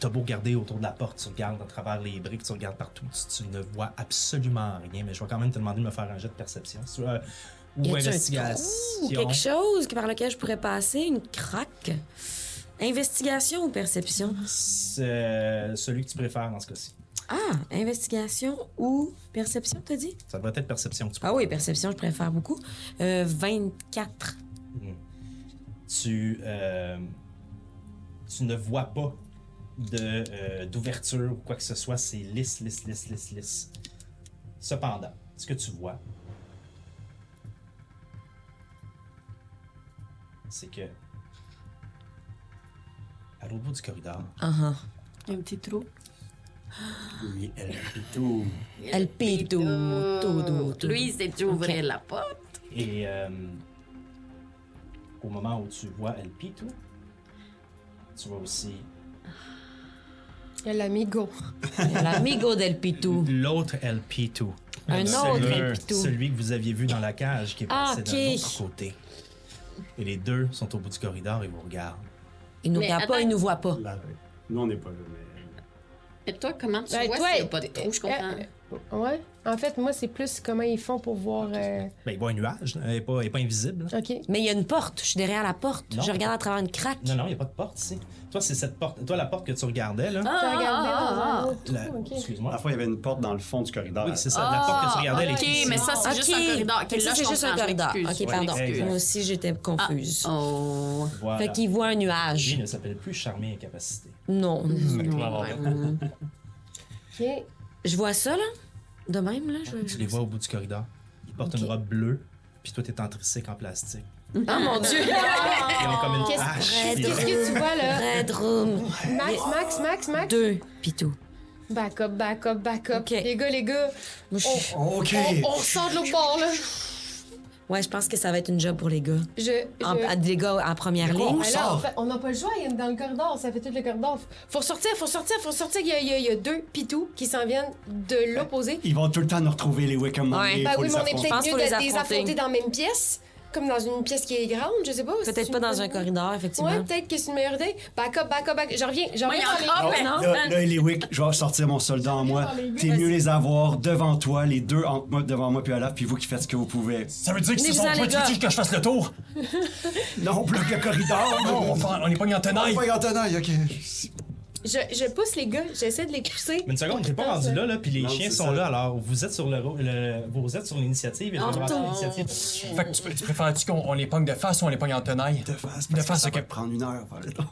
T'as beau regarder autour de la porte, tu regardes à travers les briques, tu regardes partout, tu, tu ne vois absolument rien. Mais je vais quand même te demander de me faire un jet de perception. Si tu veux, euh, Y ou a-tu un trou ou investigation. quelque chose que- par lequel je pourrais passer? Une craque? Investigation ou perception? C'est, euh, celui que tu préfères dans ce cas-ci. Ah, investigation ou perception, t'as dit? Ça devrait être perception que tu Ah oui, perception, je préfère beaucoup. Euh, 24. tu, euh, tu ne vois pas de, euh, d'ouverture ou quoi que ce soit. C'est lisse, lisse, lisse, lisse, lisse. Cependant, ce que tu vois, c'est que à l'autre bout du corridor, Ah Un petit trou. Oui, elle est tout. El pito, todo, todo. Lui, c'est tu ouvrir Ok. la porte. et euh, au moment où tu vois El Pito, tu vois aussi Elle a mis go. L'amigo del pito. l'autre El Pito. Un autre celui, El pito. celui que vous aviez vu dans la cage qui est Ah, passé ok. de l'autre côté. Et les deux sont au bout du corridor et vous regardent. Il nous Mais regarde pas, attends. il nous voit pas. Nous, on n'est pas là, mais. Et toi, comment tu Ben, vois toi, s'il y a pas de trou? Je comprends. euh, Ouais. En fait, moi, c'est plus comment ils font pour voir. euh, Ben, il voit un nuage, là. il n'est pas, il est pas invisible. là. OK. Mais il y a une porte. Je suis derrière la porte. Non. Je regarde à travers une craque. Non, non, il n'y a pas de porte ici. Toi, c'est cette porte. Toi, la porte que tu regardais, là. Ah, T'as regardé dans un autre ah. trou, La- Ah, OK. À la Excuse-moi. fois, il y avait une porte dans le fond du corridor. Oui, c'est ça. la porte que tu regardais, elle est ok, ici. mais ça, c'est Ok. juste un corridor. Ok, Fait que ça, là, c'est je juste un comprends, je corridor. m'excuse. OK, pardon. exact. Moi aussi, j'étais confuse. Oh. Voilà. Fait qu'il voit un Lui nuage. ne s'appelle plus Charmé Incapacité. Non. OK. Je vois ça, là. De même, là. Je... Tu les vois au bout du corridor. Ils portent une Ok. robe bleue, puis toi, t'es en tricycle en plastique. Ah, Oh mon Dieu! Ils ont comme une Ah, hache. Red puis- Ah, Qu'est-ce que tu vois, là? Red Room. Max, oh, Max, Max, Max. Deux. Pitou. Back up, back up, back up. OK. Les gars, les gars, Moi, je suis- OK. on ressort de l'autre bord, là. Ouais, je pense que ça va être une job pour les gars. Je. je... En- à- les gars en première quoi, ligne. on Mais là, sort? on fait- on n'a pas le choix, il y a une dans le corridor, ça fait tout le corridor. Faut sortir, faut sortir, faut sortir. Il y a, il y a- il y a deux pitous qui s'en viennent de l'opposé. Ils vont tout le temps nous retrouver, les Wickham Ouais. Money. Bah faut oui, les mais on est pense affronter. peut-être faut mieux les d'être les affronter. affronter dans la même pièce, comme dans une pièce qui est grande, je sais pas. Peut-être pas dans un corridor, effectivement. Ouais, peut-être que c'est une meilleure idée. Back up, back up, back Je reviens, je reviens. Voyons, dans les- ah, Oh, ben, non. Là, là, les Wick, je vais sortir mon soldat en moi. T'es mieux les avoir devant toi, les deux entre moi, devant moi puis Olaf, puis vous qui faites ce que vous pouvez. Ça veut dire que Venez-vous-en, c'est son les point gars. de que je fasse le tour? Non, on bloque le corridor. Non, on, Ah, Non, prend- on est pas en on tenaille. pas Antonin, ok. Je, je pousse les gars, j'essaie de les pousser. Mais une seconde, t'es pas rendu là, là, puis les Non, chiens c'est sont ça. là, alors vous êtes sur le, ro- le- vous êtes sur l'initiative et je vais Oh, avoir non. l'initiative. Fait que tu, tu préfères-tu qu'on on les pogne de face ou on les pogne en tenaille? De face, De parce que face, ça ok. va te prendre une heure. faire le tour.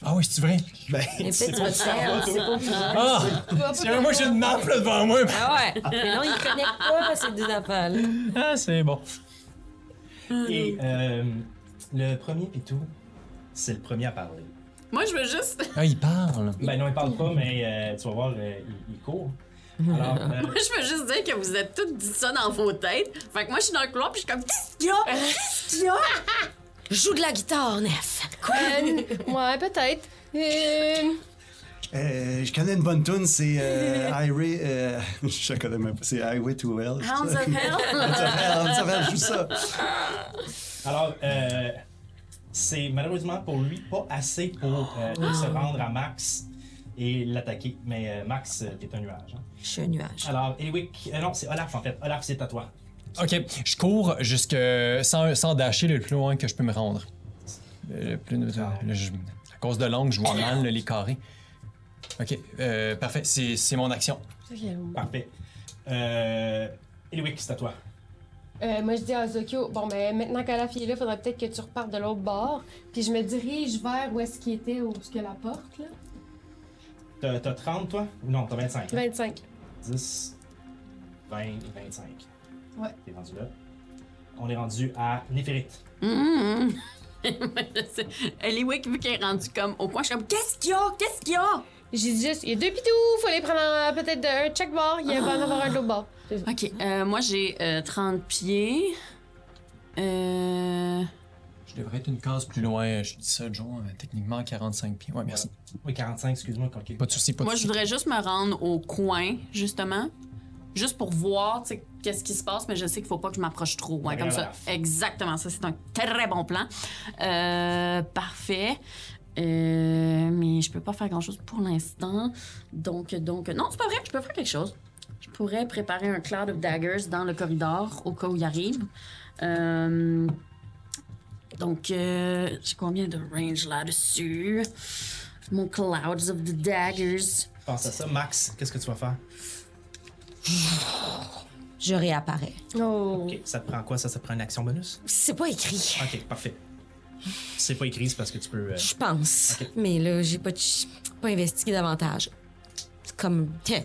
Ah oui, c'est vrai? Ben, Mais peut-être tu vas te faire. c'est pas obligé. Ah! Tiens, moi j'ai une map là devant moi! Ah ouais! Mais non, il connecte pas, c'est des affaires. là. Ah, c'est bon. et euh, le premier pitou, c'est le premier à parler. Moi, je veux juste. Ah, il parle. Ben non, il parle pas, mais euh, tu vas voir, euh, il, il court. Alors, euh, Moi, je veux juste dire que vous êtes toutes dit ça dans vos têtes. Fait que moi, je suis dans le couloir, puis je suis comme. Qu'est-ce qu'il y a? Qu'est-ce qu'il y a? Joue de la guitare, Nef! Euh, ouais, peut-être. Euh, Euh, je connais une bonne tune, c'est euh, Highway. euh, je la connais même pas, c'est Highway to Hell. Hounds of Hell. Hounds of Hell, Hounds of Hell, joue ça. alors euh, c'est malheureusement pour lui pas assez pour euh, se rendre à Max. et l'attaquer. Mais euh, Max, euh, t'es un nuage. hein. Je suis un nuage. Alors, Ewick, euh, non, c'est Olaf en fait. Olaf, c'est à toi. Ok, je cours jusque sans, sans dasher le plus loin que je peux me rendre. Euh, Le plus- le- le- je- à cause de l'angle, je vois mal là, les carrés. Ok, euh, parfait, c'est c'est mon action. Parfait. Euh, Ewick, c'est à toi. Euh, moi, je dis à Ozokyo, bon, ben, maintenant qu'Alaf est là, faudrait peut-être que tu repartes de l'autre bord. Puis je me dirige vers où est-ce qu'il était, où est-ce que la porte, là. T'as t'as 30, toi Ou Non, t'as 25. hein? 25. 10, 20, 25. Ouais. T'es rendu là. On est rendu à Néphérite. Hum, Mm-hmm. hum. Eliwick, vu qu'elle est rendue comme au coin, je suis comme Qu'est-ce qu'il y a Qu'est-ce qu'il y a J'ai dit juste, il y a deux pitous, faut les prendre en- peut-être d'un check bar, il va en avoir un de l'autre bord. C'est ça. Ok, euh, moi j'ai euh, 30 pieds. Euh. Je devrais être une case plus loin, je dis ça, Joe, euh, techniquement 45 pieds. Ouais, merci. Oui, 45, excuse-moi. ok. Pas de soucis, pas de Moi, je soucis. voudrais juste me rendre au coin, justement. Juste pour voir, tu sais, qu'est-ce qui se passe, mais je sais qu'il faut pas que je m'approche trop. Ouais, Regarde comme la ça. rafle. Exactement, ça, c'est un très bon plan. Euh, parfait. Euh, mais je peux pas faire grand-chose pour l'instant. Donc, donc, non, c'est pas vrai, je peux faire quelque chose. Je pourrais préparer un cloud of daggers dans le corridor au cas où il arrive. Euh, donc, euh, j'ai combien de range là-dessus? Mon Clouds of the Daggers. Pense à ça. Max, qu'est-ce que tu vas faire Je réapparais. Oh. Ok, ça te prend quoi Ça, ça te prend une action bonus C'est pas écrit. Ok, parfait. C'est pas écrit, c'est parce que tu peux. euh, Je pense. Mais là, j'ai pas, j'ai pas investigué davantage. C'est comme, tiens,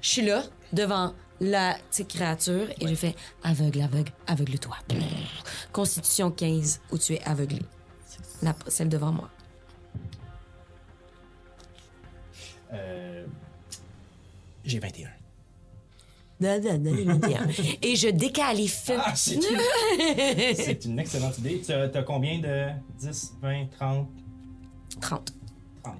je suis là, devant la petite créature, et j'ai fait aveugle, aveugle, aveugle-toi. Constitution 15, où tu es aveuglé. La, celle devant moi. euh, J'ai 21. Da, da, da, da, da, da. et je décalifie. Ah, c'est une... c'est une excellente idée. Tu as, t'as combien de 10, 20, 30, 30. 30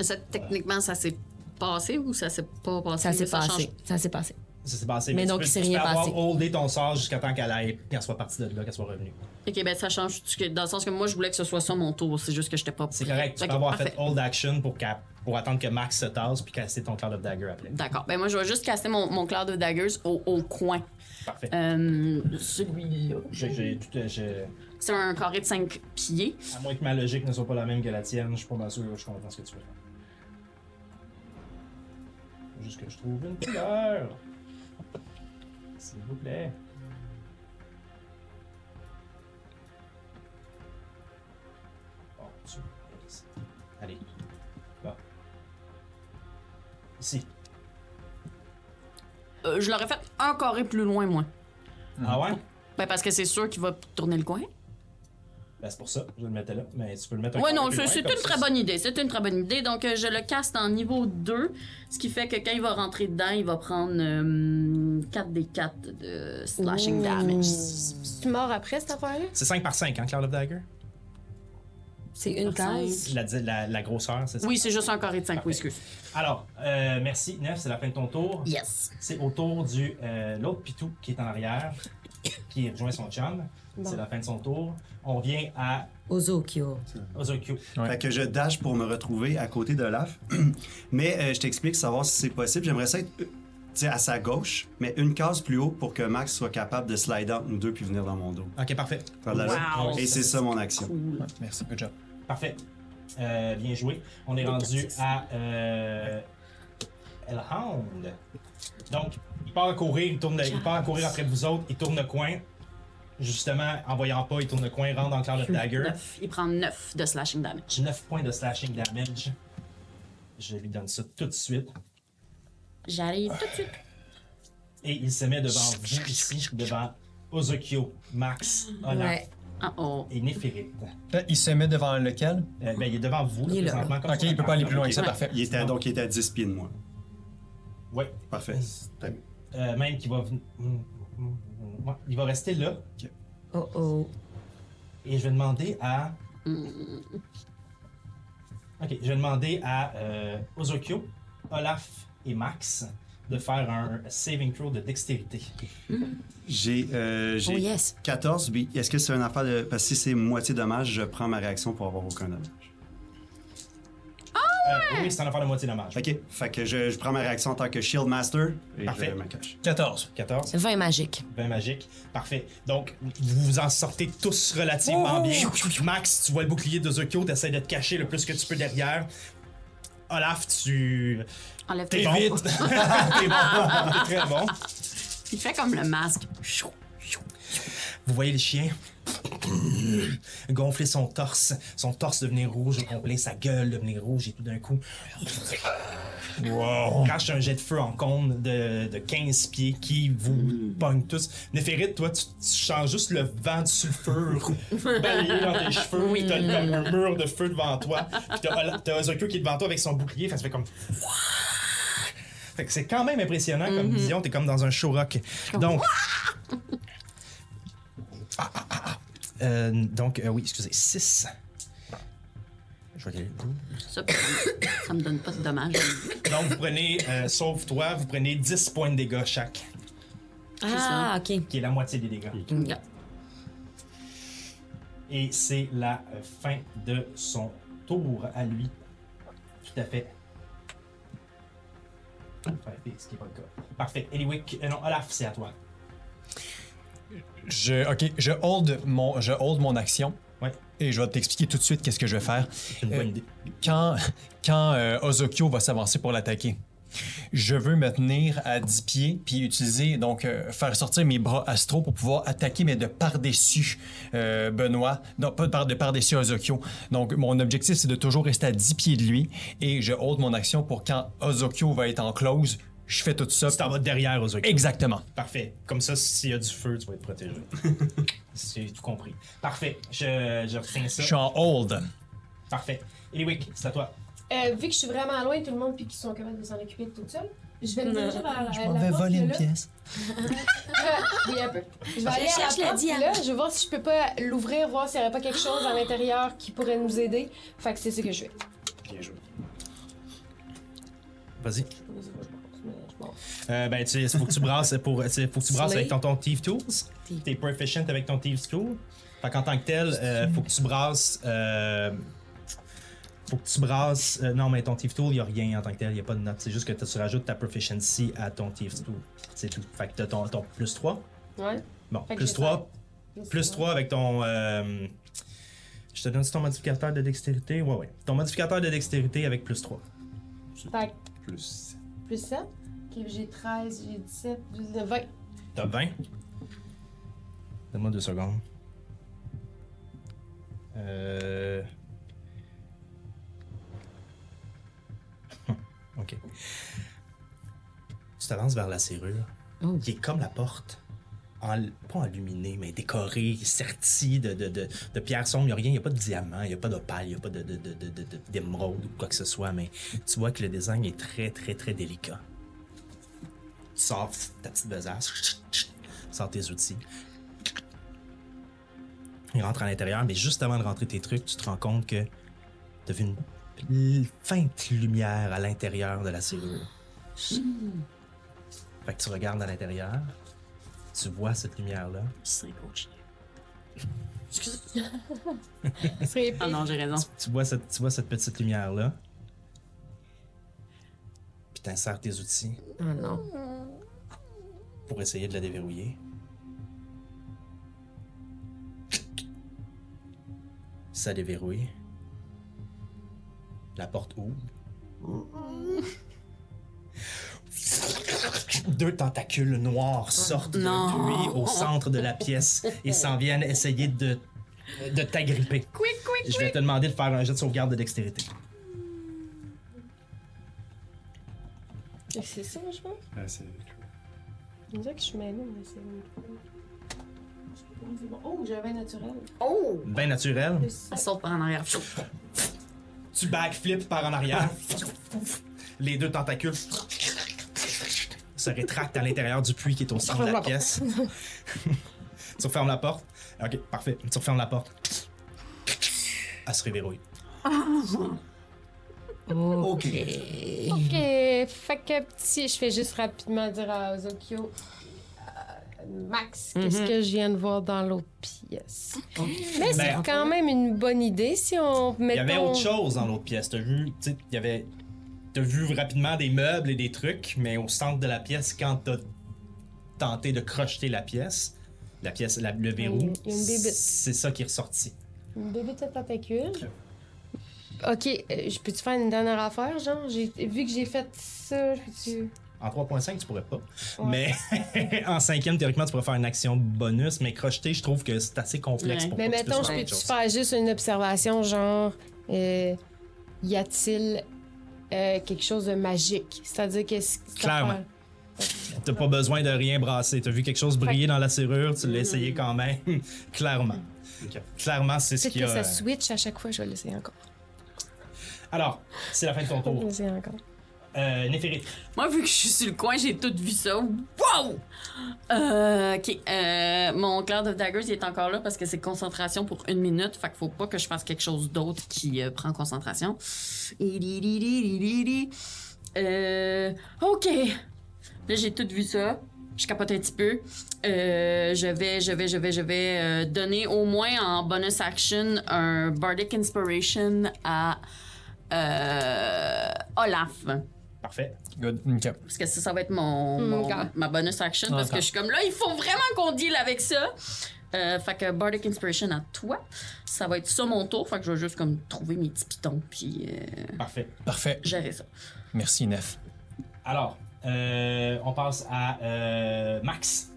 Ça, techniquement, ça s'est passé ou ça s'est pas passé? Ça s'est change- passé. Ça s'est passé. Ça s'est passé. Mais tu donc, peux- il s'est tu rien peux passé. avoir holdé ton sort jusqu'à temps qu'elle aille, qu'elle soit partie de là, qu'elle soit revenue. Ok, ben ça change. tu- que- Dans le sens que moi, je voulais que ce soit ça mon tour. C'est juste que j'étais pas C'est correct. Tu Ok, peux avoir parfait. fait hold action pour, qu'elle- pour attendre que Max se tasse puis casser ton cloud of dagger après. D'accord. Ben moi, je vais juste casser mon, mon cloud de daggers au, au coin. Parfait. Euh, Celui-là. Je- j'ai tout, euh, je- C'est un carré de 5 pieds. À moins que ma logique ne soit pas la même que la tienne, je suis pas mal sûr, je comprends ce que tu veux faire. Faut Juste que je trouve une couleur. S'il vous plaît. Bon, Oh, tu- Allez. Là. Ici. Euh, je l'aurais fait un carré plus loin, moi. Ah ouais? Ben parce que c'est sûr qu'il va tourner le coin. Ben, c'est pour ça, je le mettais là, mais tu peux le mettre un Ouais, carré non, plus c'est loin, c'est comme une ça, très bonne idée. C'est une très bonne idée. Donc, euh, je le casse en niveau 2, ce qui fait que quand il va rentrer dedans, il va prendre 4 des 4 de slashing damage. Tu mords après cette affaire-là? C'est 5 par 5, hein, Cloud of Dagger? C'est une case. La, la, la grosseur, c'est ça? Oui, c'est juste un carré de 5. Oui, excuse. Alors, euh, merci, Neuf, c'est la fin de ton tour. Yes. C'est au tour de l'autre Pitou qui est en arrière, qui rejoint son chum. C'est la fin de son tour. On revient à Ozokyo. Ozokyo. Ouais. Fait que je dash pour me retrouver à côté de Olaf. mais euh, je t'explique, savoir si c'est possible. J'aimerais ça être euh, tu sais, à sa gauche, mais une case plus haut pour que Max soit capable de slide entre nous deux puis venir dans mon dos. Ok, parfait. Faire de la Wow. lutte. Et c'est ça mon action. Ouais, merci, good job. Parfait. Euh, bien joué. On est rendu à euh, Elhound. Donc, il part à courir, il, tourne le- il part à courir après vous autres, il tourne le coin. Justement, en voyant pas, il tourne le coin, rentre dans le clan de Dagger. Neuf. Il prend 9 de slashing damage. 9 points de slashing damage. Je lui donne ça tout de suite. J'arrive tout de suite. Et il se met devant vous ici, devant Ozokyo, Max, Olaf Ouais. Ah oh. et Néphérite. Là, il se met devant lequel Euh, ben, il est devant vous, Il est là. présentement. comme Ok, sur la il peut pas carte. aller plus loin que ça, Ouais. parfait. Il était à- donc il était à 10 pieds de moi. Ouais. Parfait. T'as- Euh, même qu'il va venir. Hum, hum, hum. Ouais, Il va rester là. Oh oh. Et je vais demander à. Mm. Ok, je vais demander à euh, Ozokyo, Olaf et Max de faire un saving throw de dextérité. J'ai euh, j'ai Oh, yes. 14. puis Est-ce que c'est une affaire de. Parce que si c'est moitié dommage, je prends ma réaction pour avoir aucun dommage. Euh, oui, c'est en affaire de moitié dommage. Ok, fait que je, je prends ma réaction en tant que Shield Master et Parfait. je me cache. 14. 14, 20 magique. 20 magique. Parfait. Donc, vous vous en sortez tous relativement bien. Max, tu vois le bouclier de Zokyo, t'essaies de te cacher le plus que tu peux derrière. Olaf, tu. Enlève tes T'es bombes. vite. T'es bon. T'es très bon. Il fait comme le masque. Chou. Vous voyez le chien gonfler son torse, son torse devenir rouge au complet, sa gueule devenir rouge et tout d'un coup. Wow. Crache un jet de feu en cône de, de 15 pieds qui vous pogne tous. Néphérite, toi, tu, tu sens juste le vent du sulfure balayer dans tes cheveux. Oui. T'as comme un mur de feu devant toi. Puis t'as Ola- t'as Ozokyo qui est devant toi avec son bouclier. Fait que ça fait comme. Fait que c'est quand même impressionnant comme vision. T'es comme dans un show rock. Donc. Ah, ah, ah, ah. Euh, donc, euh, oui, excusez, 6. Je vais calculer. Ça, ça me donne pas de dommages. Donc, vous prenez, euh, sauf toi, vous prenez 10 points de dégâts chaque, Ah, ok. qui est la moitié des dégâts. Yeah. Et c'est la euh, fin de son tour à lui. Tout à fait. Parfait, ce qui est pas le cas. Parfait. Eliwick, euh, non, Olaf, c'est à toi. Je, ok, je hold mon, je hold mon action. Ouais. Et je vais t'expliquer tout de suite qu'est-ce que je vais faire. Euh, C'est une bonne idée. Quand, quand euh, Ozokyo va s'avancer pour l'attaquer, je veux me tenir à 10 pieds puis utiliser, donc euh, faire sortir mes bras astro pour pouvoir attaquer, mais de par-dessus euh, Benoît. Non, pas de par- de par-dessus Ozokyo. Donc, mon objectif, c'est de toujours rester à 10 pieds de lui et je hold mon action pour quand Ozokyo va être en close, je fais tout ça. Tu t'en vas derrière Ozokyo. Exactement. Parfait. Comme ça, s'il y a du feu, tu vas être protégé. J'ai tout compris. Parfait. Je, je retiens ça. Je suis en hold. Parfait. Eliwick, c'est à toi. Euh, vu que je suis vraiment loin, tout le monde, puis qu'ils sont capables de s'en occuper tout seul, je vais me diriger vers la, la porte que là- oui, un peu. Je vais aller à cherche la la porte, diable. là, je vais voir si je peux pas l'ouvrir, voir s'il n'y aurait pas quelque chose à l'intérieur qui pourrait nous aider. Fait que c'est ce que je fais. Bien joué. Vas-y. Euh, ben, tu sais, faut que tu brasses, pour, tu sais, faut que tu brasses avec ton, ton Thief Tools. T'es proficient avec ton Thief Tool. Fait qu'en tant que tel, euh, faut que tu brasses. euh, faut que tu brasses. euh, non, mais ton Thief Tool, y a rien en tant que tel, y a pas de note. C'est juste que tu rajoutes ta proficiency à ton Thief Tool. C'est tout. Fait que t'as ton, ton plus 3. Ouais. Bon, Fait que plus j'ai 3. cinq. Plus 3 avec ton. euh, je te donne ton modificateur de dextérité. Ouais, ouais. Ton modificateur de dextérité avec plus 3. Fait que Plus. plus 7. j'ai 13, j'ai 17, plus de 20. T'as 20. Donne-moi deux secondes. Euh... Hum, Ok. Tu t'avances vers la serrure, qui est comme la porte. En, pas enluminée, mais décorée, sertie de, de, de, de pierres sombres. Il n'y a rien, il n'y a pas de diamant, il n'y a pas d'opale, il n'y a pas de- de- de- de- de- d'émeraude ou quoi que ce soit, mais tu vois que le design est très, très, très délicat tu sors pff, ta petite besace, chut, chut, chut, sors tes outils. Il rentre à l'intérieur, mais juste avant de rentrer tes trucs, tu te rends compte que t'as vu une feinte lumière à l'intérieur de la serrure. Fait que tu regardes à l'intérieur, tu vois cette lumière-là. C'est un gros chien. C'est Ah non, j'ai raison. tu vois cette, tu vois cette petite lumière-là. Puis t'insères tes outils. Pour essayer de la déverrouiller. Ça déverrouille. La porte ouvre. Deux tentacules noirs sortent de Non. lui au centre de la pièce et s'en viennent essayer de, de t'agripper. Quick, quick! Je vais te demander de faire un jet de sauvegarde de dextérité. C'est ça, je pense. Ah, c'est- Je me disais que je suis mêlée, mais c'est. Oh, j'ai un vin naturel. Ben naturel. Plus Elle saute par en arrière. Tu backflips par en arrière. Les deux tentacules se rétractent à l'intérieur du puits qui est au centre de la pièce. tu refermes la porte. Ok, parfait. Tu refermes la porte. Elle se réverrouille. Ok. Ok, fait que petit, je fais juste rapidement dire à Ozokyo. euh, max Mhm. qu'est-ce que je viens de voir dans l'autre pièce. Mais c'est Ben, quand même une bonne idée si on Il y avait mettons- autre chose dans l'autre pièce. T'as vu, tu sais, il y avait. T'as vu rapidement des meubles et des trucs, mais au centre de la pièce, quand t'as tenté de crocheter la pièce, la pièce, la- le verrou, il y a une bébête. c'est ça qui est ressorti. Une bébé de tentacule. Ok, euh, je peux-tu faire une dernière affaire, genre? J'ai, vu que j'ai fait ça, je peux-tu... En 3.5, tu pourrais pas. Mais en 5e, théoriquement, tu pourrais faire une action bonus, mais crocheter, je trouve que c'est assez complexe Ouais. pour Mais que tu puisses mettons, je faire quelque peux-tu chose. faire juste une observation, genre... euh, y a-t-il euh, quelque chose de magique? C'est-à-dire que... c'est- Clairement. T'as pas besoin de rien brasser. T'as vu quelque chose briller dans la serrure, tu l'as Mm-hmm. essayé quand même. Clairement. Clairement, c'est ce Peut-être qu'il y que a. ça switch à chaque fois, je vais l'essayer encore. Alors, c'est la fin de ton Je vais tour. l'essayer encore. Euh, Néphérite. Moi, vu que je suis sur le coin, j'ai tout vu ça. Wow! Euh, ok, euh, mon Cloud of Daggers, il est encore là parce que c'est concentration pour une minute. Fait qu'il faut pas que je fasse quelque chose d'autre qui euh, prend concentration. Ilililililili. Euh, ok. Là, j'ai tout vu ça. Je capote un petit peu. Euh, je vais, je vais, je vais, je vais euh, donner au moins en bonus action un Bardic Inspiration à euh, Olaf. Parfait. Good. OK. Parce que ça, ça va être mon, mon- Ok. ma bonus action. Parce que D'accord. je suis comme là, il faut vraiment qu'on deal avec ça. Euh, fait que Bardic Inspiration à toi. Ça va être ça mon tour. Fait que je vais juste comme trouver mes petits pitons puis euh, Parfait. Parfait. gérer ça. Merci, Nef. Alors, euh, on passe à euh, Max.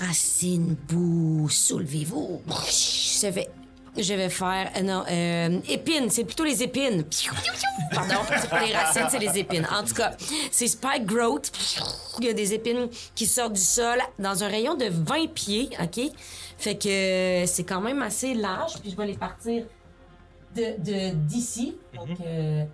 Racine, boue, soulevez-vous. Je vais, je vais faire. euh, non, euh, épines, c'est plutôt les épines. Piou, piou, piou. Pardon, c'est pas les racines, c'est les épines. En tout cas, c'est Spike Growth. Il y a des épines qui sortent du sol dans un rayon de 20 pieds, OK? Fait que c'est quand même assez large, puis je vais les partir de- de- d'ici. Donc, euh,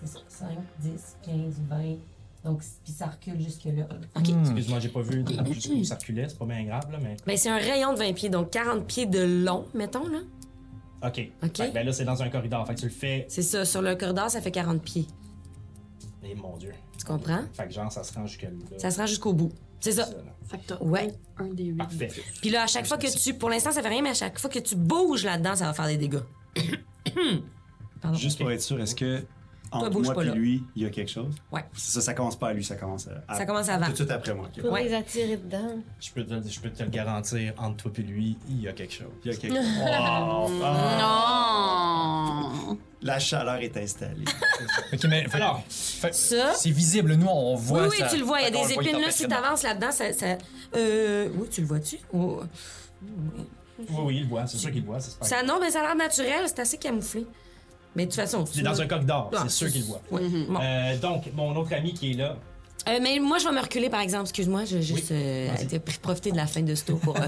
c'est ça, 5, 10, 15, 20. Donc, puis ça recule jusque-là. OK. Excuse-moi, j'ai pas vu jusqu'où ça reculait. C'est pas bien grave, là, mais. Ben, c'est un rayon de 20 pieds, donc 40 pieds de long, mettons, là. Ok. Ok. Fait que, ben là, c'est dans un corridor. Fait que tu le fais. C'est ça, sur le corridor, ça fait 40 pieds. Et Eh, mon Dieu. Tu comprends? Fait que genre, ça se rend jusque-là. Ça se rend jusqu'au bout. C'est ça. Ça, là. Fait que t'as Ouais. Oh, un des huit. Parfait. Puis là, à chaque fois que tu. Pour l'instant, ça fait rien, mais à chaque fois que tu bouges là-dedans, ça va faire des dégâts. Pardon. Juste pour être sûr, est-ce que entre bouge moi pas, et là. lui, il y a quelque chose? Ouais. C'est ça, ça commence pas à lui, ça commence à... Ça commence avant. Tout de suite après moi. ok. Pour Ouais. les attirer dedans. Je peux, te, je peux te le garantir, entre toi et lui, il y a quelque chose. Il y a quelque chose. Oh, ah, Non! La chaleur est installée. OK, mais... fait- fait- Ça? C'est visible. Nous, on voit Hein? oui, oui, ça. tu le vois. Il y a Fait qu'on des le voit, il épines, là. Si t'en fait t'avances là-dedans, ça. ça- Euh. Oui, tu le vois-tu? Oh. Oui, oui, il le voit. C'est sûr qu'il le voit. C'est super. Ça, non, mais ça a l'air naturel. C'est assez camouflé. Mais de toute façon. tu C'est dans vois- un corridor. Ah, C'est sûr qu'il le voit. Ouais. Bon. Euh, donc, mon autre ami qui est là, Euh, mais moi, je vais me reculer, par exemple. Excuse-moi, je vais juste euh, de- profiter de la fin de ce tour pour euh,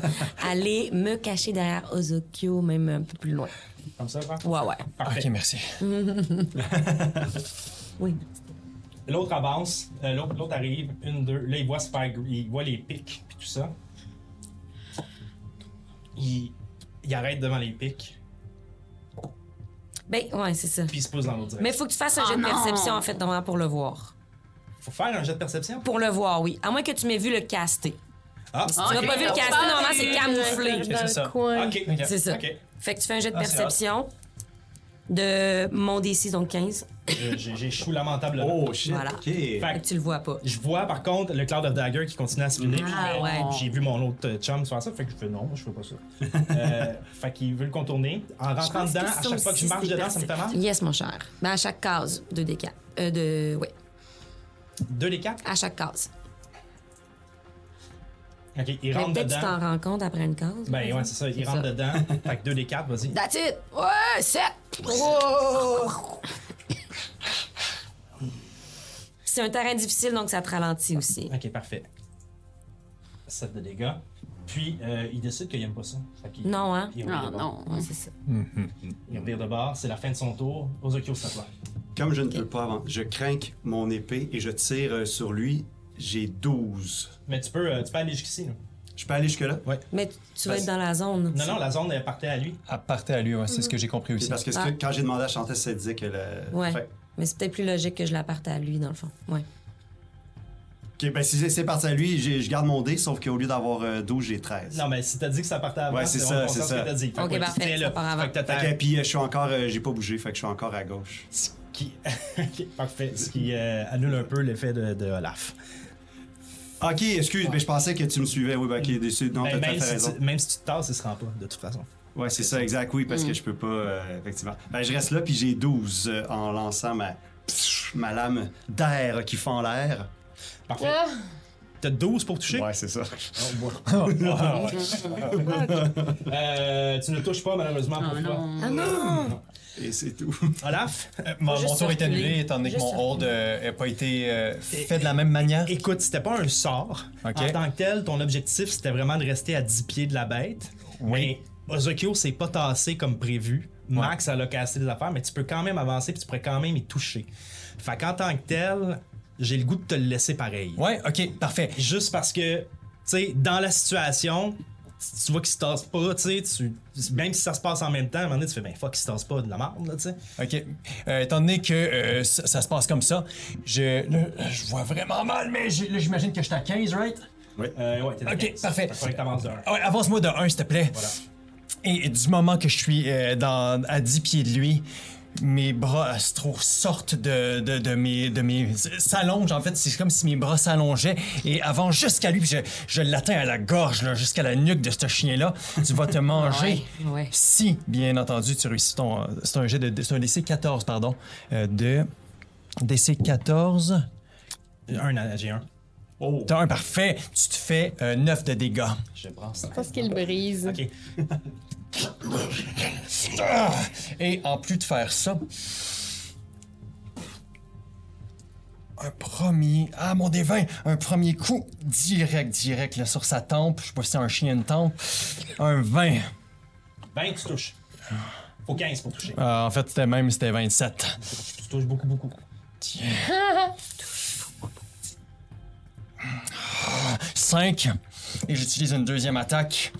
aller me cacher derrière Ozokyo, même un peu plus loin. comme ça, quoi. Ouais, ouais. OK, merci. Oui. L'autre avance, euh, l'autre l'autre arrive, une, deux. Là, il voit, se faire gr- il voit les pics puis tout ça. Il, il arrête devant les pics, Ben, ouais, c'est ça. puis il se pose dans l'autre Mais direction. faut que tu fasses un jet de non! perception, en fait, normalement, pour le voir. Faut faire un jet de perception. Pour le voir, oui. À moins que tu m'aies vu le caster. Ah, Tu ok. n'as pas vu le Salut! caster, normalement, c'est camouflé. c'est ça. coin. Ok, ok, C'est ça. ok. Fait que tu fais un jet de Ah, c'est perception de mon D6, donc 15. Je- Euh, J'ai j'ai chou lamentable. Oh, shit, Voilà. OK. Fait que tu le vois pas. Je vois par contre le Cloud of Dagger qui continue à spinner. Ah, Je fais- ouais. J'ai vu mon autre euh, chum faire ça, fait que je fais non, moi, je fais pas ça. Euh, fait qu'il veut le contourner. En rentrant pense dedans, que à ça chaque fois que je aussi, marche c'est dedans, ça me fait mal. Yes, mon cher. Ben, à chaque case, 2 d Euh, de... Oui, Deux des quatre. à chaque case. Ok, il Mais rentre peut-être Ben, que tu t'en dedans. rends compte après une case. par Ben ouais, exemple. c'est ça, il rentre dedans. Fait que deux des quatre, vas-y. That's it! Ouais, 7! C'est un terrain difficile, donc ça te ralentit aussi. Ok, parfait. 7 de dégâts. Puis, euh, il décide qu'il aime pas ça. Fait qu'il- Non, hein? Il revire Non, de bord. non. Ouais, c'est ça. Il revire de bord, c'est la fin de son tour. Ozokyo, ça te va. Comme je ne peux pas avant, je craque mon épée et je tire euh, sur lui. J'ai 12. Mais tu peux, euh, tu peux aller jusqu'ici. là. Je peux aller jusque-là? Ouais. Mais tu- tu vas être dans la zone. Non, non, la zone, elle partait à lui. Aparté à lui, ouais, c'est ce que j'ai compris Puis aussi. Parce que, ce que- quand j'ai demandé à Chantal, elle disait que le... Ah. Ouais. Fait- Mais c'est peut-être plus logique que je la parte à lui, dans le fond. Ouais. Ok, ben si c'est- c'est parti à lui, j'ai- je garde mon dé, sauf qu'au lieu d'avoir euh, 12, j'ai 13. Non, mais si t'as dit que ça partait avant, Ouais, c'est on ça, comprend c'est ce ça. que t'as dit. Fait Ok, que, ouais, parfait, tu fais, là. ça part avant. Fait que t'attends. Ok, puis euh, je suis encore, euh, j'ai pas bougé, fait que je suis encore à gauche. Ce qui... Ok, parfait. Ce qui euh, annule un peu l'effet de, de Olaf. Ok, excuse, mais je pensais que tu me suivais. Oui, ben, ok, déçu. Non, Ben, t'as t'as même, fait si raison. tu, même si tu te tasses, il se rend pas, de toute façon. Ouais, c'est ça, exact, oui, parce que je peux pas, euh, effectivement. Ben, je reste là, puis j'ai 12 euh, en lançant ma, ma lame d'air qui fend l'air. Parfait. T'as 12 pour toucher? Ouais, c'est ça. Euh, tu ne touches pas, malheureusement, pour toi. non. Et c'est tout. Olaf, euh, Mon, mon Juste tour est circuler. annulé étant donné que Juste mon hold n'a pas été euh, fait de la même manière. écoute, c'était pas un sort. Ok. En tant que tel, ton objectif, c'était vraiment de rester à 10 pieds de la bête. Oui. Mais Ozokyo s'est pas tassé comme prévu. Max, elle a cassé des affaires, mais tu peux quand même avancer puis tu pourrais quand même y toucher. Fait qu'en tant que tel, j'ai le goût de te le laisser pareil. Ouais, ok, parfait. Juste parce que, tu sais, dans la situation, si tu vois qu'il se tasse pas, tu sais, tu- même si ça se passe en même temps, à un moment donné, tu fais, ben fuck, il se tasse pas de la merde, là, tu sais. OK. Euh, étant donné que euh, ça, ça se passe comme ça, je, là, je vois vraiment mal, mais j'ai- là, j'imagine que je suis à 15, right? Euh, ouais, t'es dans Ok, 15. parfait. Fait que t'avances d'un. Ouais, avance-moi de 1, s'il te plaît. Voilà. Et du moment que je suis euh, dans, à 10 pieds de lui, mes bras euh, se trouvent sortent de, de, de mes. De mes s'allongent, en fait. C'est comme si mes bras s'allongeaient et avancent jusqu'à lui. Puis je, je l'atteins à la gorge, là, jusqu'à la nuque de ce chien-là. Tu vas te manger. Ouais, ouais. Si, bien entendu, tu réussis ton. euh, C'est un, jet de, c'est un DC 14, pardon. euh, de. DC 14. Un, euh, j'ai un. Oh! T'as un parfait. Tu te fais 9 de dégâts. Je prends ça. Parce qu'il brise. Ok. Ah! Et en plus de faire ça, un premier, ah mon dévin, un premier coup direct, direct là, sur sa tempe. Je sais pas si c'est un chien de tempe. Un 20. 20, Ben, tu touches. Faut 15 pour toucher. Euh, en fait, c'était même c'était 27. Tu touches beaucoup, beaucoup. Tiens. 5. Et j'utilise une deuxième attaque.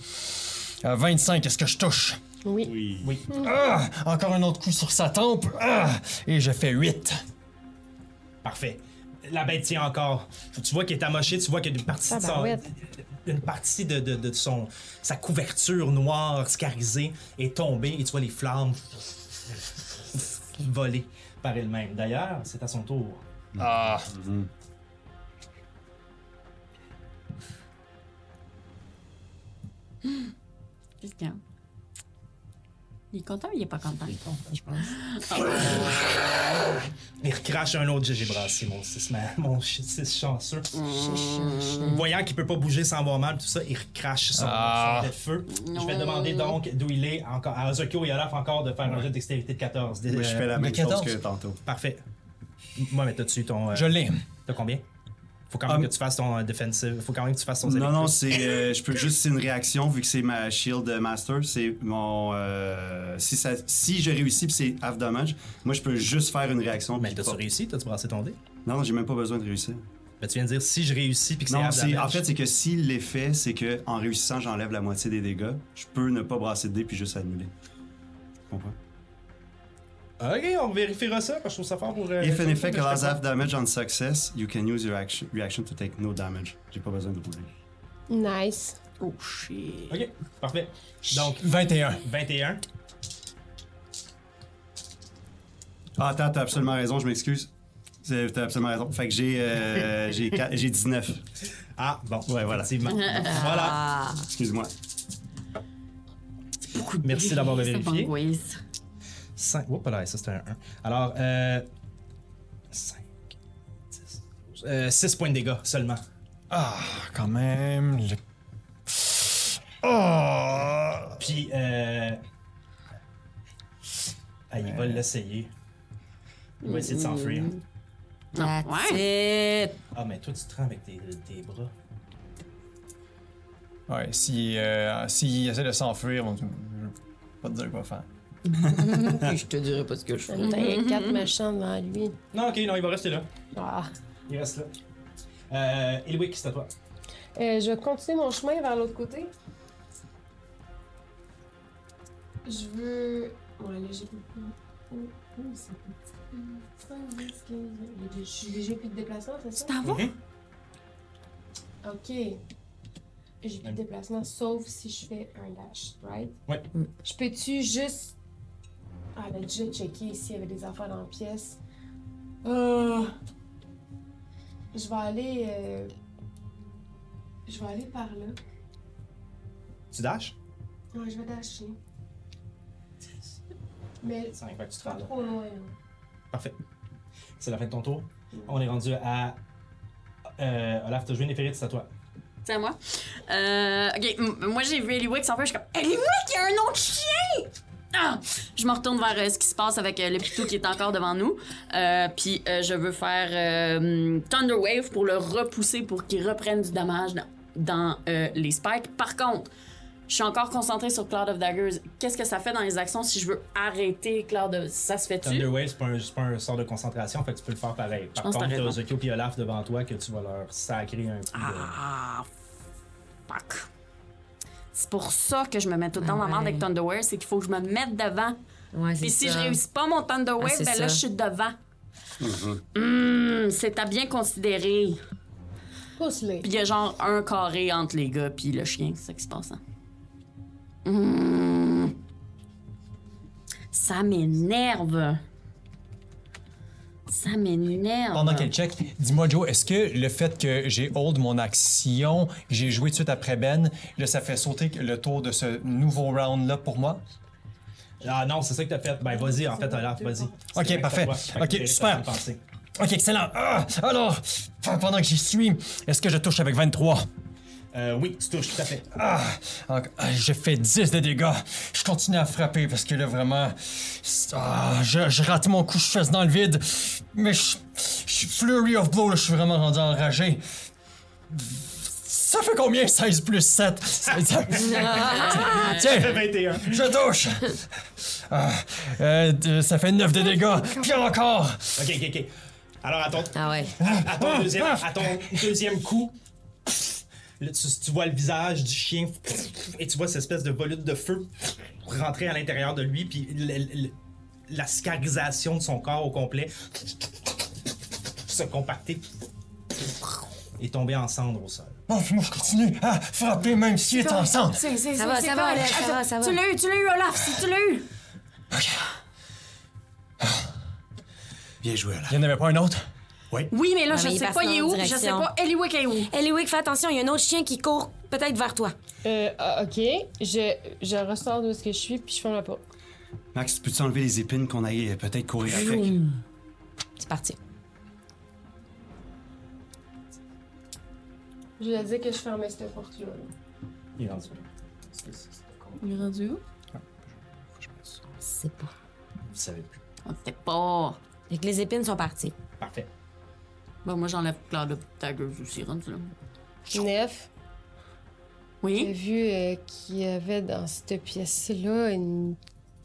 Euh, 25, est-ce que je touche? Oui. Oui. Ah! Encore un autre coup sur sa tempe. Ah! Et je fais 8. Parfait. La bête tient encore. Tu vois qu'elle est amochée, tu vois qu'il y a une partie de son. Tabarouette. Une partie de, de- de son. Sa couverture noire, scarisée, est tombée et tu vois les flammes voler par elle-même. D'ailleurs, c'est à son tour. Ah. Qu'est-ce qu'il y a? Il est content ou il est pas content? Je pense. Il recrache un autre GG brassé, mon 6 mon ch- six chanceux. Mm. Voyant qu'il peut pas bouger sans avoir mal, tout ça, il recrache son, Ah. son jet de feu. Je vais demander donc d'où il est encore à Ozokyo et Olaf encore de faire un jet de dextérité de 14. Des- Moi, je fais la même 14. chose que tantôt. Parfait. Moi, mais t'as-tu ton. euh, Je l'ai. T'as combien? Faut quand même Ah, que tu fasses ton euh, defensive. Faut quand même que tu fasses ton Non, non, électrique. c'est. euh, je peux juste. C'est une réaction, vu que c'est ma Shield Master. C'est mon. euh, si, ça, si je réussis, puis c'est half damage, moi, je peux juste faire une réaction. Mais puis t'as-tu pas- réussi? T'as-tu brassé ton dé? Non, non, j'ai même pas besoin de réussir. Ben, tu viens de dire si je réussis puis que c'est Non, half c'est, en damage. fait, c'est que si l'effet, c'est que en réussissant, j'enlève la moitié des dégâts, je peux ne pas brasser de dés puis juste annuler. Tu comprends? Ok, on vérifiera ça parce que je trouve ça fort pour. euh, If an je- effect je- allows half damage on success, you can use your action, reaction to take no damage. J'ai pas besoin de rouler. Nice. Oh shit. Ok, parfait. Donc, 21. 21. Ah, attends, t'as absolument raison, je m'excuse. C'est- T'as absolument raison. Fait que j'ai, euh, j'ai, quatre- j'ai 19. Ah, bon, ouais, voilà. voilà. Effectivement. voilà. Excuse-moi. Merci d'avoir vérifié. quiz. 5. Oups, là, ça c'était un 1. Alors, euh. 5, 10, 6 euh, points de dégâts seulement. Ah, quand même. le- Ah! Puis, euh. Ah, il va l'essayer. Il va essayer de s'enfuir. That's it. Ah, mais toi, tu te rends avec tes, tes bras. Ouais, si, euh, s'il essaie de s'enfuir, on... je vais pas te dire quoi faire. je te dirai pas ce que je fais. Putain, il y a quatre méchants devant lui. Non, ok, non, il va rester là. Ah. Il reste là. Euh, Elwick, c'est à toi. Euh, je vais continuer mon chemin vers l'autre côté. Je veux. Ouais, là, j'ai plus de déplacement, c'est ça? Mhm. T'en vas? Ok. J'ai plus de déplacement, sauf si je fais un dash, right? Ouais. Je peux-tu juste. Ah, elle a déjà checké s'il y avait des affaires dans la pièce. Euh... Je vais aller. euh, Je vais aller par là. Tu dashes? Ouais, je vais dasher. Mais Cinq, fait que tu te pas rends là. trop loin, là. Parfait. C'est la fin de ton tour. On est rendu à. Euh, Olaf, t'as joué Néphérite, c'est à toi. C'est à moi. Euh, ok, m- moi j'ai vu Eliwick s'en faire, je suis comme Eliwick, il y a un autre chien! Ah! Je me retourne vers euh, ce qui se passe avec euh, le pitou qui est encore devant nous. Euh, Puis euh, je veux faire euh, Thunder Wave pour le repousser pour qu'il reprenne du dommage dans, dans, euh, les spikes. Par contre, je suis encore concentrée sur Cloud of Daggers. Qu'est-ce que ça fait dans les actions si je veux arrêter Cloud of... Ça se fait-tu? Thunder Wave, c'est pas, un- c'est pas un sort de concentration, fait que tu peux le faire pareil. Par pense que contre, t'as t'as raison. Zokyo et Olaf devant toi que tu vas leur sacrer un coup. de- Ah, fuck. C'est pour ça que je me mets tout le temps dans la merde avec Thunderwave, c'est qu'il faut que je me mette devant. Ouais, Ah c'est Puis si ça. je réussis pas mon Thunderwave, Ah, c'est ben là, ça. Mm-hmm. je suis devant. Hmm, c'est à bien considérer. Pousse-les. Puis il y a genre un carré entre les gars puis le chien, c'est ça qui se passe. hein. Hmm. Ça m'énerve. Ça m'énerve. Pendant qu'elle check, dis-moi, Joe, est-ce que le fait que j'ai hold mon action, j'ai joué tout de suite après Ben, là, ça fait sauter le tour de ce nouveau round-là pour moi? Ah non, c'est ça que t'as fait. Ben vas-y, en fait, Olaf, vas-y. C'est Ok, direct à parfait. toi. Fait que Ok, t'es- t'as super. le temps de penser. Ok, excellent. Ah, alors, pendant que j'y suis, est-ce que je touche avec 23? Euh, oui, tu touches, tout à fait. Ah, en- ah, j'ai fait 10 de dégâts. Je continue à frapper parce que là, vraiment, c'est- ah, je, je rate mon coup, je fesse dans le vide. Mais je, je suis flurry of blow, là, je suis vraiment rendu enragé. Ça fait combien 16 plus 7 Tiens, 21. je touche. Ah, euh, de- ça fait 9 de dégâts. Puis encore. Ok, ok, ok. Alors, à ton, Ah ouais. à ton deuxième, à ton deuxième coup, là, tu, tu vois le visage du chien et tu vois cette espèce de volute de feu rentrer à l'intérieur de lui, puis le- le- la scarisation de son corps au complet se compacter et tomber en cendres au sol. Bon, puis moi, je continue à frapper même s'il est en cendre. Ça va, ça va, Alex, ça va, ça va. Tu l'as eu, tu l'as eu, Olaf, si tu l'as eu. Bien joué, là. Il n'y en avait pas un autre Oui, mais là, Ah, je mais il sais passe pas dans il est notre où, puis je sais direction. pas Eliwick est où. Eliwick, fais attention, il y a un autre chien qui court peut-être vers toi. Euh, ah, ok. Je, je ressors de ce que je suis, puis je ferme la porte. Max, peux-tu enlever les épines qu'on aille euh, peut-être courir avec? C'est parti. Je lui ai dit que je fermais cette porte-là. Il est rendu là. Il est rendu où? C'est pas. Vous savez plus. On sait pas. Fait que les épines sont parties. Parfait. Bon, Ben, moi, j'enlève Cloud of Daggers aussi, rendu là. Neuf. J'ai Oui? vu euh, qu'il y avait dans cette pièce-là une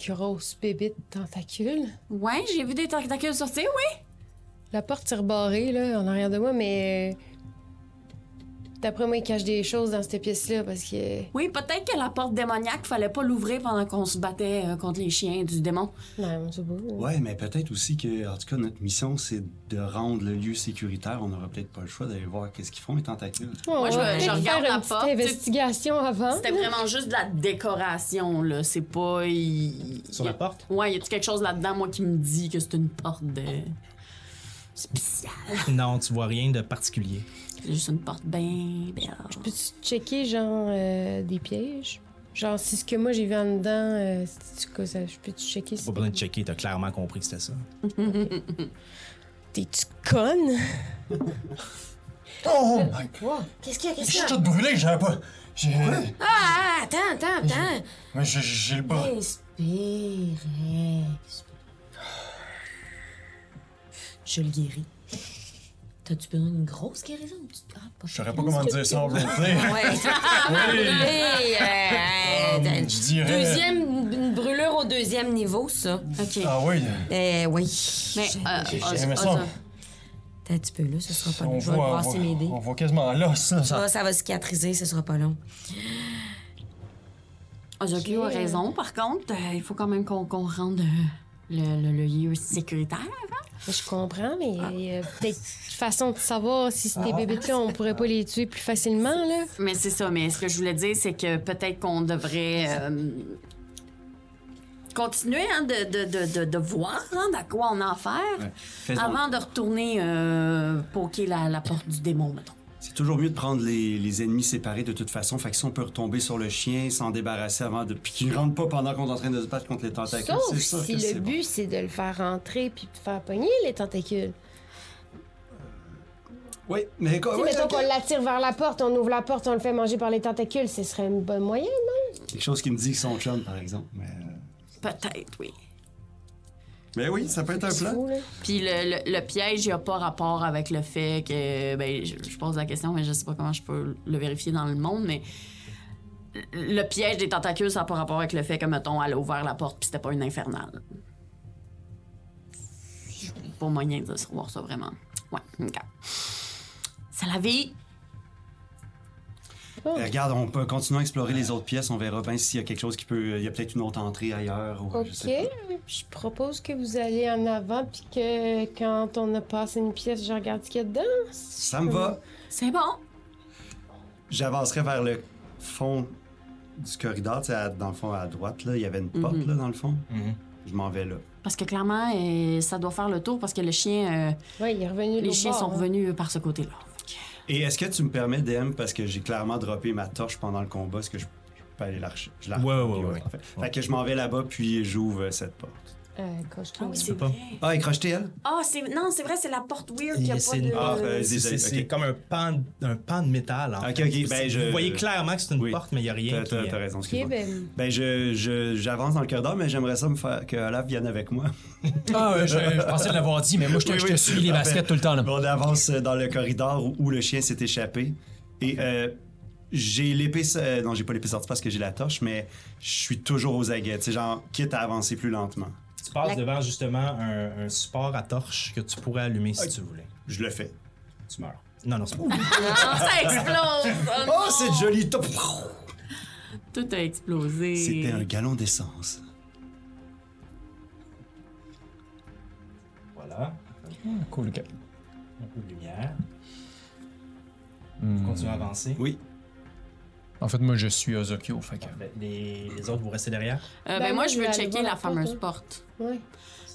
grosse bébite tentacule. Ouais, j'ai vu des tentacules sortir, oui? La porte est rebarrée, là, en arrière de moi, mais. euh, D'après moi, il cache des choses dans cette pièce-là parce que. Oui, peut-être que la porte démoniaque, fallait pas l'ouvrir pendant qu'on se battait euh, contre les chiens du démon. Non, c'est beau. Ouais, mais peut-être aussi que, en tout cas, notre mission, c'est de rendre le lieu sécuritaire. On n'aura peut-être pas le choix d'aller voir qu'est-ce qu'ils font, les tentacules. Moi, je- je regarde faire la une petite porte, tu- investigation avant. C'était vraiment juste de la décoration, là. C'est pas. il- il- Sur la porte? Ouais, y a-tu quelque chose là-dedans, moi, qui me dit que c'est une porte de. spéciale? Non, tu vois rien de particulier. C'est juste une porte bien belle. Peux-tu checker, genre, euh, des pièges? Genre, si ce que moi j'ai vu en dedans, euh, c'est quoi ça? Je peux-tu checker si. bah. Pas besoin de checker, t'as clairement compris que c'était ça. T'es-tu conne? Oh my Qu'est-ce qu'il y a, qu'est-ce Je suis tout brûlé, j'avais pas. J'ai. Ah, attends, attends, attends. Mais j'ai- j'ai le bras. Inspire, expire. Je le guéris. T'as-tu besoin d'une grosse guérison? ou tu- Ah, pas Je saurais pas comment dire ça en roleplay. Ouais. Hey, euh, Hum, euh, je dirais- Deuxième, une brûlure au deuxième niveau, ça. Ok. Ah oui, Eh oui. Mais, J'ai- euh, j'ai- Oz- j'aimais ça. Oz- Attends un petit peu, là, ce sera pas on long. Je vais voit, on brasser voit, mes dés. on voit quasiment l'os, là. Ça, Ça... va- ça va cicatriser, ce sera pas long. Ozokyo a raison, par contre, euh, il faut quand même qu'on qu'on rende euh, le, le- le lieu sécuritaire avant? Je comprends, mais Ah. euh, peut-être une façon de savoir si Ah. ces bébés-là, on pourrait pas les tuer plus facilement, là. Mais c'est ça, mais ce que je voulais dire, c'est que peut-être qu'on devrait euh, continuer hein, de, de, de, de, de voir hein, d'à quoi on a affaire Faisons- avant de retourner euh, poker la, la porte du démon, mettons. C'est toujours mieux de prendre les, les ennemis séparés de toute façon. Fait que si on peut retomber sur le chien, s'en débarrasser avant de. Puis qu'il rentre pas pendant qu'on est en train de se battre contre les tentacules. Sauf c'est sûr si que c'est le bon. Ah but, c'est de le faire rentrer puis de faire pogner les tentacules. Oui, mais quoi. Tu sais, ouais, mettons ok. qu'on l'attire vers la porte, on ouvre la porte, on le fait manger par les tentacules, ce serait un bon moyen, non? Quelque chose qui me dit que son chum, par exemple. Mais, euh, Peut-être, oui. mais Ben oui, ça peut être un C'est plan. fou, là. Puis le, le- le piège, il n'y a pas rapport avec le fait que. Ben, je, je pose la question, mais je sais pas comment je peux le vérifier dans le monde, mais. Le piège des tentacules, ça n'a pas rapport avec le fait que, mettons, elle a ouvert la porte puis c'était pas une infernale. Pas moyen de savoir ça vraiment. Ouais, ok. C'est la vie. Euh, regarde, on peut continuer à explorer les autres pièces. On verra bien s'il y a quelque chose qui peut. euh, Il y a peut-être une autre entrée ailleurs. Ou, euh, je Ok, sais pas. je propose que vous allez en avant puis que quand on a passé une pièce, je regarde ce qu'il y a dedans. Ça me va. C'est bon. J'avancerai vers le fond du corridor. Tu sais, à- dans le fond, à droite, là, il y avait une porte, là, dans le fond. Mhm. Je m'en vais là. Parce que clairement, euh, ça doit faire le tour parce que le chien, euh, Ouais, il est revenu de les l'autre chiens bord, sont hein. revenus par ce côté-là. Et est-ce que tu me permets, DM, parce que j'ai clairement droppé ma torche pendant le combat, est-ce que je, je peux aller la rechercher? Je la Ouais, ouais, Ok, ouais, ouais. parfait. Fait que je m'en vais là-bas, puis j'ouvre euh, cette porte. Euh, quand je trouve- pas. Ah, et crocheté, elle? Ah, c'est non, c'est vrai, c'est la porte weird qui a Et pas C'est de... une porte. Ah, euh, C'est- désolé, c'est ok. comme un pan, un pan de métal. en Ok, fait. ok, ben, Vous- je- Vous voyez clairement que c'est une Oui. porte, mais il n'y a rien. T'as, qui- t'as- t'as raison, Ok, excuse-moi. ben, Ben, je, je- j'avance dans le corridor, mais j'aimerais ça me faire que Olaf vienne avec moi. Ah, ouais, je, je pensais de l'avoir dit, mais moi, je te, Oui, je oui. te suis les Parfait. baskets tout le temps. Là. Bon, on avance euh, dans le corridor où, où le chien s'est échappé. Et euh, j'ai l'épée. so- euh, non, j'ai pas l'épée sortie parce que j'ai la torche, mais je suis toujours aux aguets. Tu sais, genre, quitte à avancer plus lentement. Tu passes devant justement un, un support à torche que tu pourrais allumer si tu voulais. Je le fais. Tu meurs. Non, non, c'est pas. Ah, ça explose! Oh, Oh, c'est joli! top! Tout a explosé. C'était un galon d'essence. Voilà. Cool, ok. Un peu de lumière. Vous continuez à avancer. Oui. Hmm. En fait, moi, je suis Ozokyo. Fait que... Parfait. Les, les autres, vous restez derrière. Euh, ben, Ben, moi, je veux vais aller checker voir la la porte, fameuse hein. porte. ouais.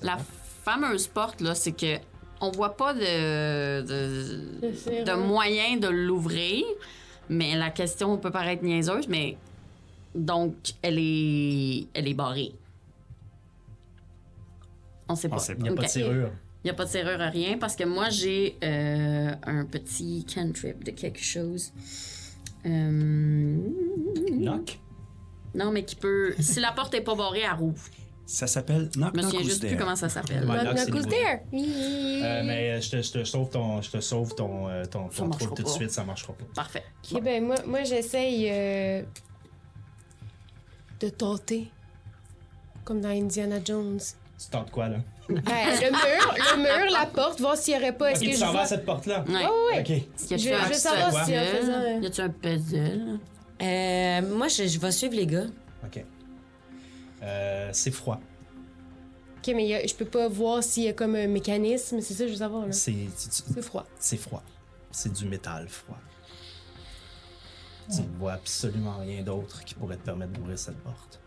La Hein? fameuse porte, là, c'est que on voit pas de, de, Le serrure. de moyen de l'ouvrir, mais la question peut paraître niaiseuse, mais donc, elle est, elle est barrée. On sait pas. sait pas. Il n'y a pas de Ok. serrure. Il n'y a pas de serrure à rien parce que moi, j'ai euh, un petit cantrip de quelque chose. Euh, Knock. Non, mais qui peut. Si la porte n'est pas barrée, elle rouvre. Ça s'appelle Knock Je me Knock souviens juste Who's plus There. comment ça s'appelle. Ouais, knock, Knock, Ah, c'est knock, who's nouveau. there? Hi, hi. Euh, mais euh, je te, je te sauve ton, je te sauve ton, euh, ton, ton marchera trouble tout de pas. suite, ça marchera pas. Parfait. Ok, ben, moi, moi j'essaye euh, de tenter. Comme dans Indiana Jones. Tu tentes quoi là Ben, le mur, le mur, la porte, voir s'il n'y aurait Ok, pas. Est-ce tu que je t'en vas vois... à cette porte là. Ouais. Ah ouais. Ok. Y a-tu Je- un je veux savoir puzzle? si en faisant- Y a-tu un puzzle? Euh, moi, je, je vais suivre les gars. Ok. Euh, c'est froid. Ok, mais il y a- je peux pas voir s'il y a comme un mécanisme, c'est ça que je veux savoir, là. C'est, tu- tu- C'est froid. c'est froid. C'est du métal froid. Tu ne vois absolument rien d'autre qui pourrait te permettre d'ouvrir cette porte.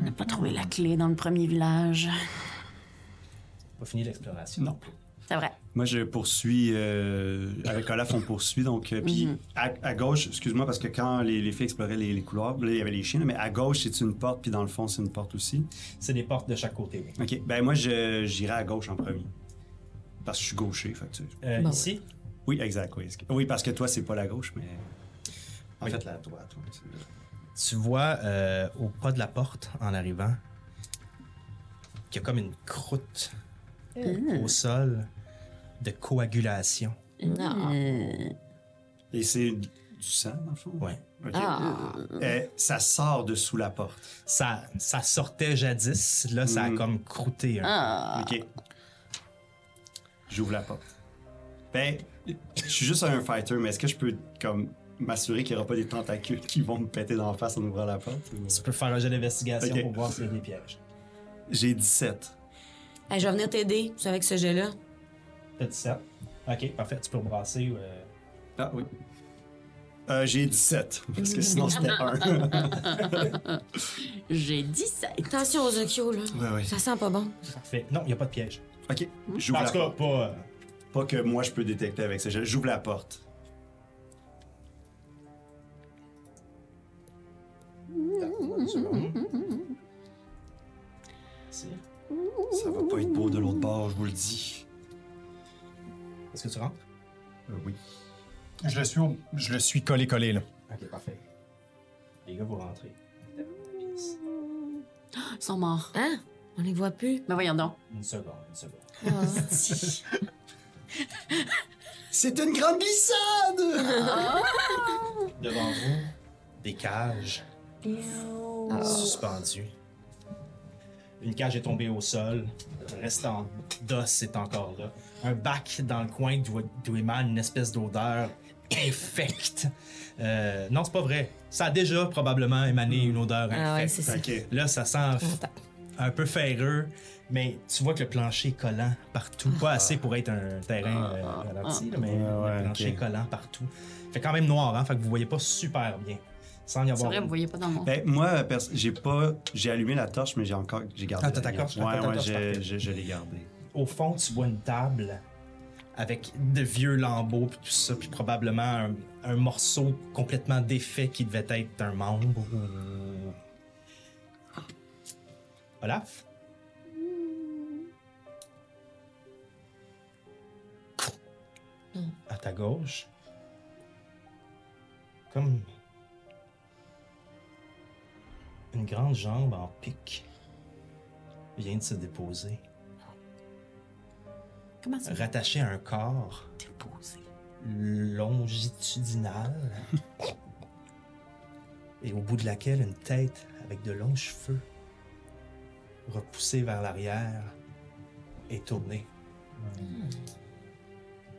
On n'a pas trouvé la clé dans le premier village. Pas fini l'exploration. Non. C'est vrai. Moi, je poursuis. euh, avec Olaf, on poursuit. Donc, euh, puis Mhm. à, à gauche, excuse-moi, parce que quand les, les filles exploraient les, les couloirs, là, il y avait les chiens, là, mais à gauche, c'est une porte, puis dans le fond, c'est une porte aussi. C'est des portes de chaque côté, oui. OK. Ben, moi, je- j'irai à gauche en premier. Parce que je suis gaucher, fait que tu- Euh, ici, Oui, exact. Oui. oui, parce que toi, c'est pas la gauche, mais. En Oui. fait, la droite. oui, c'est- tu vois euh, au pas de la porte, en arrivant, qu'il y a comme une croûte au sol de coagulation. Euh, Et c'est du sang, dans le fond? Ouais. OK. Euh, ça sort de sous la porte. Ça, ça sortait jadis, là, ça a comme croûté. un OK. J'ouvre la porte. Ben, je suis juste un fighter, mais est-ce que je peux, comme, m'assurer qu'il n'y aura pas des tentacules qui vont me péter dans la face en ouvrant la porte? ou- Tu peux faire un jeu d'investigation Ok. pour voir s'il y a des pièges. J'ai 17. Hey, je vais venir t'aider c'est avec ce jet-là. T'as 17. Ok, parfait, tu peux brasser. euh, Ah oui. Euh, j'ai 17, parce que sinon c'était 1. J'ai 17. Attention aux okios, là. Ouais, ouais. Ça sent pas bon. Parfait. Non, il n'y a pas de piège. ok, j'ouvre Hmm? En la tout cas, porte. pas. euh, Pas que moi je peux détecter avec ça. Je- J'ouvre la porte. si. Ça va pas être beau de l'autre bord, je vous le dis. Est-ce que tu rentres? Euh, oui. Je le suis, au- je le suis collé, collé, là. Ok, parfait. Les gars, vous rentrez. Ils sont morts. Hein? On les voit plus. Mais voyons donc. Une seconde, une seconde. C'est une grande glissade! Devant vous, des cages Ah. suspendues. Une cage est tombée au sol, le reste en d'os est encore là. Un bac dans le coin d'où d'où émane une espèce d'odeur infecte. Euh, non, c'est pas vrai. Ça a déjà probablement émané une odeur infecte. Ah ouais, c'est ça. ok. Là, ça sent un peu ferreux, mais tu vois que le plancher est collant partout. Pas assez pour être un terrain euh, ralenti, là, mais Ah. ouais, le plancher ok. est collant partout. Fait quand même noir, hein? Fait que vous voyez pas super bien. Sans y C'est avoir. vrai, vous voyez pas dans mon. Ben, moi, pers- j'ai pas. J'ai allumé la torche, mais j'ai encore. J'ai gardé. Ah, t'as la ta lumière. torche, t'as Ouais, ta ouais, torche, je, parfait. je, je l'ai gardée. Au fond, tu vois une table avec de vieux lambeaux, puis tout ça, puis probablement un, un morceau complètement défait qui devait être un membre. Olaf? À ta gauche. Comme. Une grande jambe en pique vient de se déposer Comment ça rattaché à un corps déposé? longitudinal et au bout de laquelle une tête avec de longs cheveux repoussée vers l'arrière est tournée.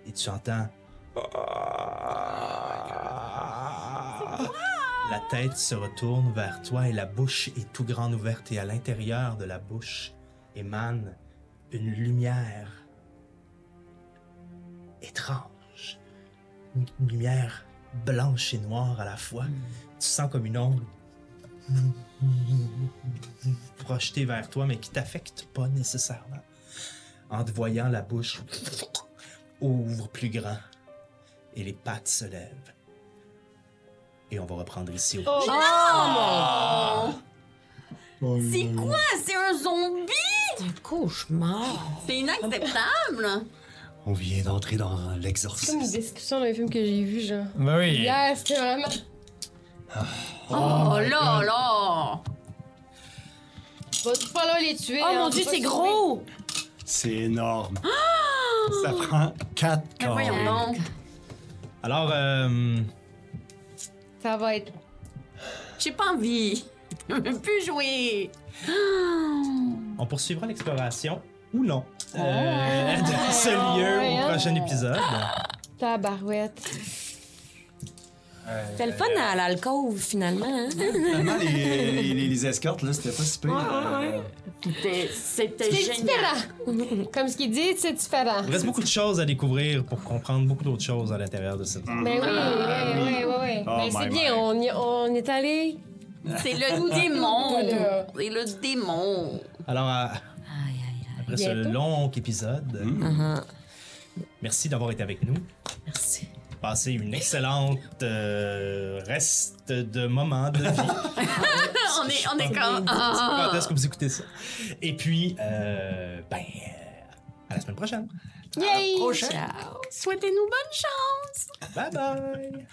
Et tu entends Ah! la tête se retourne vers toi et la bouche est tout grande ouverte et à l'intérieur de la bouche émane une lumière étrange. Une une lumière blanche et noire à la fois. Tu sens comme une onde projetée vers toi, mais qui t'affecte pas nécessairement. En te voyant, la bouche ouvre plus grand et les pattes se lèvent. Et on va reprendre ici. au- C'est quoi? C'est un zombie? C'est un cauchemar. C'est inacceptable! On vient d'entrer dans C'est comme une l'exorcisme. description d'un film que j'ai vu, genre. Ben oui. Yes, c'était vraiment. Oh, là là! Va falloir les tuer. hein. Oh mon dieu, c'est gros! C'est énorme. Ça prend 4 Mais corps. Ben voyons donc. Alors, euh, Ça va être. J'ai pas envie. Je veux plus jouer. on poursuivra l'exploration ou non euh, de ce lieu au prochain épisode. Tabarouette. C'était le fun à l'alcôve, finalement. hein? Finalement, les, les, les- les escortes, là, c'était pas si pire. Euh, C'était- C'était C'est génial. différent! Comme ce qu'il dit, c'est différent. Il reste beaucoup de choses à découvrir pour comprendre beaucoup d'autres choses à l'intérieur de cette. Ben oui, oui, oui, oui, oui. Ah. Oh Ben c'est my bien, God. on, y- on est allé. C'est le démon. C'est le démon. Alors, à- après ce Bientôt. long épisode, merci d'avoir été avec nous. Merci. Passez une excellente euh, reste de moment de vie. On est, on est comme. Ah. Quand est-ce que vous écoutez ça? Et puis, euh, ben, euh, à la semaine prochaine. Yay! Ciao. Souhaitez-nous bonne chance. Bye bye!